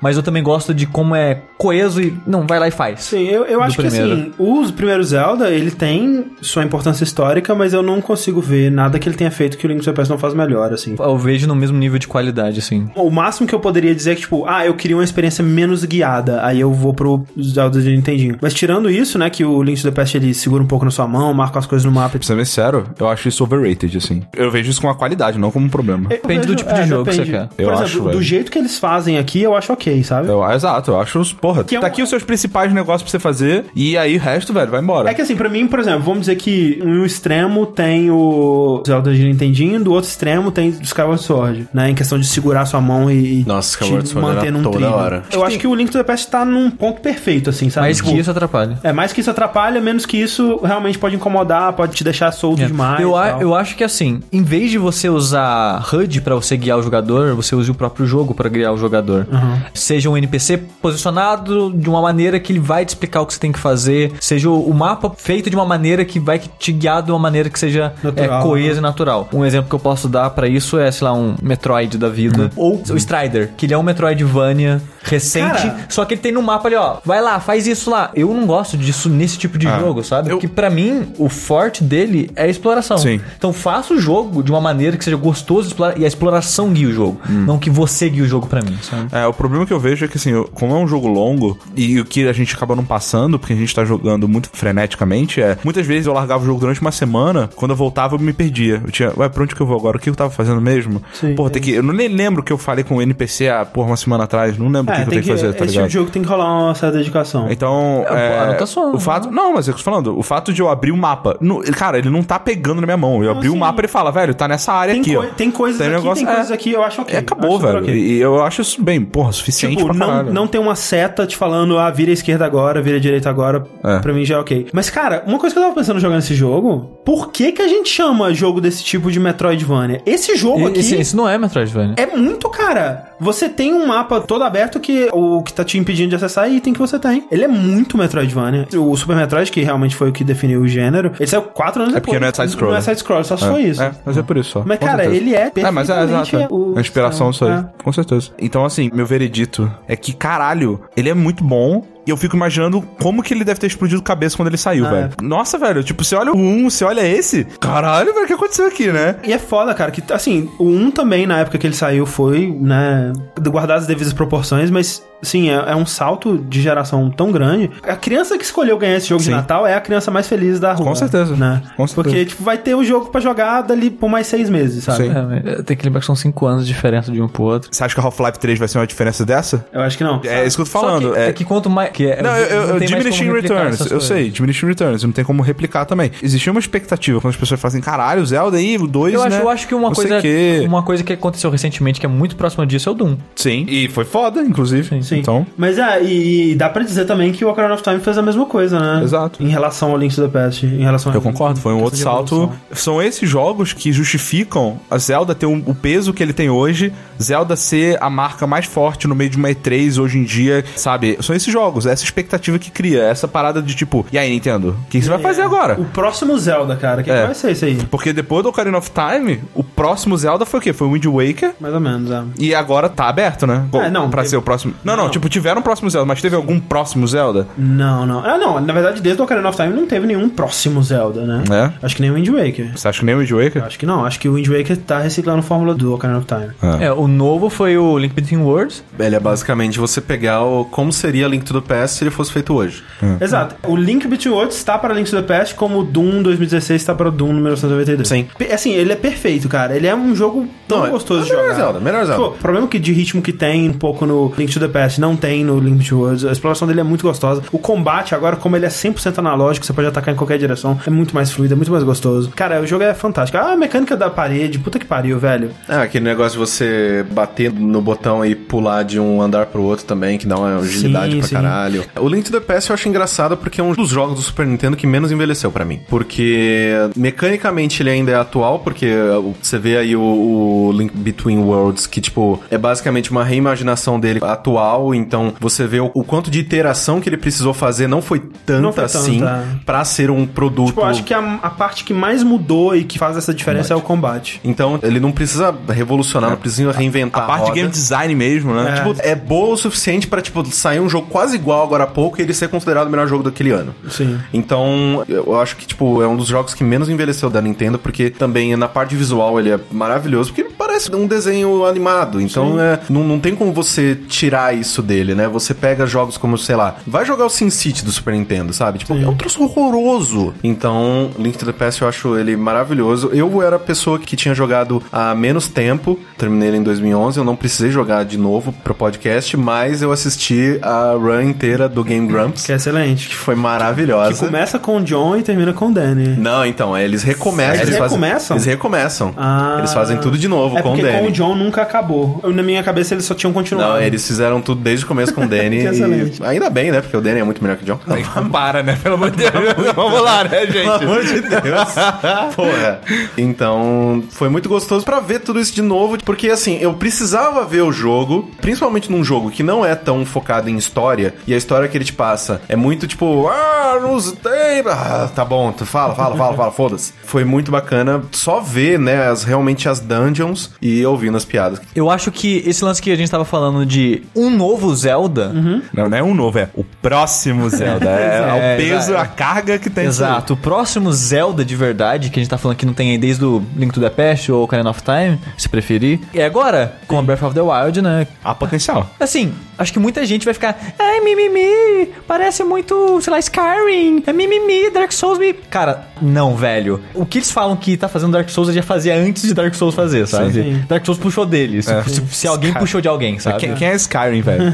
Mas eu também gosto de como é coeso e. Não, vai lá e faz.
Sim, eu, eu
Do
acho
primeiro.
que assim, o primeiro Zelda, ele tem sua importância histórica, mas eu não consigo ver nada que ele tenha feito que o Link to the Past não faz melhor, assim.
Eu vejo no mesmo nível de qualidade, assim.
O máximo que eu poderia dizer é que, tipo, ah, eu queria uma experiência menos guiada, aí eu vou pro Zelda de Nintendinho. Mas tirando isso, né, que o Link to the Past, ele segura um pouco na sua mão, marca as coisas no mapa,
Pra ser bem sincero, eu acho isso overrated, assim. Eu vejo isso como uma qualidade, não como um problema.
Eu é,
Depende do tipo de jogo que você quer.
Por
Eu
exemplo,
acho,
do
velho.
jeito que eles fazem aqui, eu acho ok, sabe?
Eu- exato, eu acho os. Porra,
Que é
tá
um-
aqui os seus principais negócios pra você fazer, e aí o resto, velho, vai embora.
É que assim, pra mim, por exemplo, vamos dizer que no extremo tem o Zelda de Nintendinho, do outro extremo tem o Skyward Sword, né? Em questão de segurar sua mão e
Nossa,
te
Skyward Sword era
manter num
toda
trilho.
hora.
Eu acho que o Link to the Past tá num ponto perfeito, assim, sabe?
Mas
Tipo,
que isso atrapalha.
É, É, mais que isso atrapalha, menos que isso realmente pode incomodar, pode te deixar solto
É.
demais.
eu,
e
a-
tal.
eu acho que assim, em vez de você usar HUD pra você guiar o jogador, você use o próprio jogo pra guiar o jogador. Seja um NPC posicionado de uma maneira que ele vai te explicar o que você tem que fazer, seja o o mapa feito de uma maneira que vai te guiar de uma maneira que seja
Natural, né?
é, coesa e natural. Um exemplo que eu posso dar pra isso é, sei lá, um Metroid da vida.
Uhum.
Ou o Strider, que ele é um Metroidvania recente,
Cara.
só que ele tem no mapa ali, ó, vai lá, faz isso lá. Eu não gosto disso nesse tipo
Ah.
de jogo, sabe?
eu-
Porque pra mim, o forte dele é a exploração.
Sim.
Então faça o jogo de uma maneira que seja gostoso de explorar e a exploração guia o jogo.
Hum.
Não que você guie o jogo pra mim, sabe?
É, o problema que eu vejo é que, assim, eu- como é um jogo longo e o que a gente acaba não passando, porque a gente tá jogando muito freneticamente, é. Muitas vezes eu largava o jogo durante uma semana, quando eu voltava eu me perdia. Eu tinha, ué, pra onde que eu vou agora? O que eu tava fazendo mesmo?
Sim,
porra,
é
tem que. Eu não- nem lembro o que eu falei com o NPC há, porra, uma semana atrás. Não lembro o que,
É,
que eu
tem
tenho
que,
que fazer, tá
esse tipo
ligado?
de jogo tem que rolar uma certa dedicação.
Então,
É,
é,
anotação,
o fato,
né?
não, mas eu tô falando, o fato de eu abrir o mapa, no- cara, ele não tá pegando na minha mão. Eu abri o
assim,
mapa e ele fala, velho, tá nessa área
Tem,
aqui,
coi-
ó.
tem coisas
Tem
aqui,
negócio-
tem coisas
é.
aqui, eu acho ok.
E acabou,
Acho super
velho.
ok.
E eu acho isso bem, porra, suficiente
Tipo,
pra
não,
caralho.
não tem uma seta te falando, ah, vira esquerda agora, vira direita agora,
É.
pra mim já é ok. Mas, cara, uma coisa que eu tava pensando jogando esse jogo, por que que a gente chama jogo desse tipo de Metroidvania? Esse jogo aqui...
Esse, esse não é Metroidvania.
É muito, cara. Você tem um mapa todo aberto que o que tá te impedindo de acessar é item que você tem. Ele é muito Metroidvania. O Super Metroid, que realmente foi o que definiu o gênero, ele saiu quatro anos
É
depois.
porque não é side-scroller.
Não é side-scroll, só se
É,
foi isso.
É, mas é por isso só.
Mas,
com
cara,
certeza.
ele é
É, mas é
perfeitamente
exato. é.
o-
A inspiração só
é.
aí. Com certeza. Então, assim, meu veredito é que, caralho, ele é muito bom. E eu fico imaginando como que ele deve ter explodido cabeça quando ele saiu,
Ah,
velho. Nossa, velho, tipo, você olha o 1, você olha esse. Caralho, velho, o que aconteceu aqui, né?
E é foda, cara, que assim, o 1 também, na época que ele saiu, foi, né, guardar as devidas proporções, mas sim, é, é um salto de geração tão grande. A criança que escolheu ganhar esse jogo
Sim.
de Natal é a criança mais feliz da rua.
Com certeza.
Né?
Com certeza.
Porque, tipo, vai ter o jogo pra jogar dali por mais seis meses, sabe?
Sim.
É, mas tem que lembrar que são 5 anos de diferença de um pro outro.
Você acha que a Half-Life 3 vai ser uma diferença dessa?
Eu acho que não.
É isso que eu tô falando.
Só que, é... que quanto mais. Que é-
Não, eu, eu,
tem
eu
mais
diminishing
como replicar
returns,
essas
eu
coisas.
sei, diminishing returns, não tem como replicar também. Existia uma expectativa quando as pessoas falam assim, caralho, Zelda aí, o 2,
Eu acho,
né?
eu acho que uma
não sei
coisa,
quê.
uma coisa que aconteceu recentemente que é muito próxima disso é o Doom.
Sim, e foi foda, inclusive.
Sim.
Então,
Mas é, e, e dá pra dizer também que o Ocarina of Time fez a mesma coisa, né?
Exato.
Em relação ao Link to the Past, em relação
Eu concordo, foi um outro
de
salto.
evolução.
São esses jogos que justificam a Zelda ter um- o peso que ele tem hoje, Zelda ser a marca mais forte no meio de uma E3 hoje em dia, sabe? São esses jogos, essa expectativa que cria, essa parada de tipo, e aí, Nintendo, o que, que você
É.
vai fazer agora?
O próximo Zelda, cara, que
É.
vai ser isso aí?
Porque depois do Ocarina of Time, o próximo Zelda foi o quê? Foi o Wind Waker.
Mais ou menos, é.
E agora tá aberto, né?
É, não,
pra
teve-
ser o próximo. Não, não,
Não.
tipo, tiveram um próximo Zelda, mas teve algum próximo Zelda?
Não, não. Ah, não. Na verdade, desde o Ocarina of Time não teve nenhum próximo Zelda, né?
É?
Acho que nem o Wind Waker.
Você acha que nem o Wind Waker?
Acho que não. Acho que o Wind Waker tá reciclando a fórmula do Ocarina of Time.
Ah.
É, o novo foi o Link Between Worlds.
Ele é basicamente você pegar o, como seria Link to the Past se ele fosse feito hoje.
Exato. O Link Between Worlds tá está para Link to the Past, como o Doom 2016 está para o tá Doom 1992.
Sim.
Pe- assim, ele é perfeito, cara. Ele é um jogo tão
Não, é-
gostoso
é
de
melhor
jogar.
Zelda, melhor Zelda.
Pô, o problema que de ritmo que tem um pouco no Link to the Past, não tem no Link Between Worlds. A exploração dele é muito gostosa. O combate agora, como ele é 100% analógico, você pode atacar em qualquer direção, é muito mais fluido, é muito mais gostoso. Cara, o jogo é fantástico. Ah, a mecânica da parede, puta que pariu, velho. Tipo,
É, aquele negócio de você bater no botão e pular de um andar pro outro também, que dá uma agilidade pra
sim.
caralho. O Link to the Past eu acho engraçado porque é um dos jogos do Super Nintendo que menos envelheceu pra mim. Porque mecanicamente ele ainda é atual, porque uh, você vê aí o, o Link Between Worlds, que tipo, é basicamente uma reimaginação dele atual, então você vê o, o quanto de iteração que ele precisou fazer não foi tanta
Não foi tanta.
assim pra ser um produto.
Tipo, eu acho que a, a parte que mais mudou e que faz essa diferença é o combate.
Então, ele não precisa revolucionar,
É.
não precisa reinventar
A
tá
a,
parte
roda.
de game design mesmo, né?
É.
Tipo,
Tipo, é boa o suficiente pra, tipo, sair um jogo quase igual agora há pouco e ele ser considerado o melhor jogo daquele ano.
Sim.
Então, eu acho que, tipo, é um dos jogos que menos envelheceu da Nintendo, porque também na parte visual ele é maravilhoso, porque parece um desenho animado. Então, é, não, não tem como você tirar isso dele, né? Você pega jogos como, sei lá, vai jogar o Sin City do Super Nintendo, sabe? Tipo, é um troço horroroso. Então, Link to the Past eu acho ele maravilhoso. Eu era a pessoa que tinha jogado há menos tempo, terminei ele em 2011, eu não precisei jogar de novo pro podcast, mas eu assisti a run inteira do Game Grumps.
Que é excelente.
Que né? foi maravilhosa.
Que começa com o John e termina com o Danny.
Não, então, é, eles recomeçam.
Eles
fazem-
recomeçam?
eles recomeçam.
Ah.
Eles fazem tudo de novo.
É é
com o
porque com
Danny.
o John nunca acabou. Eu, na minha cabeça eles só tinham continuado.
Não, eles fizeram tudo desde o começo com o Danny.
Que excelente.
e ainda bem, né? Porque o Danny é muito melhor que o John.
Para, né? Pelo amor de Deus. Vamos lá, né,
Pelo
gente?
amor de Deus. Porra. Então, foi muito gostoso pra ver tudo isso de novo, porque assim, eu precisava ver o jogo, principalmente num jogo que não é tão focado em história, e a história que ele te passa é muito tipo, ah, não tem, ah, tá bom, tu fala, fala, fala, fala, foda-se. Foi muito bacana só ver, né, as, realmente as dungeons e ouvindo as piadas.
Eu acho que esse lance que a gente tava falando de um novo Zelda.
Não, não é um novo, é o próximo Zelda. É,
É,
o peso,
exato.
a carga que tem. isso aí.
Exato. O próximo Zelda de verdade, que a gente tá falando que não tem aí desde o Link to the Past ou Ocarina of Time, se preferir. E agora, com a Breath of the Wild, né?
Há ah, potencial.
Assim, acho que muita gente vai ficar. Ai, mimimi, parece muito, sei lá, Skyrim. É mimimi, Dark Souls. Me... Cara, não, velho. O que eles falam que tá fazendo Dark Souls, ele já fazia antes de Dark Souls fazer, sabe?
Sim.
Dark Souls puxou dele. Se, se- se alguém puxou de alguém, sabe?
Quem, quem é Skyrim, velho?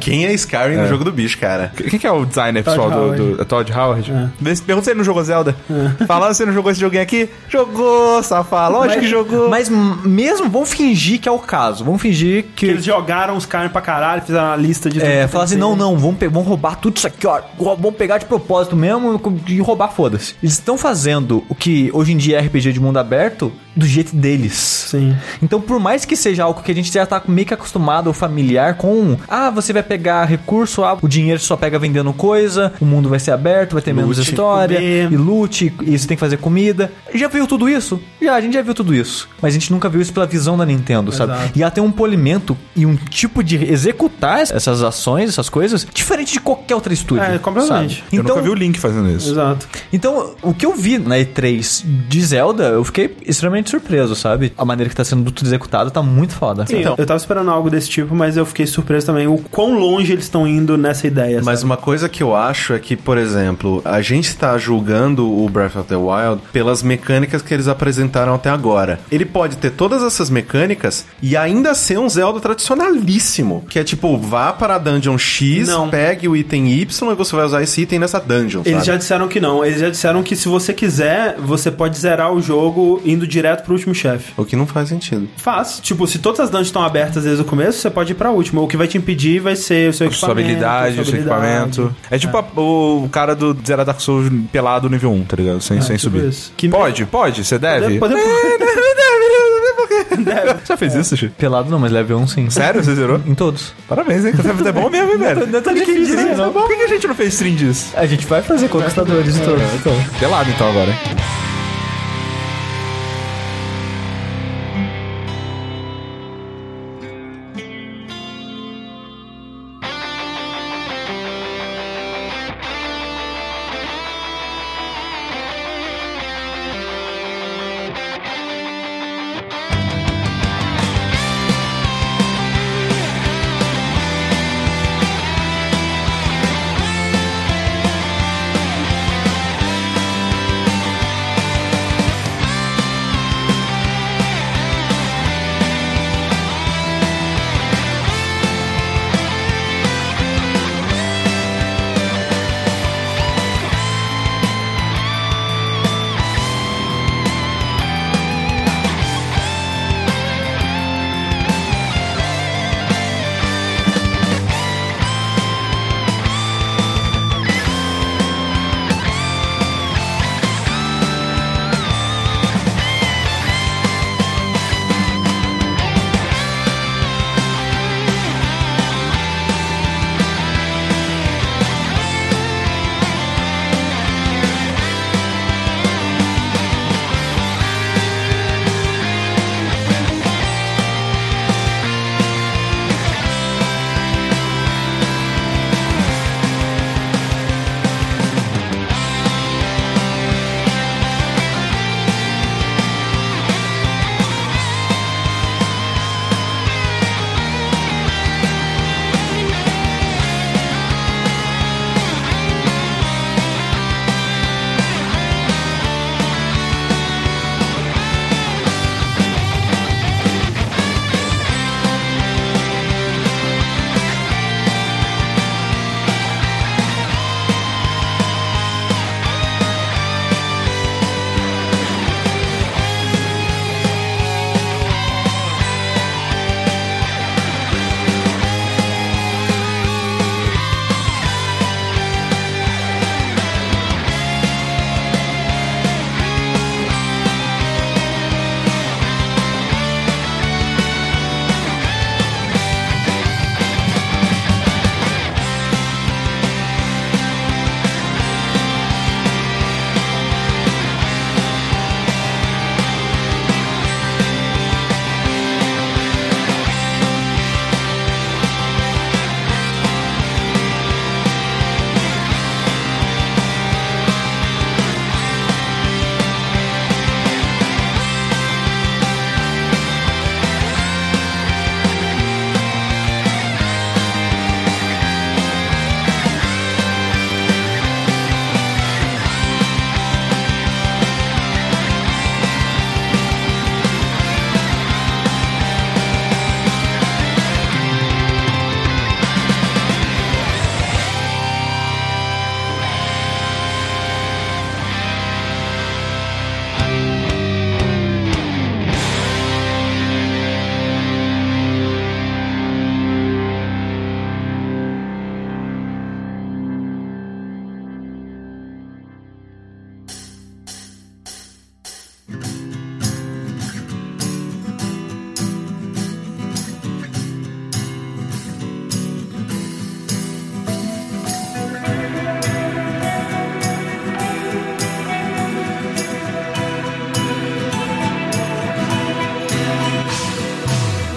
Quem é Skyrim no jogo do bicho, cara?
Quem que é o designer
Todd
pessoal do- do, é
Howard.
Todd Howard? Vê se- Pergunta se ele não jogou Zelda. Falando se ele não jogou esse joguinho aqui. Jogou, safado. Lógico que jogou.
Mas m- mesmo, vamos fingir que é o caso. Vamos fingir que.
Que eles jogaram os caras pra caralho, fizeram uma lista de. tudo
É,
que
falar assim,
aconteceu.
não, não, vamos, pe- vamos roubar tudo isso aqui, ó. Rou- Vamos pegar de propósito mesmo e roubar, foda-se. Eles estão fazendo o que hoje em dia é RPG de mundo aberto do jeito deles.
Sim.
Então, por mais que seja algo que a gente já tá meio que acostumado ou familiar com, ah, você vai pegar recurso, ah, o dinheiro só pega vendendo coisa, o mundo vai ser aberto, vai ter menos
Lute,
história,
comer.
e lute, e você tem que fazer comida. Já viu tudo isso? Já, a gente já viu tudo isso. Mas a gente nunca viu isso pela visão da Nintendo, sabe?
Exato.
E ela tem um polimento e um tipo de executar essas ações, essas coisas, diferente de qualquer outra estúdio.
É, completamente.
sabe?
Eu
Então,
nunca vi o Link fazendo isso.
Exato.
então, o que eu vi na E3 de Zelda, eu fiquei extremamente surpreso, sabe? A maneira que tá sendo tudo executado tá muito foda.
Sim,
Então,
eu tava esperando algo desse tipo, mas eu fiquei surpreso também o quão longe eles estão indo nessa ideia.
Mas uma coisa que eu acho é que, por exemplo, a gente tá julgando o Breath of the Wild pelas mecânicas que eles apresentaram até agora. Ele pode ter todas essas mecânicas e ainda ser um Zelda tradicionalíssimo, que é tipo, vá para a dungeon X,
Não.
pegue o item Y e você vai usar esse item nessa dungeon,
Eles
sabe?
já disseram que não. Eles já disseram que se você quiser, você pode zerar o jogo indo direto pro último chefe.
O que não faz sentido.
Faz. Tipo, se todas as dungeons estão abertas desde o começo, você pode ir pra última. O que vai te impedir vai ser o seu equipamento.
Sua habilidade, o seu equipamento. É tipo a- o cara do Zero Dark Souls pelado nível 1, tá ligado? Sem, sem
tipo
subir.
isso. Que-
Pode, pode, você deve. É,
Deve, pode-
Já fez isso, Chico?
Pelado não, mas level 1 sim.
Sério? Você zerou?
Em todos.
Parabéns, hein? Você é bom mesmo, hein, velho?
não
Tá
é tão difícil,
Por que-
não.
Por que a gente não fez stream disso?
A gente vai fazer conquistadores em todos. Então.
Pelado então agora, hein?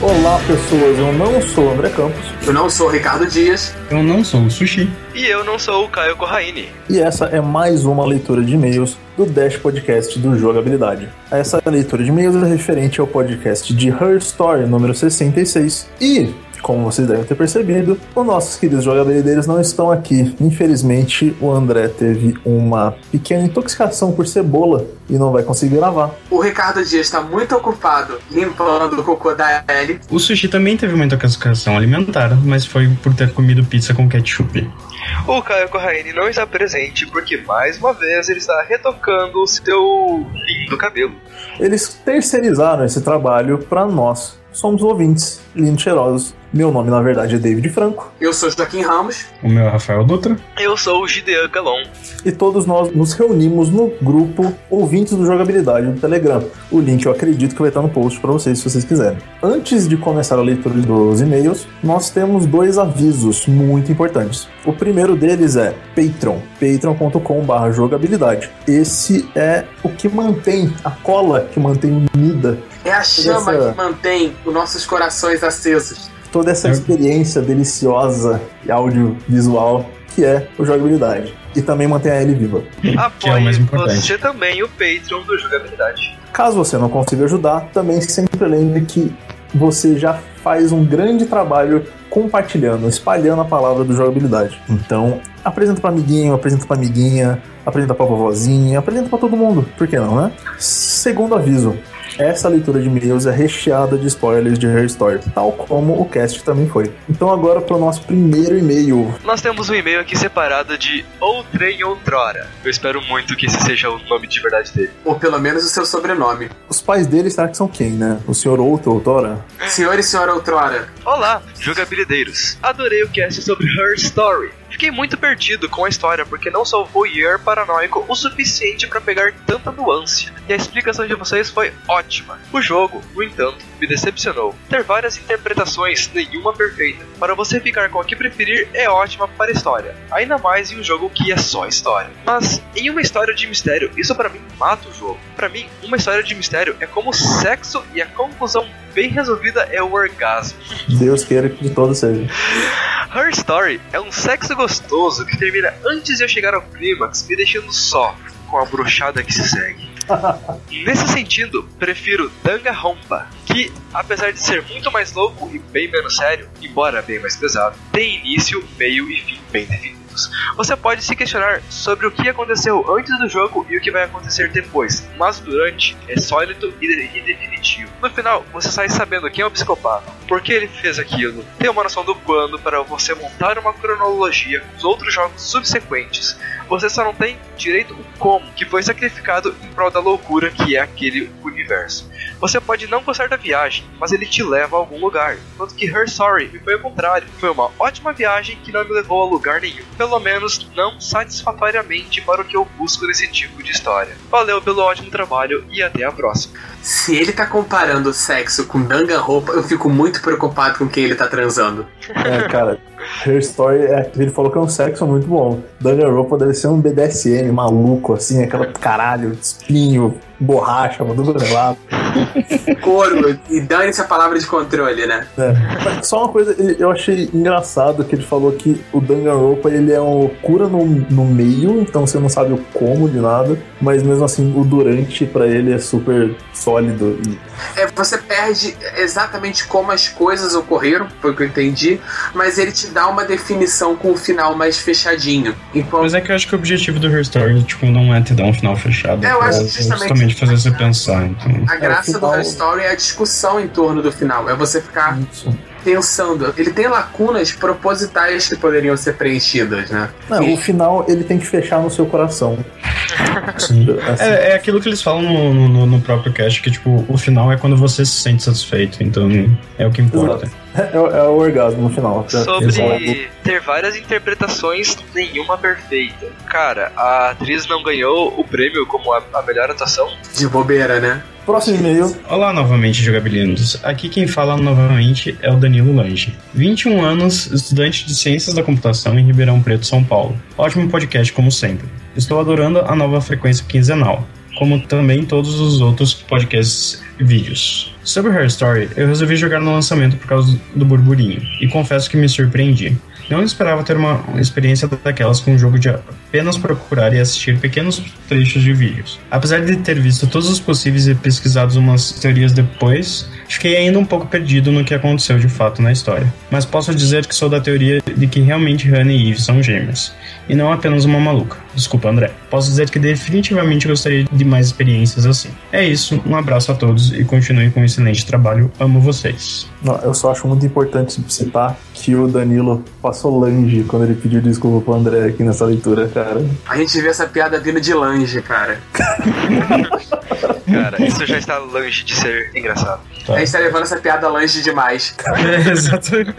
Olá, pessoas. Eu não sou o André Campos.
Eu não sou o Ricardo Dias.
Eu não sou o sushi.
E eu não sou o Caio Corraine.
E essa é mais uma leitura de e-mails do Dash Podcast do Jogabilidade. Essa leitura de e-mails é referente ao podcast de Her Story, número 66. E, como vocês devem ter percebido, os nossos queridos jogabilideiros não estão aqui. Infelizmente, o André teve uma pequena intoxicação por cebola e não vai conseguir gravar.
O Ricardo Dias está muito ocupado limpando o cocô da Ellie.
O sushi também teve uma intoxicação alimentar, mas foi por ter comido pizza com ketchup.
O Caio Corraine não está presente porque, mais uma vez, ele está retocando o seu lindo cabelo.
Eles terceirizaram esse trabalho para nós. Somos ouvintes, lindos cheirosos. Meu nome, na verdade, é David Franco.
Eu sou Joaquim Ramos.
O meu é Rafael Dutra.
Eu sou o Gideon Calon.
E todos nós nos reunimos no grupo Ouvintes do Jogabilidade do Telegram. O link eu acredito que vai estar no post para vocês, se vocês quiserem. Antes de começar a leitura dos e-mails, nós temos dois avisos muito importantes. O primeiro deles é Patreon, patreon.com.br jogabilidade. Esse é o que mantém, a cola que mantém unida
É a chama
Essa-
que mantém os nossos corações acesos.
toda essa experiência deliciosa e audiovisual que é o jogabilidade. E também mantém a Ellie viva.
Que é o
Apoie
mais importante.
você também o Patreon do Jogabilidade.
Caso você não consiga ajudar, também sempre lembre que você já faz um grande trabalho compartilhando, espalhando a palavra do jogabilidade. Então, apresenta para amiguinho, apresenta para amiguinha, apresenta para vovozinha, apresenta para todo mundo, por que não, né? Segundo aviso, essa leitura de e-mails é recheada de spoilers de Her Story, tal como o cast também foi. Então agora para o nosso primeiro e-mail,
Nós temos um e-mail aqui separado de Outrem Outrora. Eu espero muito que esse seja o nome de verdade dele.
Ou pelo menos o seu sobrenome.
Os pais dele, será que são quem, né? O senhor Outro Outrora?
Senhor e senhora outrora,
Olá, jogabilideiros. Adorei o cast sobre Her Story. Fiquei muito perdido com a história porque não sou voyeur paranoico o suficiente para pegar tanta nuance. E a explicação de vocês foi ótima. O jogo, no entanto, me decepcionou. Ter várias interpretações, nenhuma perfeita. Para você ficar com a que preferir é ótima para a história. Ainda mais em um jogo que é só história. Mas em uma história de mistério, isso para mim mata o jogo. Para mim, uma história de mistério é como sexo e a conclusão bem resolvida é o orgasmo.
Deus queira que de todos seja.
Her Story é um sexo gostoso que termina antes de eu chegar ao clímax, me deixando só com a bruxada que se segue. Nesse sentido, prefiro Danga Rompa, que, apesar de ser muito mais louco e bem menos sério, embora bem mais pesado, tem início, meio e fim bem definidos. Você pode se questionar sobre o que aconteceu antes do jogo e o que vai acontecer depois, mas durante é sólido e, de- e definitivo. No final, você sai sabendo quem é o psicopata, por que ele fez aquilo, tem uma noção do quando para você montar uma cronologia com os outros jogos subsequentes. Você só não tem direito o como, que foi sacrificado em prol da loucura que é aquele universo. Você pode não gostar da viagem, mas ele te leva a algum lugar. Enquanto que Her Story me foi ao contrário. Foi uma ótima viagem que não me levou a lugar nenhum. Pelo menos não satisfatoriamente para o que eu busco nesse tipo de história. Valeu pelo ótimo trabalho e até a próxima.
se ele tá comparando sexo com danga-roupa, eu fico muito preocupado com quem ele tá transando.
É, cara, Her Story, é, ele falou que é um sexo muito bom. Danganronpa deve ser um BDSM maluco, assim, aquela caralho, espinho, borracha, mandou pra lá.
Corvo, e dane-se a palavra de controle, né?
Mas Só uma coisa, ele- eu achei engraçado que ele falou que o Danganronpa, ele é um cura no, no meio, então você não sabe o como de nada, mas mesmo assim, o durante pra ele é super sólido e
É, você perde exatamente como as coisas ocorreram, foi o que eu entendi, mas ele te dá uma definição com o final mais fechadinho. Então, Enquanto
Mas é que eu acho que o objetivo do Her Story, tipo, não é te dar um final fechado.
É, eu acho
é
justamente-
justamente fazer você pensar. Então.
a graça do
final-
Her Story é a discussão em torno do final, é você ficar
isso.
pensando. Ele tem lacunas propositais que poderiam ser preenchidas, né?
Não, o final ele tem que fechar no seu coração.
Sim.
Assim,
É, é aquilo que eles falam no, no- no, no próprio cast, que tipo, o final é quando você se sente satisfeito, então é o que importa.
é, o- é o orgasmo no final.
Tá,
Sobre ter várias interpretações, nenhuma perfeita. Cara, a atriz não ganhou o prêmio como a, a melhor atuação.
De bobeira, né?
Próximo e-mail.
Olá novamente, jogabilinos. Aqui quem fala novamente é o Danilo Lange. 21 anos, estudante de Ciências da Computação em Ribeirão Preto, São Paulo. Ótimo podcast, como sempre. Estou adorando a nova frequência quinzenal. como também todos os outros podcasts e vídeos. Sobre Her Story, eu resolvi jogar no lançamento por causa do burburinho, e confesso que me surpreendi. Não esperava ter uma experiência daquelas com um jogo de apenas procurar e assistir pequenos trechos de vídeos. Apesar de ter visto todos os possíveis e pesquisado umas teorias depois, fiquei ainda um pouco perdido no que aconteceu de fato na história. Mas posso dizer que sou da teoria de que realmente Hannah e Eve são gêmeas, e não apenas uma maluca. Desculpa, André. Posso dizer que definitivamente gostaria de mais experiências assim. É isso, um abraço a todos e continue com um excelente trabalho. Amo vocês.
Não, eu só acho muito importante citar que o Danilo passou lange quando ele pediu desculpa pro André aqui nessa leitura, cara.
A gente vê essa piada vindo de lange, cara.
Cara, isso já está longe de ser engraçado.
A gente tá levando essa piada longe demais.
É, exatamente.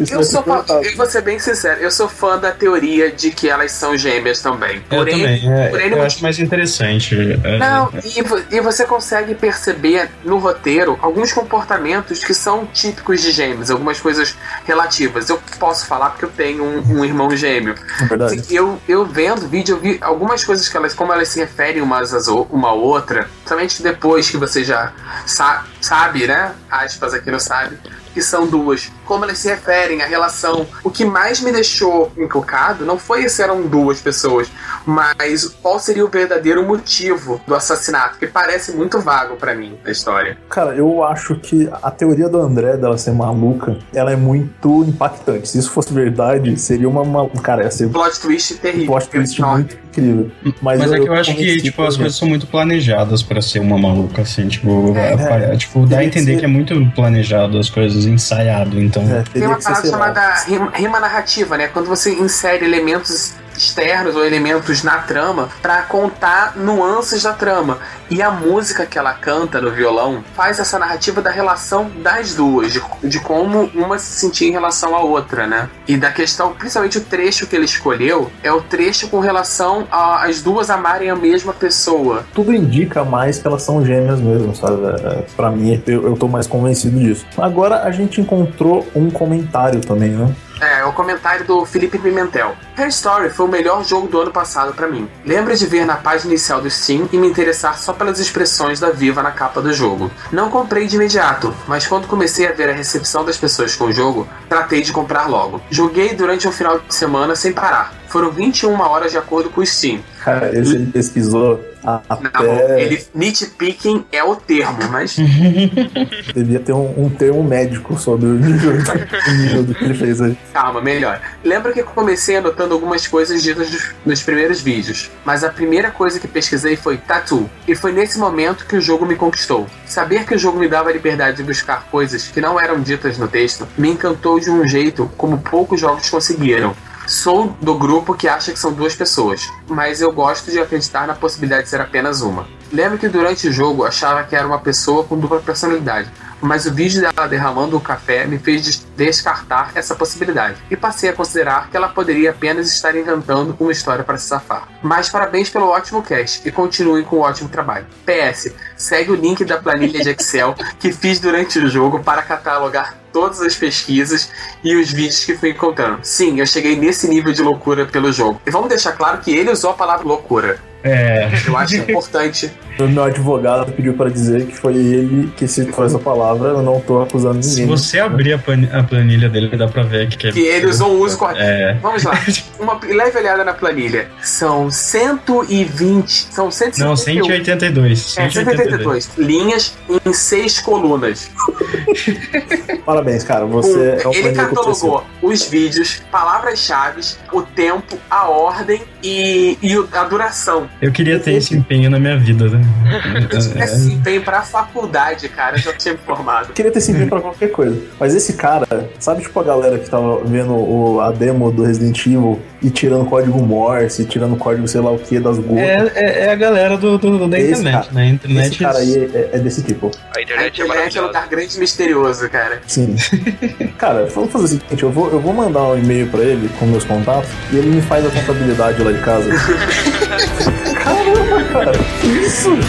Isso
Eu
vai
sou
ser
fã,
cortado.
eu vou ser bem sincero, eu sou fã da teoria de que elas são gêmeas também.
Eu também. é,
porém,
eu
não-
acho mais interessante. é,
Não, e, vo- e você consegue perceber no roteiro alguns comportamentos que são típicos de gêmeos, algumas coisas relativas. Eu posso falar porque eu tenho um, um irmão gêmeo.
Na verdade.
Assim, Eu, eu vendo vídeo, eu vi algumas coisas que elas, como elas se referem umas às ou- uma à outra, somente depois que você já sa- sabe, né? Aspas aqui não sabe. Que são duas. Como elas se referem, a relação. O que mais me deixou encucado não foi se eram duas pessoas, mas qual seria o verdadeiro motivo do assassinato, que parece muito vago pra mim a história.
Cara, eu acho que a teoria do André dela ser maluca, ela é muito impactante. Se isso fosse verdade, seria uma maluca. Cara, ia ser um
Plot twist terrível.
plot twist
enorme.
muito incrível. Mas,
Mas é que eu acho que,
convenci,
tipo,
por
as
exemplo.
coisas são muito planejadas pra ser uma maluca, assim, tipo, apare- tipo, dá
Teria
a
que
entender
ser-
que é muito planejado as coisas, ensaiado, então.
É,
Tem
teria
uma
que ser,
parada
sei lá,
chamada rima, rima narrativa, né? Quando você insere elementos externos ou elementos na trama pra contar nuances da trama. E a música que ela canta no violão faz essa narrativa da relação das duas, de, de como uma se sentia em relação à outra, né? E da questão, principalmente o trecho que ele escolheu, é o trecho com relação a- às duas amarem a mesma pessoa.
tudo indica mais que elas são gêmeas mesmo, sabe? É, Pra mim, eu, eu tô mais convencido disso. Agora a gente encontrou um comentário também, né?
É, o comentário do Felipe Pimentel. Her Story foi o melhor jogo do ano passado pra mim. Lembro de ver na página inicial do Steam e me interessar só pelas expressões da Viva na capa do jogo. Não comprei de imediato, mas quando comecei a ver a recepção das pessoas com o jogo, tratei de comprar logo. Joguei durante um final de semana sem parar. Foram 21 horas de acordo com o Steam.
Cara, esse ele pesquisou a-
Não,
até.
ele nitpicking é o termo, mas
Devia ter um, um termo médico sobre o nível, o nível do que ele fez aí.
Calma, melhor. Lembro que comecei anotando algumas coisas ditas nos, nos primeiros vídeos, mas a primeira coisa que pesquisei foi tatu, e foi nesse momento que o jogo me conquistou. Saber que o jogo me dava a liberdade de buscar coisas que não eram ditas no texto me encantou de um jeito como poucos jogos conseguiram. Sou do grupo que acha que são duas pessoas, mas eu gosto de acreditar na possibilidade de ser apenas uma. Lembro que durante o jogo achava que era uma pessoa com dupla personalidade, mas o vídeo dela derramando o café me fez des- descartar essa possibilidade e passei a considerar que ela poderia apenas estar inventando uma história para se safar. Mas parabéns pelo ótimo cast e continue com o ótimo trabalho. PS, segue o link da planilha de Excel que fiz durante o jogo para catalogar todas as pesquisas e os vídeos que fui encontrando. Sim, eu cheguei nesse nível de loucura pelo jogo. E vamos deixar claro que ele usou a palavra loucura.
É,
Eu acho importante.
O meu advogado pediu pra dizer que foi ele que citou essa palavra, eu não tô acusando
se
ninguém.
você abrir a plan- a planilha dele, dá pra ver que é.
Que ele usou o uso correto.
É.
Vamos lá. Uma leve olhada na planilha. São 120. São 151.
Não, 182.
É,
182.
182 linhas em seis colunas. Um,
Parabéns, cara, você é o
Ele
maníaco obsessivo.
catalogou os vídeos, palavras-chave, o tempo, a ordem e, e o- a duração.
Eu queria ter esse empenho na minha vida, né?
É desempenho pra faculdade, cara. Eu já tinha me formado.
Eu queria ter sido pra qualquer coisa. Mas esse cara, sabe tipo a galera que tava vendo o- a demo do Resident Evil e tirando código Morse, e tirando código sei lá o que das gotas?
É, é- é a galera do, do- da
Esse
internet,
cara-
né? A internet
Esse cara aí é, é desse tipo.
A
A
internet é
internet é um
maravilhosa.
lugar grande e misterioso, cara.
Sim. cara, vamos fazer o seguinte, eu vou, eu vou mandar um e-mail pra ele com meus contatos e ele me faz a contabilidade lá de casa. Caramba, cara, que isso?